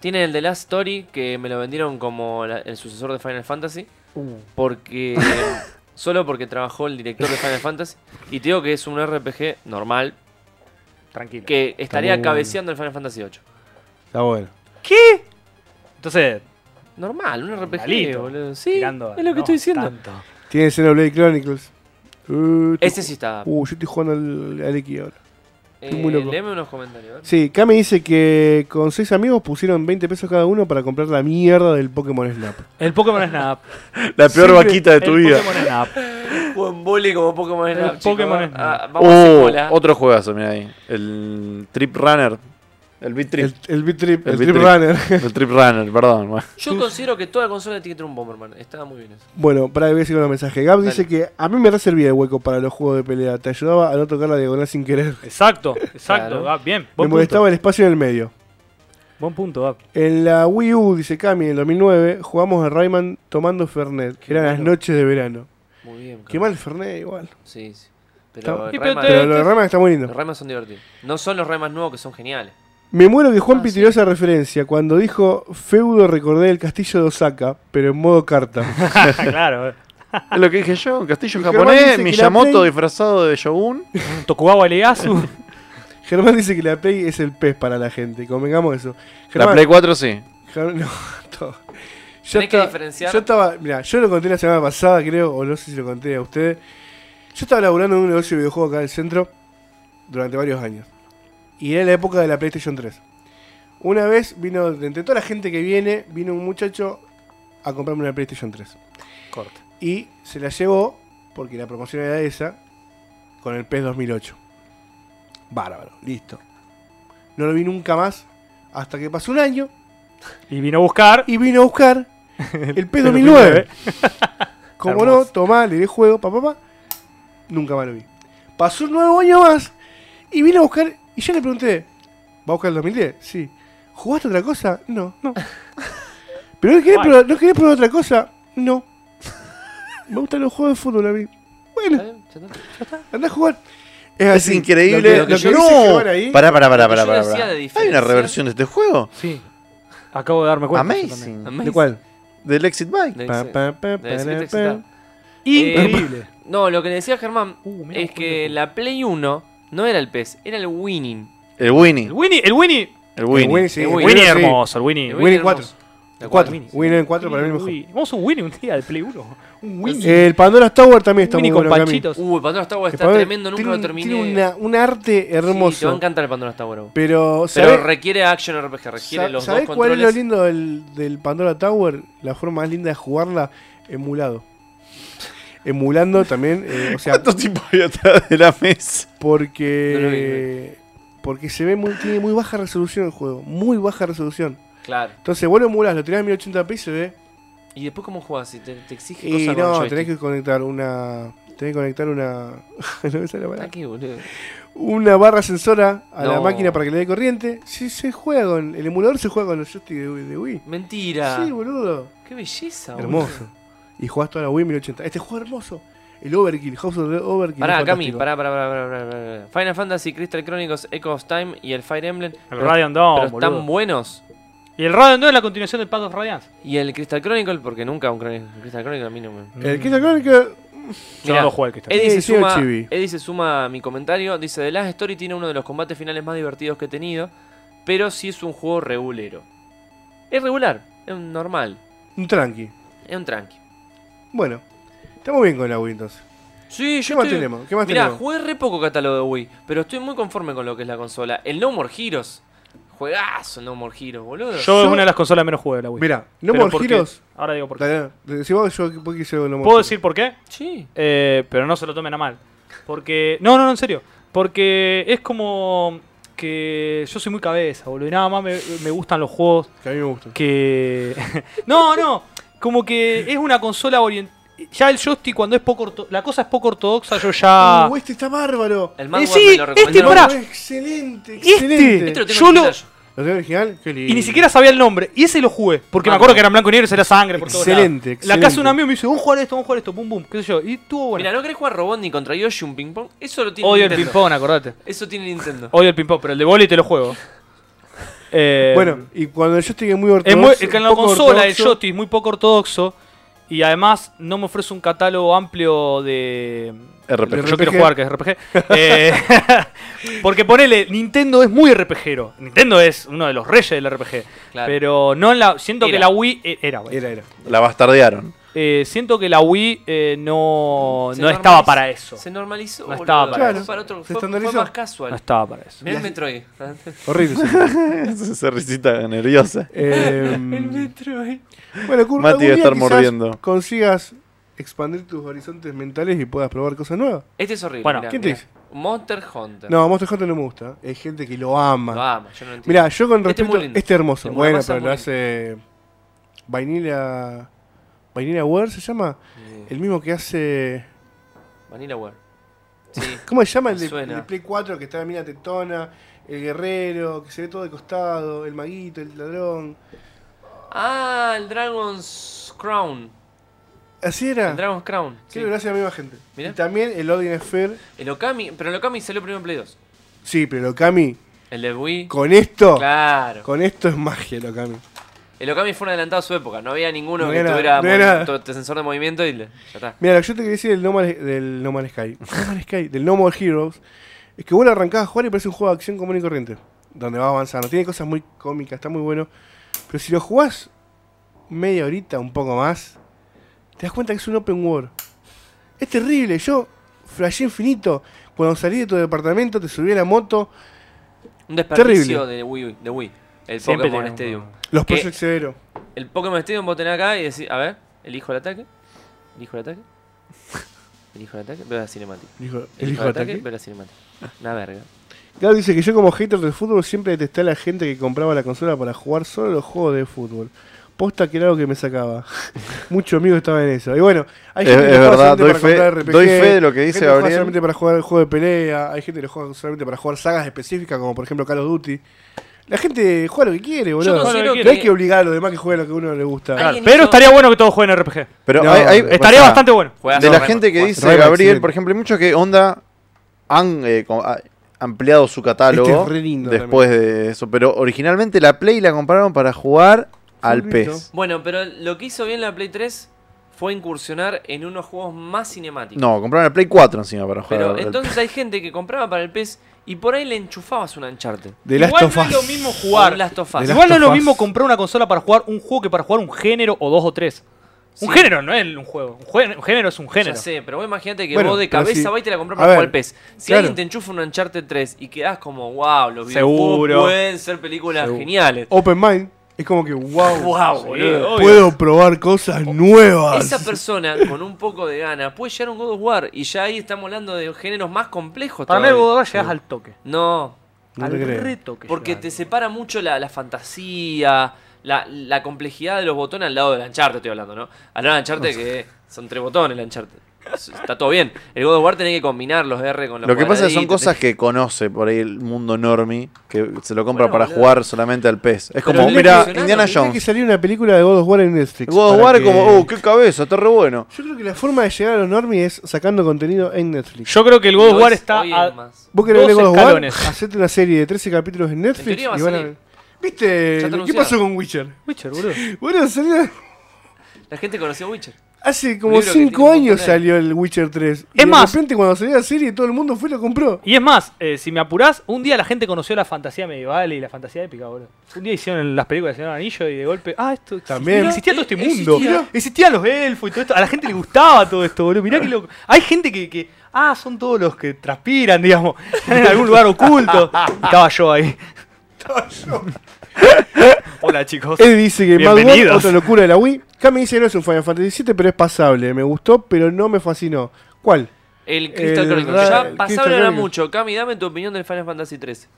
Tiene el de Last Story, que me lo vendieron como la- el sucesor de Final Fantasy.
Uh.
Porque. solo porque trabajó el director de Final Fantasy. Y te digo que es un RPG normal
Tranquilo.
que estaría
muy bueno.
cabeceando el Final Fantasy VIII.
Está bueno.
¿Qué? Entonces,
Normal, un RPG,
Normalito,
boludo. Sí,
tirando a-
es lo que
no,
estoy diciendo.
tanto.
Tiene Xenoblade Chronicles. Uh, estoy
Este
ju-
sí está.
Uh, yo estoy jugando al, al X ahora.
Eh,
muy loco.
léeme unos comentarios. a ver.
Sí, Cami dice que con seis amigos pusieron 20 pesos cada uno para comprar la mierda del Pokémon Snap.
El Pokémon Snap.
La peor
Siempre-
vaquita de tu
el
vida.
Pokémon Snap.
Buen vole como Pokémon Snap, chicos.
Eh, Pokémon Snap.
Ah, vamos a hacer
Oh,
cola.
otro juegazo, mira ahí. El Trip Runner. El Beat
El,
Trip.
el Beat Trip,
El
el, Trip
Beat Trip.
Runner.
El, Trip Runner, perdón. bueno.
Yo considero que toda consola tiene que tener un Bomberman. Está muy bien eso.
Bueno, para que voy a decir un mensaje. Gab
Dale.
dice que a mí me re servía el hueco para los juegos de pelea. Te ayudaba a no tocar la diagonal sin querer.
Exacto, exacto.
Claro.
Gab, bien.
Me
Buen punto.
molestaba el espacio en el medio.
Buen punto, Gab.
En la Wii U, dice Cami, en el 2009, jugamos a Rayman tomando Fernet. que eran las
bueno.
noches de verano.
Muy bien.
Qué mal Fernet, igual.
Sí, sí.
Está-
Pero,
Y
el
pero
Rayman-
Pero lo de Rayman está muy lindo.
los Rayman son divertidos. No son los Rayman nuevos que son geniales.
Me muero que Juan
Ah,
pi
sí.
tiró esa referencia. Cuando dijo feudo, recordé el castillo de Osaka, pero en modo carta.
claro. eh.
Es lo que dije yo, un castillo
Y Germán dice
japonés,
que la
Miyamoto
Play-
disfrazado de Shogun.
Un Tokugawa Legazu.
Germán dice que la Play es el pez para la gente. Convengamos eso.
La
Germán,
Play 4 sí.
Ger- no, todo. Yo,
Tenés que
estaba-
diferenciar.
yo estaba, mira, yo lo conté la semana pasada, creo, o no sé si lo conté a ustedes. Yo estaba laburando en un negocio de videojuegos acá del centro durante varios años. Y era la época de la PlayStation 3. Una vez vino, de entre toda la gente que viene, vino un muchacho a comprarme una PlayStation 3.
Corta.
Y se la llevó, porque la promoción era esa, con el PES 2008. Bárbaro, listo. No lo vi nunca más, hasta que pasó un año
Y vino a buscar.
y vino a buscar el PES 2009.
2009.
Como no,
Hermoso.
tomá, le di juego, papá, papá. Nunca más lo vi. Pasó un nuevo año más y vino a buscar. Y yo le pregunté, ¿va a buscar el 2010? Sí. ¿Jugaste otra cosa? No. No. ¿Pero no querés,
Guay.
probar, no querés probar otra cosa? No. Me gustan los juegos de fútbol a mí.
¿Está
Bueno,
bien? ¿Ya está?
andá a jugar. Es,
Es
así.
increíble.
Lo que, lo que dice Germán ahí,
no. Pará, pará,
Lo
pará,
que
pará,
yo
pará,
decía
pará.
de
Hay una
diferenciar-
reversión de este juego.
Sí. Acabo de darme cuenta. yo también.
Amazing.
Amazing.
¿De cuál?
Del Exit Bike.
Le
Pa,
dice-
pa, pa,
le dice que
pa,
te
pa.
excita.
Increíble.
No, lo que le decía Germán
Uh, mirá,
es
Juan,
que
qué-
la Play 1 no era el PES, era el Winning.
El Winnie.
El Winnie, el Winnie.
El
El
Winnie,
Winnie.
sí,
El
el
Winnie
Winnie
sí.
hermoso, el Winnie.
El
Winning
Winning
cuatro.
hermoso.
El
El
4.
Winnie, sí.
Winner en 4 para mí el mejor.
Winnie. Vamos a un Winnie un día de Play 1. Un Winnie.
Eh, El Pandora Tower también está
un Winnie
muy
con
bueno. Cami.
panchitos.
Uy, Pandora Tower
El
está
Pandora
tremendo, nunca
tiene
lo
un-
terminé.
Tiene una- un arte
Sí, te va a
hermoso.
encantar el Pandora Tower. bro.
pero,
Pero
¿sabés-
requiere action RPG, requiere
sa-
los dos
¿sabés cuál es
controles.
lo lindo del, del Pandora Tower? La forma más linda de jugarla emulado. Emulando también, eh, o sea,
¿Cuántos tipos había atrás de la mesa?
porque
No lo vi,
porque se ve muy, tiene muy baja resolución el juego, muy baja resolución.
Claro.
Entonces, vos lo emulás, lo tirás a 1080p y se ve
¿Y después cómo jugás? Si te, te exige
y
cosas
no,
con
tenés
joystick.
que conectar una tenés que conectar una no me sale la palabra.
Ah, qué boludo.
una barra sensora a la
No.
máquina para que le dé corriente. Sí, se juega con. El emulador se juega con los joysticks de, de Wii.
Mentira.
Sí, boludo.
qué belleza, boludo.
Hermoso. Y jugás toda la Wii en 1080. Este juego hermoso. El Overkill, House of the Overkill.
Pará,
es
Cami,
fantástico.
pará, pará, pará, pará, pará, pará, pará. Final Fantasy, Crystal Chronicles, Echo of Time y el Fire Emblem.
El
pero-
Radiant Dawn.
pero están
boludo.
buenos.
Y el Radiant Dawn es la continuación del Path of Radiance.
Eh,
Y el Crystal Chronicle, porque nunca un Chron- Crystal Chronicle a mí no me...
El Crystal Chronicle. mm,
Yo
Mirá,
no lo juego al que está.
Eddie se,
Sí, sí, el
suma,
chibi.
Eddie se suma a mi comentario. Dice: The Last Story tiene uno de los combates finales más divertidos que he tenido. Pero sí es un juego regulero. Es regular, es un normal,
Un tranqui.
es un tranqui.
Bueno, estamos bien con la Wii entonces.
Sí,
¿Qué
yo
más
estoy-
tenemos? ¿Qué más
Mirá,
tenemos?
jugué re poco catálogo de Wii, pero estoy muy conforme con lo que es la consola. El No More Heroes. Juegazo No More Heroes, boludo.
Yo es
yo-
una de las consolas menos jugué de la Wii.
Mira, No
Pero
More
¿por qué?
Heroes.
Ahora digo por qué.
Dale, dale. Si vos, yo, ¿por qué hice No More
¿Puedo
Heroes?
decir por qué?
Sí.
Eh, pero no se lo tomen a mal. Porque. No, no, no, en serio. Porque es como que yo soy muy cabeza, boludo. Y nada más me, me gustan los juegos
Que a mí me gusta.
que. no, no. Como que es una consola orientada. Ya el joystick, cuando es poco orto- la cosa es poco ortodoxa, yo ya.
Uh, este está bárbaro.
El
Eh,
Madware
sí,
me lo
este,
recomendaron.
Ah. pará.
Oh, excelente,
Este,
excelente.
Este lo tengo
yo
en
lo.
pantalla.
¿Lo tenés original? Qué lindo.
Y ni siquiera sabía el nombre. Y ese lo jugué. Porque me acuerdo que era en blanco y negro y salía sangre por todos lados.
Excelente,
La casa de un
excelente.
amigo me dice, vamos a jugar esto, vamos a jugar esto, pum, pum, qué sé yo. Y estuvo bueno.
Mira, ¿no querés jugar Robotnik contra Yoshi un ping-pong? Eso lo tiene
Odio el
Nintendo.
ping-pong, acordate.
Eso tiene Nintendo.
Odio el ping-pong, pero el de boli te lo juego. Eh,
Bueno, y cuando yo estoy muy
es
ortodoxo.
muy, el que en la
poco
consola el
ortodoxo,
joystick es muy poco ortodoxo y además no me ofrece un catálogo amplio de...
RPG.
Yo quiero
RPG.
jugar, que es RPG. Eh, porque ponele, Nintendo es muy RPGero. Nintendo es uno de los reyes del RPG.
Claro.
Pero no en la, siento que
Era.
la Wii... eh, Era, bueno.
Era, era.
La bastardearon.
Eh, siento que la Wii eh, no,
Se
no estaba
normaliz-
para eso.
Se normalizó.
No estaba
boludo.
para Ah.
Fue
eso.
otro-
Se
fue- fue,
estandarizó.
más
No
casual.
estaba para eso.
Mirá el Metroid.
Horrible. sí.
Esa risita nerviosa.
Em,
el Metroid.
bueno, Kurt, algún
Mati debe
día
estar
quizás
mordiendo.
Consigas expandir tus horizontes mentales y puedas probar cosas nuevas.
Este es horrible.
Bueno,
mirá,
¿quién te
mirá.
dice?
Monster Hunter.
No, Monster Hunter no me gusta. Hay gente que lo ama.
Lo amo, yo no entiendo.
Mirá, yo con
Este es
respeto.
muy
Este,
lindo.
es hermoso.
El
bueno,
Muramasa
pero
es
lo
muy
hace. Vanilla. Vanilla Ware se llama.
Eh,
El mismo que hace.
Vanillaware. Sí.
¿Cómo se llama el
Me
de,
suena.
el de Play 4 que está la mina tetona? El guerrero, que se ve todo de costado. El maguito, el ladrón.
Ah, el Dragon's Crown.
Así
El
era.
Dragon's Crown. sí.
Creo que lo hace la misma gente.
Mirá.
Y también el Odin Sphere.
El Okami, pero el Okami salió primero en Play 2.
Sí, pero Okami,
El de Wii.
con esto.
Claro.
Con esto es magia, el Okami.
El Okami fue un adelantado a su época. No había ninguno
No
que
era-
tuviera
no era-
movi- to- sensor de movimiento y le- ya está.
Mira, lo que yo te quería decir del No Man's, del no Man's Sky, No Man's Sky, del No More Heroes, es que vos lo arrancás a jugar y parece un juego de acción común y corriente, donde vas avanzando. Tiene cosas muy cómicas, está muy bueno. Pero si lo jugás media horita, un poco más, te das cuenta que es un open world. Es terrible, yo flashé infinito. Cuando salí de tu departamento, te subí a la moto,
Un desperdicio
Terrible.
de Wii. De Wii. El
Siempre
Pokémon
tenemos-
Stadium.
los
¿Qué?
Project Zero.
El Pokémon Stadium vos tenés acá y decís, a ver, elijo el ataque. Elijo el ataque. Elijo el ataque. Veo la cinemática.
El hijo, el
Elijo
hijo
el
de
ataque.
ataque.
Veo la cinemática. Una verga.
Gab dice que yo como hater del fútbol siempre detesté a la gente que compraba la consola para jugar solo los juegos de fútbol. Posta que era algo que me sacaba. Muchos amigos estaban en eso. Y bueno, hay
Es- es
juega
verdad,
solamente
doy
para
fe-
comprar RPG,
doy fe de lo que dice
gente juega
Gabriel.
solamente para jugar el juego de pelea, hay gente que lo juega solamente para jugar sagas específicas, como por ejemplo Call of Duty. La gente juega lo que quiere, boludo.
considero
no
que-
hay que obligar a los demás que jueguen lo que a uno le gusta.
Claro.
Pero
hizo-
estaría bueno que todos jueguen RPG.
Pero
No,
hay- hay-
Estaría
o sea,
bastante bueno.
Juegas
De
a
la
Rayman,
gente que
juegas.
dice
Rayman,
Gabriel,
excelente.
por ejemplo, hay muchos que onda han eh, como, ah, ampliado su catálogo
Este es re lindo
después de eso. Pero originalmente la Play la compraron para jugar al E
Fulvito.
PES.
Bueno, pero lo que hizo bien la Play 3 fue incursionar en unos juegos más cinemáticos.
No, compraron la Play 4 encima para jugar
Pero
al- E al
entonces hay gente que compraba para el PES y por ahí le enchufabas un Uncharted.
De Last
Igual
of
no es
Us.
lo mismo
O un
jugar.
Last of Us.
De
Igual no
Last
es lo
of
mismo
Us.
comprar una consola para jugar un juego que para jugar un género o dos o tres. Un
Sí.
género no es un juego. Un, jue- un género es un
Ya
género.
sé, pero vos imagínate que
Bueno,
vos de
pero
cabeza
si-
vas y te la compras
a
para
ver,
jugar al PES. Si
claro.
alguien te enchufa un Uncharted 3 y quedás como, wow, los
Seguro.
videojuegos pueden ser películas geniales.
Open Mind es como que, wow,
Wow, boludo.
puedo probar cosas nuevas.
Esa persona con un poco de ganas puede llegar a un God of War y ya ahí estamos hablando de géneros más complejos.
Para mí el
todavía.
God of War llegás al toque.
No,
No
al
te creo.
reto que
porque
llegás.
te separa mucho la, la fantasía, la, la complejidad de los botones al lado del Uncharted, estoy hablando, ¿no? Al lado del Uncharted que son tres botones el Uncharted. Está todo bien. El God of War tenés que combinar los R con los
Lo que pasa es que son
cuadraditos,
cosas que conoce por ahí el mundo normie, que se lo compra
Bueno,
para
boludo.
jugar solamente al PES. Es
Pero
como,
es
mira,
impresionante,
Indiana
¿viste
Tiene que
Jones.
salir una película de God of War en Netflix.
God of
para
War es
que-
como, oh, qué cabeza, está re bueno.
Yo creo que la forma de llegar a los normies es sacando contenido en Netflix.
Yo creo que el God of
Lo
War
es
está
hoy
a-
en más.
Vos querés
Dos
ver God of War,
escalones.
hacete una serie de 13 capítulos en Netflix
En teoría va a
y van a
salir.
ver. ¿Viste?
está
¿Qué
anunciado.
pasó con Witcher?
Witcher, boludo.
Bueno, salió...
La gente conoció Witcher.
Hace como
Libro que tiene
5
un montón
años
de-
salió el Witcher 3. y
Es más-
De repente, cuando salió la serie, todo el mundo fue y lo compró.
Y es más, eh, si me apurás, un día la gente conoció la fantasía medieval y la fantasía épica, boludo. Un día hicieron las películas de Señor del Anillo y de golpe, ah, esto existió,
También.
existía todo este
Mirá,
mundo.
existía.
Existían los elfos y todo esto. A la gente le gustaba todo esto, boludo. Mirá que loco. Hay gente que, que, ah, son todos los que transpiran, digamos, en algún lugar oculto. Y estaba yo ahí. Hola, chicos.
Él dice que Mad World,
Bienvenidos.
otra locura de la Wii. Kami dice que no es un Final Fantasy VII, pero es pasable. Me gustó, pero no me fascinó. ¿Cuál?
El Crystal
El
Chronicles.
Ra-
Ya
el
pasable
Crystal
era
Chronicles.
mucho. Cami, dame tu opinión del Final Fantasy 13.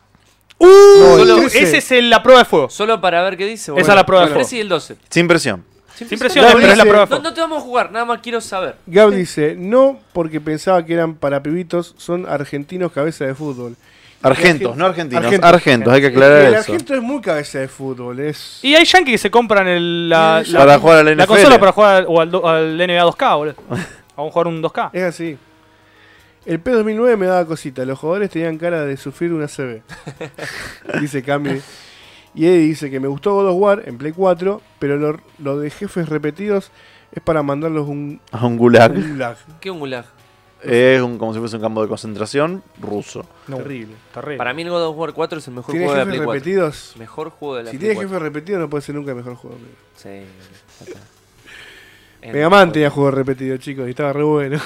No, el
Solo-
13.
ese es el- la prueba de fuego.
Solo para ver qué dice.
Esa es la prueba de
El
fuego.
13 y el 12.
Sin presión.
Sin presión,
No,
pero es la
dice-
prueba de
No,
fuego.
no te vamos a jugar, nada más quiero saber.
Gab dice, no porque pensaba que eran para pibitos, son argentinos cabeza de fútbol.
Argentos, no argentinos.
Argentos.
Argentos, hay que aclarar
el
eso.
argento es muy cabeza de fútbol, es...
Y hay yankees que se compran el, la, la-
Para jugar al NFL.
la consola para jugar al, o al, do- al NBA 2K, boludo. A un jugar un 2K.
Es así. El P2009 me daba cosita. Los jugadores tenían cara de sufrir una CB. dice Cami. Y Eddie dice que me gustó God of War en Play 4, pero lo, lo de jefes repetidos es para mandarlos un,
A un gulag.
un lag.
¿Qué un gulag?
Es un- como si fuese un campo de concentración ruso.
Terrible, terrible.
Para mí el God of War 4 es el mejor
¿Tiene
juego de la
jefes
Play 4.
repetidos?
Mejor juego de la
Si
Play
tiene
4.
jefes repetidos no puede ser nunca el mejor juego. amigo.
Sí. ya está. Es
Mega
el
Man
mejor.
tenía juegos repetidos, chicos, y estaba re bueno.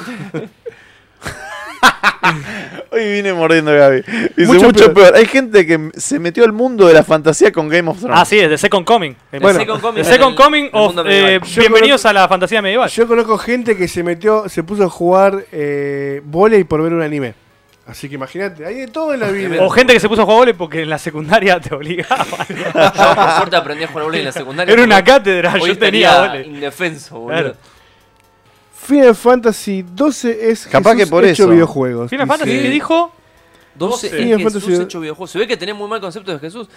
Hoy vine mordiendo a Gaby. Dice
Mucho
mucho,
peor.
peor. Hay gente que m- se metió al mundo de la fantasía con Game of Thrones.
Ah, sí, es The Second Coming.
El
Bueno,
Second Coming,
The Second
el-
Coming
el
of
mundo
eh,
medieval.
Yo
Bienvenidos a la fantasía medieval.
Yo conozco gente que se metió, se puso a jugar eh, volei por ver un anime. Así que imagínate, hay de todo en la vida.
O gente que se puso a jugar vole porque en la secundaria te obligaba.
Yo por suerte aprendí a jugar volei en la secundaria.
Era una
porque
cátedra,
hoy
yo tenía
estaría
vole.
indefenso, boludo.
Claro.
Final Fantasy 12 es
Capaz
Jesús
que por
hecho
eso.
videojuegos.
Final
dice.
Fantasy que dijo.
12
Sí,
es
es
Jesús
fantasía.
hecho videojuegos. Se ve que tenés muy mal concepto de Jesús.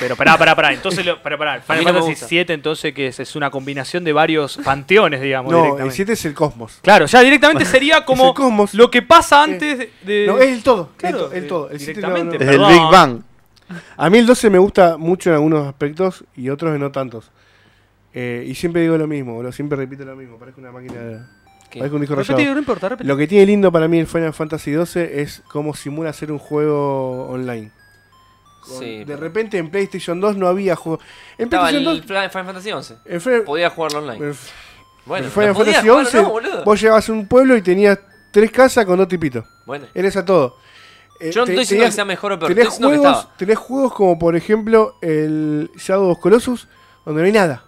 Pero pará, pará, pará. Entonces, lo- pará, pará.
A mí
Final
no me gusta.
Fantasy VII, entonces, que es, es una combinación de varios panteones, digamos.
No, el
directamente.
7 es el cosmos.
Claro, ya directamente sería
Es
como
el cosmos. Eh,
lo que pasa antes de. de-
No, es el todo. el, to-
Claro,
el
eh,
todo. El 7 no- no.
directamente.
Desde el
perdón.
Big Bang.
A mí el 12 me gusta mucho en algunos aspectos y otros en no tantos. Eh, y siempre digo lo mismo, boludo, siempre repito lo mismo. Parece una máquina de.
¿Qué?
Parece un disco
Repetí,
rayado.
no importa, repetí.
Lo que tiene lindo para mí el Final Fantasy 12 es cómo simula hacer un juego online. Con-
Sí.
de repente en PlayStation 2 no había juego. En
Estaba
PlayStation
el
2.
Fla- Final Fantasy 11.
en Fe-
Podía jugarlo online.
en
Bueno,
Final
no podía
Fantasy
jugarlo,
11,
no, boludo.
vos llegabas a un pueblo y tenías tres casas con dos tipitos.
Bueno,
Eres a todo. Eh,
yo no
te-
estoy diciendo que sea mejor o peor. Estoy
tenés
diciendo que
juegos,
estaba.
tenés juegos como por ejemplo el Shadow of Colossus, donde no hay nada.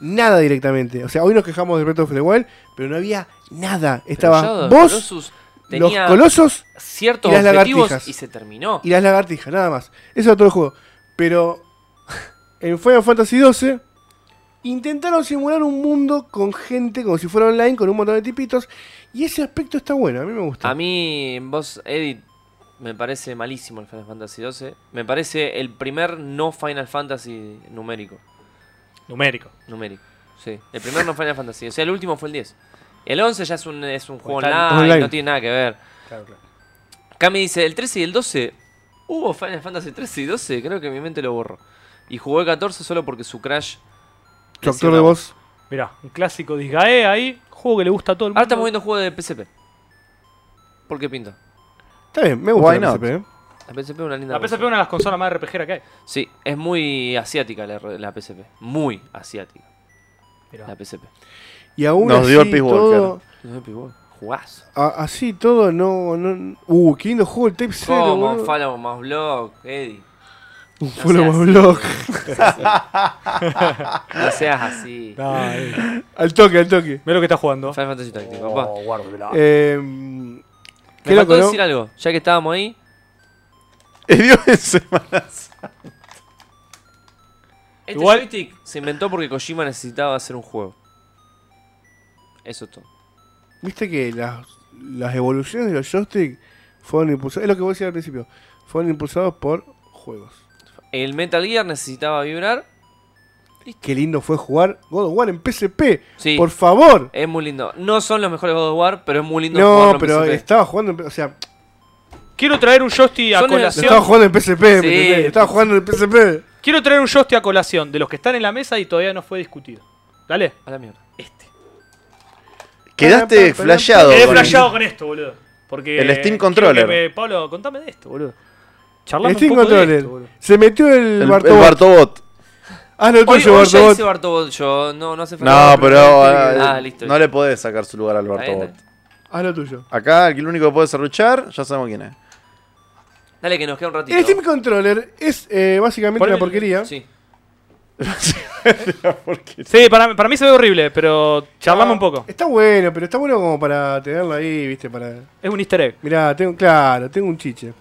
Nada directamente. O sea, hoy nos quejamos de Breath of the Wild, pero no había nada. Estaba
Shadow of
vos,
Colossus
los
tenía
colosos
ciertos
y las
objetivos
lagartijas.
y se terminó.
y las lagartijas, nada más. Eso era todo el juego. Pero en Final Fantasy XII intentaron simular un mundo con gente como si fuera online, con un montón de tipitos. Y ese aspecto está bueno, a mí me gusta.
A mí, en voz Edit, me parece malísimo el Final Fantasy XII. Me parece el primer no Final Fantasy numérico.
Numérico.
Numérico, sí. El primer no Final Fantasy. O sea, el último fue el 10. El 11 ya es un, es un juego
está
online,
online.
no tiene nada que ver. Cami dice, el 13 y el 12, ¿hubo Final Fantasy 13 y 12? Creo que mi mente lo borro. Y jugó el 14 solo porque su crash...
Tu actor de voz.
Mirá, un clásico de Isgae ahí. Juego que le gusta a todo el mundo.
Ahora estamos viendo juegos de PSP. ¿Por qué pinta?
Está bien, me gusta
Why
la
not?
PSP, ¿eh?
La PSP es una linda
La
cosa.
PSP es una de las consolas más RPG que hay.
Sí, es muy asiática la, la PSP. Muy asiática
Mirá.
Ah.
la PSP.
Y aún
Nos
así,
dio el Peace Walker.
todo,
No, pibu, Jugazo.
a- así todo, no, no. Uh, qué lindo juego el Tape Zero.
Como
boludo.
Follow más Blog, Eddie.
Un follow
seas
my
así.
blog.
No seas así.
Al toque, al toque.
Mira lo que está jugando.
Final Fantasy Tactics, papá.
Eh,
Ah. Me
qué
faltó
loco, ¿no?
decir algo, ya que estábamos ahí.
Es Dios en Semana Santa.
Este
Igual-
joystick se inventó porque Kojima necesitaba hacer un juego. Eso es todo.
Viste que las, las evoluciones de los joystick fueron impulsadas. Es lo que vos decías al principio. Fueron impulsados por juegos.
El Metal Gear necesitaba vibrar.
Qué lindo fue jugar God of War en PSP.
Sí.
Por favor.
Es muy lindo. No son los mejores God of War, pero es muy lindo
No,
jugarlo en
pero
PSP.
estaba jugando en, P- o sea,
Quiero traer un joystick a
Son el-
lo
Sí.
estaba
colación.
jugando en PSP, ¿me
Sí.
entendés? Estaba jugando en PSP.
Quiero traer un joystick a colación de los que están en la mesa y todavía no fue discutido. Dale.
A la mierda. Este.
Quedaste flasheado.
Quedé
con-
flasheado con esto, boludo. Porque
El Steam
quiero
Controller.
que me- Pablo, contame de esto, boludo. Charlame
Steam
un poco de
Controller.
esto, boludo.
Se metió el,
El, el
Bartobot.
Bartobot.
Ah, no,
Hoy,
tuyo,
hoy ya
Bartobot.
hice Bartobot yo, no, no hace falta.
No, pero
Ah,
ah,
listo.
no le podés sacar su lugar al
Está bien,
Bartobot.
está bien.
Ah, no, tuyo.
Acá el que- el único que puede serruchar, ya sabemos quién es.
Dale que nos queda un ratito.
El Steam Controller es eh, básicamente
Ponle
una
el-
porquería.
Sí.
Porque-
Sí, para, para mí se ve horrible, pero charlame un poco.
Está bueno, pero está bueno como para tenerla ahí, viste, para...
Es un easter egg.
Mirá, tengo, claro, tengo un chiche.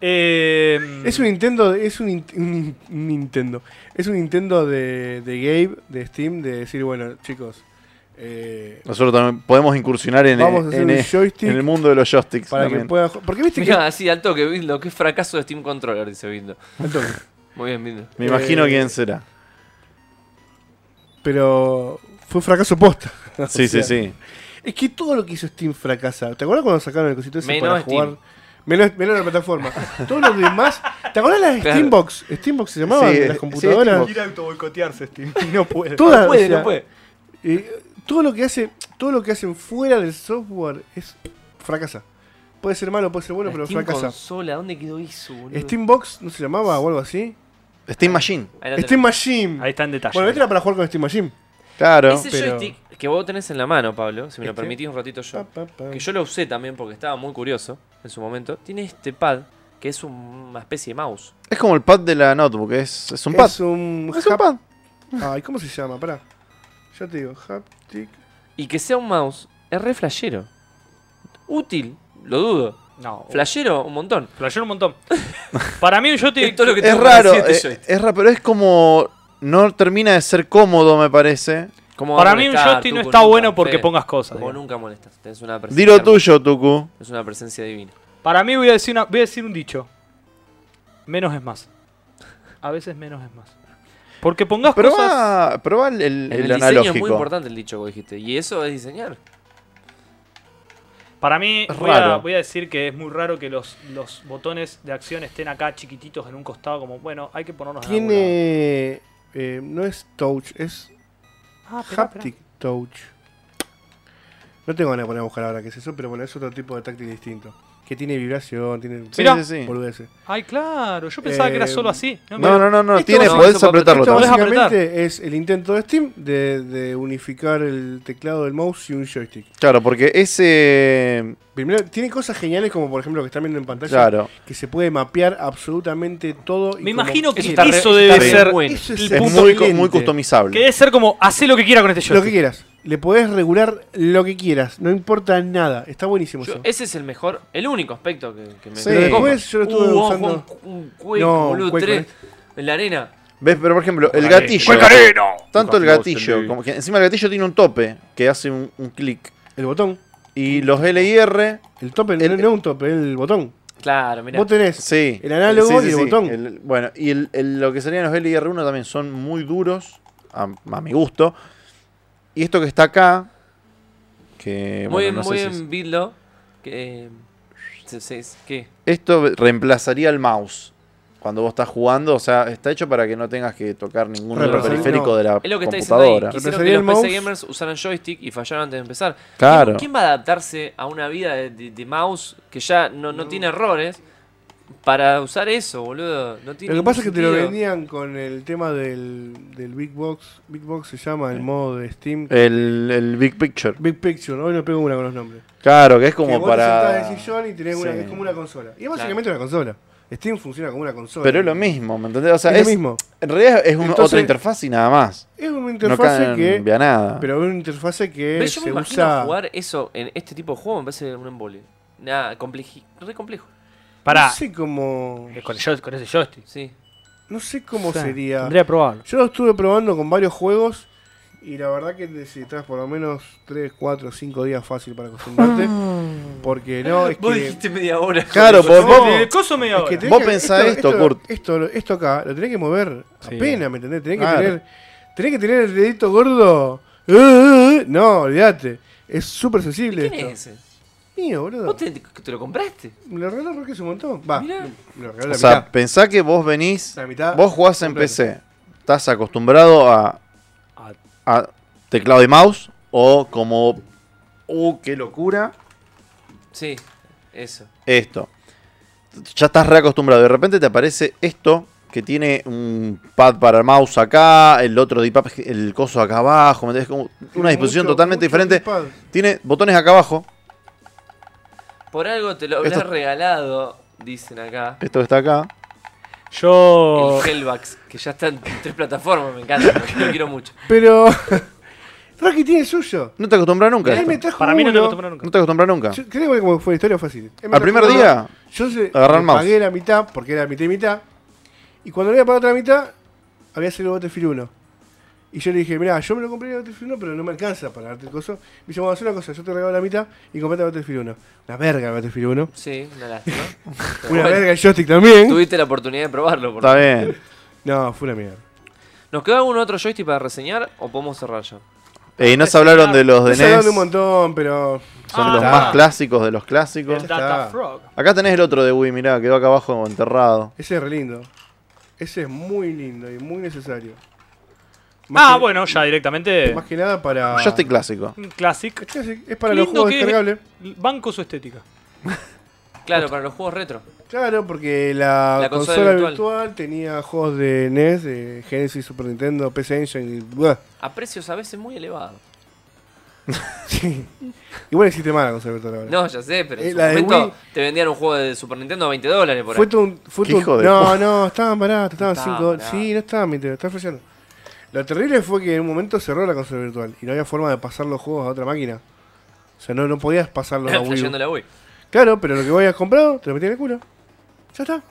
Eh,
Es un Nintendo, es un, in- un- un Nintendo. Es un Nintendo de, de Gabe, de Steam, de decir, bueno, chicos, eh,
Nosotros también podemos incursionar en,
Vamos a hacer
en-
un
en-
joystick
en el mundo de los joysticks.
para que
también.
pueda... jo- Porque viste
Mirá, así al toque, Bildo. Qué fracaso de Steam Controller, dice Bildo.
que... al toque.
Muy bien, Bildo.
Me imagino
Eh,
quién será.
Pero fue un fracaso posta. O
Sí, sí,
sea,
sí.
Es que todo lo que hizo Steam fracasa. ¿Te acuerdas cuando sacaron el cosito ese
Menos
para
Steam.
jugar? Menos, menos la plataforma. Todo lo demás. ¿Te acuerdas las
Claro.
Steambox? Steambox se llamaban
Sí,
las
sí,
computadoras.
Steambox.
Quiere autoboicotearse, Steam. Y no puede.
Todas,
no puede,
o sea,
no puede.
Eh, todo lo que hace, todo lo que hacen fuera del software es fracasa. Puede ser malo, puede ser bueno,
La
pero
Steam
fracasa.
consola, ¿dónde quedó eso, boludo?
Steambox no se llamaba o algo así.
Steam Machine.
Ahí la
Steam
tenés.
Machine.
Ahí está en detalle.
Bueno, este era para jugar con Steam Machine.
Claro.
Ese
pero-
joystick que vos tenés en la mano, Pablo, si me lo
Este.
permitís un ratito yo.
Pa, pa, pa.
que yo lo usé también porque estaba muy curioso en su momento, tiene este pad que es una especie de mouse.
Es como el pad de la notebook. Es, es un pad.
Es un,
Es un
hap-
pad.
Ay, ¿cómo se llama? Pará. Yo te digo, haptic.
Y que sea un mouse es re flashero. Útil, lo dudo.
No,
Flashero, un montón.
flasheó un montón. para mí, yo te.
Es todo lo que
Es
tengo para
raro.
decir de
eh,
este joystick.
es raro, pero es como. No termina de ser cómodo, me parece.
Como
Para
vamos
mí
a
un
estar,
joystick no
Tucu,
está
nunca,
bueno porque
Fede.
pongas cosas.
Vos
digamos.
nunca molestas. Tenés una presencia.
Dilo
hermosa.
tuyo, Tuku.
Es una presencia divina.
Para mí voy a decir una- voy a decir un dicho. Menos es más. A veces menos es más. Porque pongas cosas.
Probá, probá el,
En
el- el
el, diseño es muy
analógico.
importante el dicho que dijiste. Y eso es diseñar.
Para mí
es
voy a,
raro.
voy a decir que es muy raro que los, los botones de acción estén acá chiquititos en un costado como bueno hay que ponernos. en algún lado.
Tiene. eh, no es touch, es
Ah, esperá, esperá.
haptic touch. No tengo ganas de poner a buscar ahora qué es eso, pero bueno, es otro tipo de táctil distinto. Que tiene vibración, tiene.
Sí,
Mirá.
sí, sí.
boludeces.
Ay claro, yo pensaba que era
Eh,
solo así. No,
No, no, no, no.
Esto-
Tienes,
no,
podés
eso para
apretarlo
Esto
podés
también.
básicamente es el intento de Steam de, de unificar el teclado del mouse y un joystick.
Claro, porque ese.
Primero, tiene cosas geniales como por ejemplo lo que están viendo en pantalla,
Claro.
que se puede mapear absolutamente todo. y
Me
como-
imagino que
Eso
eso,
está re- eso
debe
está re
ser.
bueno.
Eso es,
el
punto
Es muy, co- muy
excelente.
Que
customizable.
debe ser como hace lo que quiera con este
Lo que
joystick.
quieras. Le podés regular lo que quieras. No importa nada. Está buenísimo
Yo-
eso.
ese es el mejor, el único aspecto que, que me
Sí.
Pero
me copa.
después yo lo estuve
Uh, vos
usando.
jugás Un, un Quake,
No,
boludo,
Quake
tres,
eh.
en la arena.
¿Ves? Pero por ejemplo, el gatillo. Tanto el gatillo. Como que encima el gatillo tiene un tope que hace un, un clic.
El botón.
Y los L y R.
El tope, no,
El-
no un tope, el botón.
Claro, mirá.
Vos tenés
Sí.
el análogo
Sí, sí,
y el
sí.
botón.
El- bueno, y el- el- lo que serían los L y R1 también son muy duros. A, a mi gusto. Y esto que está acá. Que.
muy
bueno,
bien,
no sé
muy
si es-
bien, Bildo. Que, eh, se- se- ¿Qué?
Esto reemplazaría el mouse. Cuando vos estás jugando, o sea, está hecho para que no tengas que tocar ningún otro
Reemplazar-
periférico
no.
de la
Es lo que está diciendo ahí.
computadora.
Quisieron
Reemplazaría
que los
el
PC
mouse.
gamers usaran joystick y fallaron antes de empezar. ¿Quién-
Claro.
¿Quién va a adaptarse a una vida de, de- de mouse que ya no, no tiene errores para usar eso, boludo? No tiene
Lo que pasa es que te lo
sentido.
vendían con el tema del, del Big Box. Big Box se llama
Eh.
el modo de Steam.
Eh, El, el Big Picture.
Big Picture, hoy no pego una con los nombres.
Claro, que es
que
como
vos Te
para.
sentás en el sillón y tenés una,
Sí.
es como una consola. Y es básicamente una consola. Steam funciona como una consola.
Pero es lo mismo, ¿me entendés? O sea,
es,
es,
lo mismo.
En realidad es un-
Entonces-
otra interfaz y nada más.
Es una
No
interfase que.
cambia nada.
Pero es una interfase que
Pero yo me
se
imagino
usa.
jugar eso en este tipo de juego, me parece un embole. Nada, compleji- re complejo.
Pará.
No sé cómo.
Eh, Con, el joy- con ese joystick.
Sí.
No sé cómo
O sea,
sería.
Tendría que probarlo.
Yo lo estuve probando con varios juegos. Y la verdad que necesitas por lo menos 3, 4, 5 días fácil para acostumbrarte.
Mm.
Porque no, es
Vos
que.
dijiste media hora.
claro, vos,
No,
vos-
es
El coso media
Es
hora.
que tenés
Vos
que-
pensá esto, Kurt.
Esto, esto acá, lo tenés que mover
Sí.
apenas, ¿me entendés? Tenés,
Claro.
que tener, tenés que tener el dedito gordo. Eh, eh, eh. No, olvídate. Es súper sensible
¿Quién
esto.
es ese?
Mío, boludo.
¿Vos te, te lo compraste?
Me lo regaló Roque hace un montón. Va,
Mirá.
me lo regaló
o
la
sea,
mitad.
pensá que vos venís,
La mitad.
vos jugás en
Completo.
PC, estás acostumbrado a,
Ah,
a teclado y mouse, o como, uh, qué locura,
Sí, eso.
esto. Ya estás reacostumbrado. De repente te aparece esto que tiene un pad para el mouse acá, el otro dipad, el coso acá abajo. ¿me entendés? Como una disposición
Mucho-
totalmente
mucho
diferente.
iPad.
Tiene botones acá abajo.
Por algo te lo habrás
Esto-
regalado, dicen acá.
Esto que está acá.
Oh.
Yo.
El Hellbacks, que ya está en tres plataformas, me encanta, lo quiero mucho.
Pero. Rocky tiene el suyo.
No te acostumbras nunca. a
Él
esto.
me trajo
Para mí no te
uno.
acostumbras nunca.
No te acostumbras nunca.
Yo- Creo que como fue la historia fue así. Él me
Al
trajo
primer
uno,
día,
Yo se,
agarrar
le
mouse.
pagué la mitad, porque era mitad y mitad. Y cuando le iba a pagar otra mitad, había salido Battlefield 1. Y yo le dije, mirá, yo me lo compré en Battlefield 1, pero no me alcanza para darte el coso. Me dice, vamos a hacer una cosa, yo te regalo la mitad y comprate Battlefield 1. Una verga el Battlefield 1.
Sí, una lástima. Pero
Una
bueno,
verga el joystick también.
Tuviste la oportunidad de probarlo. por-
está bien.
No, fue una mierda.
¿Nos queda algún otro joystick para reseñar o podemos cerrar ya?
Eh, no se hablaron de los de E
Se hablaron
NES.
de un montón, pero.
Son
Ah,
los
está.
más clásicos de los
El
clásicos.
Ya
Data
está.
Frog.
Acá tenés el otro de Wii, mirá, quedó acá abajo enterrado.
Ese es re lindo. Ese es muy lindo y muy necesario. Más
Ah,
que-
bueno, ya directamente.
Más que nada para.
Un joystick clásico.
Un
Es,
classic.
es para
Qué
los
lindo
juegos
que es.
descargables.
Banco su estética.
Claro, para los juegos retro.
Claro, porque la,
La
consola,
consola
virtual.
virtual.
tenía juegos de NES, de Genesis, Super Nintendo, PC Engine y. buah.
A precios a veces muy elevados.
Sí. Igual existe más la consola virtual ahora.
No, ya sé, pero en
Eh,
su
la de
momento
Wii.
te vendían un juego de Super Nintendo a 20 dólares por
fue
ahí.
tu, un- fue
Qué
tu-
hijo de
no,
puta.
no, estaban baratos, estaban
Estaban
5 dólares.
baratos.
Sí, no estaban, mentira, estaba fallando. Lo terrible fue que en un momento cerró la consola virtual y no había forma de pasar los juegos a otra máquina. O sea, no, no podías pasarlos a Wii. U.
Flasheando la Wii.
Claro, pero lo que vos habías comprado, te lo metí en el culo. Ya está.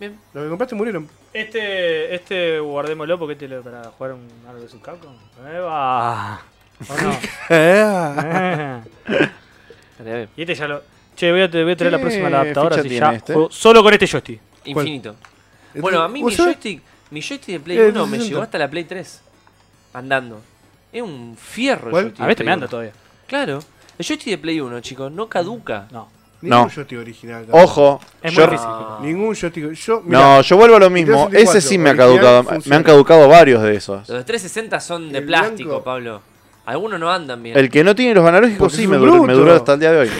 Bien.
Los que compraste murieron.
Este, este guardémoslo porque este lo para jugar un Marvel vs. Capcom. ¡Eva! Eh, ¿O no? Eh.
Estaría bien.
y este ya lo. Che, voy a, te voy a traer la
¿Qué
próxima la adaptadora
ficha
si
tiene
ya
este?
juego solo con este joystick.
Infinito. Bueno, a mí mi
¿Vos sabés?
joystick, mi joystick de Play 1
Eh,
me
360.
llegó hasta la Play 3. Andando. Es un fierro el
¿Cuál?
joystick
A
de
ver, este
Play
me anda
1.
todavía.
Claro. El joystick de Play 1, chicos, no caduca.
No.
Ningún
No.
joystick original. cabrón.
Ojo,
Es muy
yo-
difícil.
Ah.
Ningún joystick. Yo,
no, yo vuelvo a lo mismo.
64,
Ese sí me ha
original,
caducado. Me
funciona.
han caducado varios de esos.
Los de 360 son de
El
plástico,
blanco.
Pablo. Algunos no andan bien.
El que no tiene los analógicos
Porque
sí
es
me
un
duró, me
bruto.
duró hasta el día de hoy.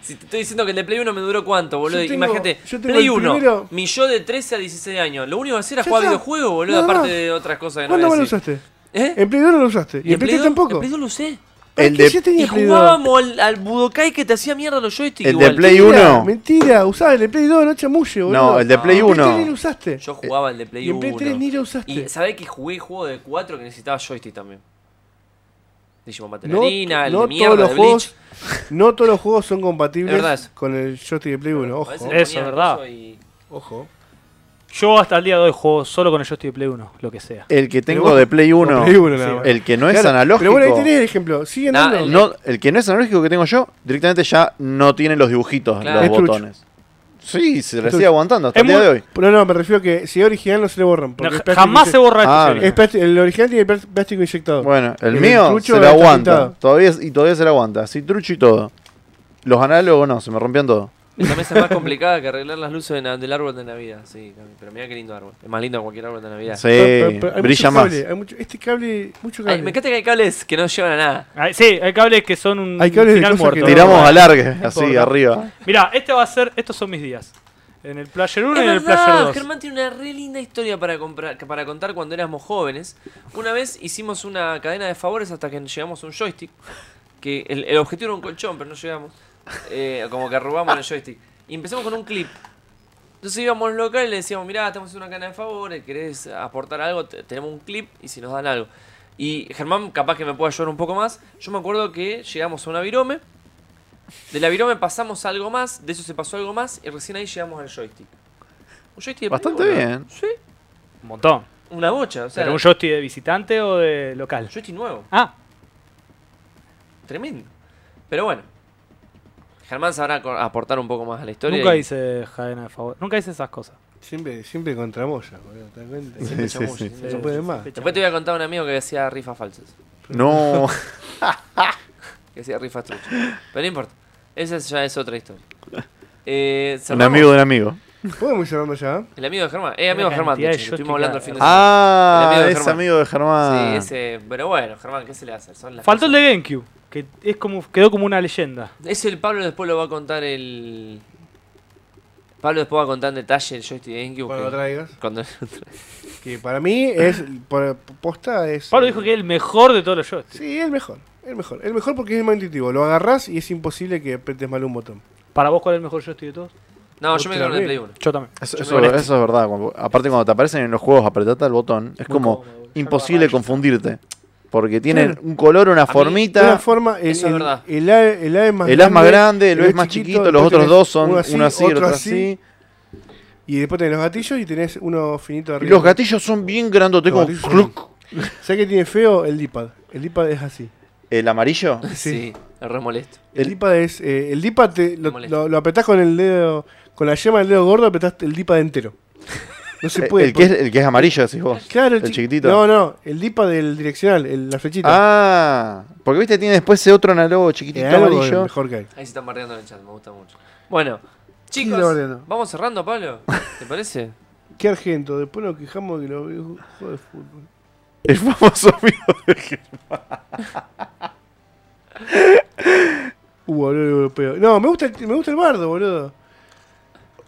Si te estoy diciendo que el de Play 1 me duró cuánto, boludo.
tengo-
Imagínate,
yo tengo
Play
el
1,
primero.
mi yo de 13 a 16 años. Lo único que hacía era
Ya
jugar
está.
videojuegos, boludo,
Nada
aparte
más.
de otras cosas que no
¿Cuándo
voy
más
a
lo
decir.
usaste?
¿Eh?
En Play 2 no lo usaste. Y en Play 3
2?
tampoco.
En Play 2 lo usé.
¿Para
El
qué
de-
ya tenía
Y
Play 2?
jugábamos al, al Budokai que te hacía mierda los joysticks.
El de
igual.
Play
Mentira,
1.
Mentira, usaba el de Play 2, no chamulle, boludo.
No, el de Play
En Play 3 ni lo
1.
usaste.
Yo jugaba el de Play
y en Play
1.
3 ni lo usaste.
Y sabés que jugué juego de 4 que necesitaba joystick también. Digimon Battle
no,
Arena, el
no
de mierda,
todos los
de Bleach.
juegos, no todos los juegos son
Es verdad eso.
compatibles con el joystick de Play 1.
A
Ojo,
veces
Eso,
le ponía
verdad.
coso y-
ojo.
Yo hasta el día de hoy juego solo con el joystick de Play 1, lo que sea.
El que tengo
vos-
de Play 1.
Play 1 nada más.
El que no es
Claro, Pero bueno, ahí tenés
analógico.
el ejemplo. Sigue
Nah,
andando.
el-
No, el que no es analógico que tengo yo, directamente ya no tiene los dibujitos,
Claro.
los
Es trucho.
botones. Sí, se le
Es
sigue
trucho.
aguantando hasta
Es
el día
muy-
de hoy.
No, no, me refiero que si es original no se le borran. porque
No,
es plástico
jamás
inye-
se
Ah,
borra este
es
joystick.
plástico- El original tiene pl- plástico inyectado.
Bueno, el,
El
mío
trucho
se lo
está
aguanta.
pintado.
Todavía, y todavía se lo aguanta. Así trucho y todo. Los análogos no, se me rompían todo.
Esta mesa es más complicada que arreglar las luces de na- del árbol de Navidad. Sí, Cami, pero mira qué lindo árbol. Es más lindo que cualquier árbol de Navidad.
Sí,
Pero- pero- pero hay
Eh, brilla
mucho
más.
cable, hay mucho- este cable, mucho
Ay,
cable.
me encanta que hay cables que no llevan a nada.
Ah, Sí, hay cables que son un
Hay cables de
final
cosas
muerto.
que no-
Tiramos
Bueno,
alargue,
no
así,
importa.
arriba.
Mirá, este va a ser. Estos son mis días. En el Player 1
Es
y en el
verdad,
Player 2.
Germán tiene una re linda historia para, comprar, que- para contar cuando éramos jóvenes. Una vez hicimos una cadena de favores hasta que llegamos a un joystick. Que el, el objetivo era un colchón, pero no llegamos. Eh, como que robamos el joystick. Y empezamos con un clip. Entonces íbamos al local y le decíamos, mirá, estamos haciendo una cadena de favores, querés aportar algo, Te- tenemos un clip y si nos dan algo. Y Germán, capaz que me pueda ayudar un poco más. Yo me acuerdo que llegamos a una virome. De la virome pasamos a algo más, de eso se pasó algo más y recién ahí llegamos al joystick. Un joystick de
Bastante
Play, boludo.
bien.
Sí,
Un montón.
una bocha, o sea,
¿Pero un
un
joystick de visitante o de local?
joystick nuevo,
Ah,
tremendo. Pero bueno, Germán sabrá co- aportar un poco más a la historia.
nunca
y-
hice cadena de favor. Nunca hice esas cosas.
Siempre, siempre con tramoya, boludo, ¿te das cuenta?
Sí,
Mucha
sí,
bulla,
sí.
mucha
No
bulla.
puede más.
Después te voy a contar a un amigo que hacía rifas falsas.
No.
Que hacía rifas truchas. Pero no importa. Esa ya es otra historia. Eh,
un
cerramos.
amigo de un amigo.
¿Podemos ir cerrando ya?
El amigo de Germán. Eh, amigo
Una
de Germán,
cantidad de
che, que
joystick
estuvimos hablando el fin de semana.
Ah,
El amigo de
es
Germán.
amigo de Germán.
Sí, ese. Pero bueno, Germán, ¿qué se le hace? Son las
Faltó el
cosas.
de GameCube, que es como, quedó como una leyenda.
Ese el Pablo después lo va a contar el. Pablo después va a contar en detalle el joystick de GameCube.
Cuando
que-
lo traigas.
cuando-
Que para mí es. por- Posta es.
Pablo dijo que es el mejor de todos los joysticks.
Sí, el mejor. El mejor. El mejor porque es el más intuitivo. Lo agarrás y es imposible que apretes mal un botón.
¿Para vos cuál es el mejor joystick de todos?
No, yo me quedo
Otra
con el
vez.
Play 1.
Yo también.
Eso,
Yo me
eso-
molesto.
eso es verdad. cuando- aparte, cuando te aparecen en los juegos, apretata el botón. Es como
cómodo, boludo.
imposible confundirte. Porque tienen
Claro.
un color, una formita.
De una forma, el,
Eso es
el-
verdad.
el A, el A es más
el
grande.
as más grande, el
el
B es más
chiquito,
chiquito, los
después
otros
tenés
dos son
uno
uno
así,
así, el otro,
otro
así.
así. Y después tenés los gatillos y tenés uno finito
Y
arriba.
los gatillos son bien grandotes,
Los
como
gatillos
cluc.
¿Sabes qué tiene feo? El D-pad. El D-pad es así.
¿El amarillo?
Sí, es re molesto.
El
El-
D-pad es. eh, el D-pad te- lo,
Molesta.
lo- lo apretás con el dedo. Con la yema del dedo gordo, apretás el D-pad entero. No se
Eh,
puede.
el, que es, el que es amarillo, decís vos.
porque- claro,
el
chi-
chiquitito.
No, no. El D-pad del direccional, el- la flechita.
Ah, porque viste, tiene después ese otro análogo chiquitito
El algo
amarillo.
Mejor que hay.
Ahí se están bardeando en el chat, me gusta mucho. Bueno, chicos,
Sí, la bardeando.
vamos cerrando, Pablo. ¿Te parece?
Qué argento. Después nos quejamos de los juegos de fútbol.
El famoso amigo de Germán.
Uh, boludo europeo. No, me gusta, el, me gusta el bardo, boludo.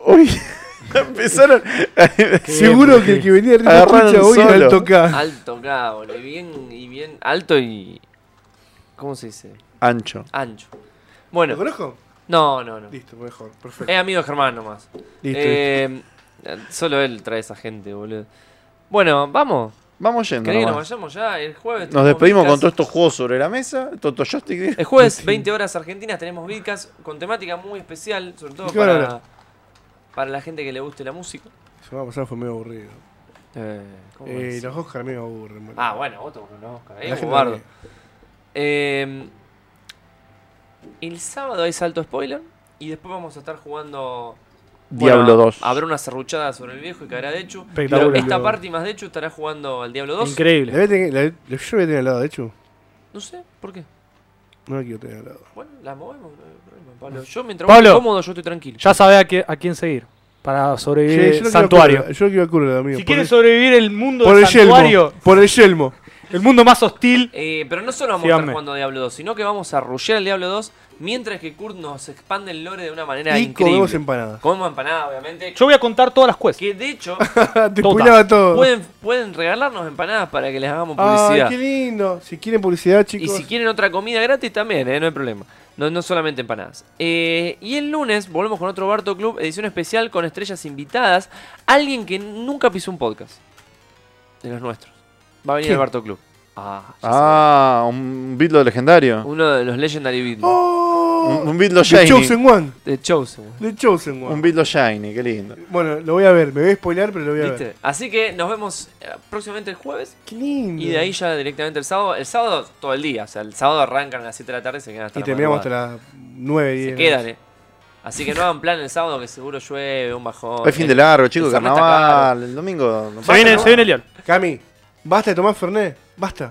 Uy, empezaron. a
Seguro que el que venía de Ritmo
Agarraron
Cucha hoy era
solo.
el toca.
Alto acá, boludo. Y bien, y bien alto y. ¿Cómo se dice?
Ancho.
Ancho.
¿Lo
Bueno,
conozco?
no, no, no.
Listo, mejor. Perfecto.
Es amigo de Germán nomás.
Listo.
Eh, solo él trae esa gente, boludo. Bueno, vamos.
Vamos yendo.
¿Querés que nos
nomás.
vayamos ya? El jueves.
Nos
tenemos
despedimos con
Vidcast.
todos estos juegos sobre la mesa. Toto joystick.
El jueves, 20 horas argentinas, tenemos Vidcast con temática muy especial, sobre todo
¿Y qué van a
para,
hablar?
para la gente que le guste la música.
Se me va a pasar, fue medio aburrido.
Eh, ¿cómo
Eh,
es?
los Oscar me aburren. boludo.
Ah, bueno, otro no, Oscar.
La
Eh,
gente
Eduardo.
también.
Eh, el sábado hay salto spoiler y después vamos a estar jugando
Diablo
bueno,
2.
Habrá una serruchada sobre el viejo y caerá Dechu. Pero
Espectacular.
esta parte y más Dechu estará jugando al Diablo 2.
La
Increíble.
voy a tener- la- la- yo voy a tener al lado, de hecho.
No sé, ¿por qué?
No la quiero tener al lado.
Bueno, la movemos. no hay problema, Pablo. Yo mientras
Pablo.
vos estés cómodo, yo estoy tranquilo.
Ya sabés a, qué- a quién seguir para sobrevivir
Che, yo no quiero
Santuario.
curla, Yo no quiero curla, amigo.
Si
por
quieres
el,
sobrevivir el mundo
por
de
el
Santuario,
yelmo. Por el yelmo.
el mundo más hostil,
Eh, pero no solo vamos a
Síganme.
estar jugando a Diablo 2, sino que vamos a rushear al Diablo 2 mientras que Kurt nos expande el lore de una manera
Y
increíble.
comemos empanadas.
Comemos empanada, obviamente.
yo voy a contar todas las quests.
Que de hecho,
Te
Tota.
pulaba todo.
pueden, pueden regalarnos empanadas para que les hagamos
Ay,
publicidad.
qué lindo. Si quieren publicidad,
y
chicos.
si quieren otra comida gratis también, eh, no hay problema. No, no solamente empanadas. Eh, y el lunes volvemos con otro Barto Club, edición especial con estrellas invitadas. Alguien que nunca pisó un podcast. De los nuestros. Va a venir
¿Quién?
el Barto Club. Ah, ya
Ah, un Bitlo
sé.
legendario.
Uno de los Legendary Beatles.
Oh,
Un, un Bitlo
The
Shiny.
Chosen One.
De Chosen.
The Chosen One.
Un Bitlo Shiny, qué lindo.
Bueno, lo voy a ver, me voy a spoilear, pero lo voy a ver.
¿Viste? Así que nos vemos eh, próximamente el jueves.
Qué lindo.
Y de ahí ya directamente el sábado. El sábado todo el día. O sea, el sábado arrancan a las 7 de la tarde y se quedan hasta
Y
la
terminamos hasta
madrugada.
las 9, 10.
Se quedan, eh. Así que no hagan plan el sábado que seguro llueve, un bajón.
Hay fin de largo, chicos,
Oh, el sábado está
carnaval. El domingo. no
Se
pasa
viene,
nada.
se viene el diablo.
Cami, basta de tomar Fernet, basta.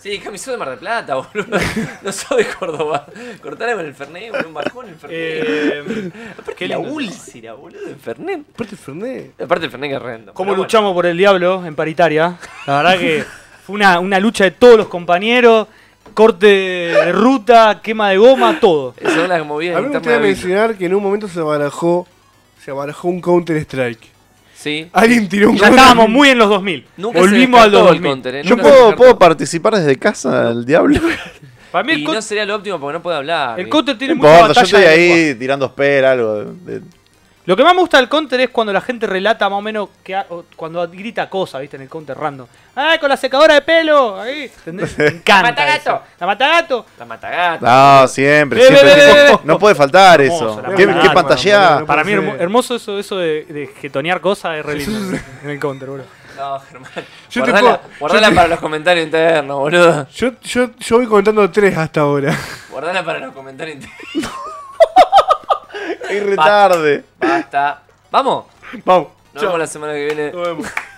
Sí, camisón de Mar del Plata, boludo. No soy de Córdoba. Cortale con el Fernet, boludo, un bajón el Fernet.
Eh, qué
Aparte la
lindo.
úlcera, boludo, el Fernet.
Aparte el Fernet.
Aparte el Fernet que es rendo.
Cómo luchamos por el diablo en paritaria. La verdad que fue una, una lucha de todos los compañeros. Corte de ruta, quema de goma, todo.
Esas son las movidas
A mí
internas
me gustaría
de Villa.
mencionar que en un momento se barajó, se barajó un Counter Strike.
Sí.
Alguien tiró un
Ya
Counter
estábamos muy en los 2000.
Nunca
Volvimos
se
al
descartó el
2000.
counter, ¿eh?
Yo
Nunca se
puedo,
descartó.
puedo participar desde casa del diablo.
Para mí el,
Y
co-
no sería lo óptimo porque no puede hablar. eh.
el
y-
counter
No
tiene mucha
importa, yo
batalla
estoy
de
ahí tirando espera, algo. de- de-
Lo que más me gusta del counter es cuando la gente relata más o menos que ha- o cuando grita cosas, ¿viste? En el counter random. ¡Ay, con la secadora de pelo! Ahí, ¿entendés? Me encanta.
matagato.
eso. ¡La matagato!
La
Ah.
matagata.
No, siempre,
Ve, ve,
siempre.
ve,
tipo,
ve, ve.
No puede faltar eso. ¿Qué,
la verdad,
qué
hermano,
pantalla?
boludo.
Para mí, hermo-
Sí.
hermoso eso, eso de, de jetonear cosas es re lindo en el counter, boludo.
No, Germán.
Yo te
guardala
puedo-
guardala para los comentarios internos, boludo.
Yo, yo, yo voy contando tres hasta ahora.
Guardala para los comentarios internos.
Qué retarde.
Basta. Vamos.
Vamos,
Nos vemos la semana que viene.
nos vemos.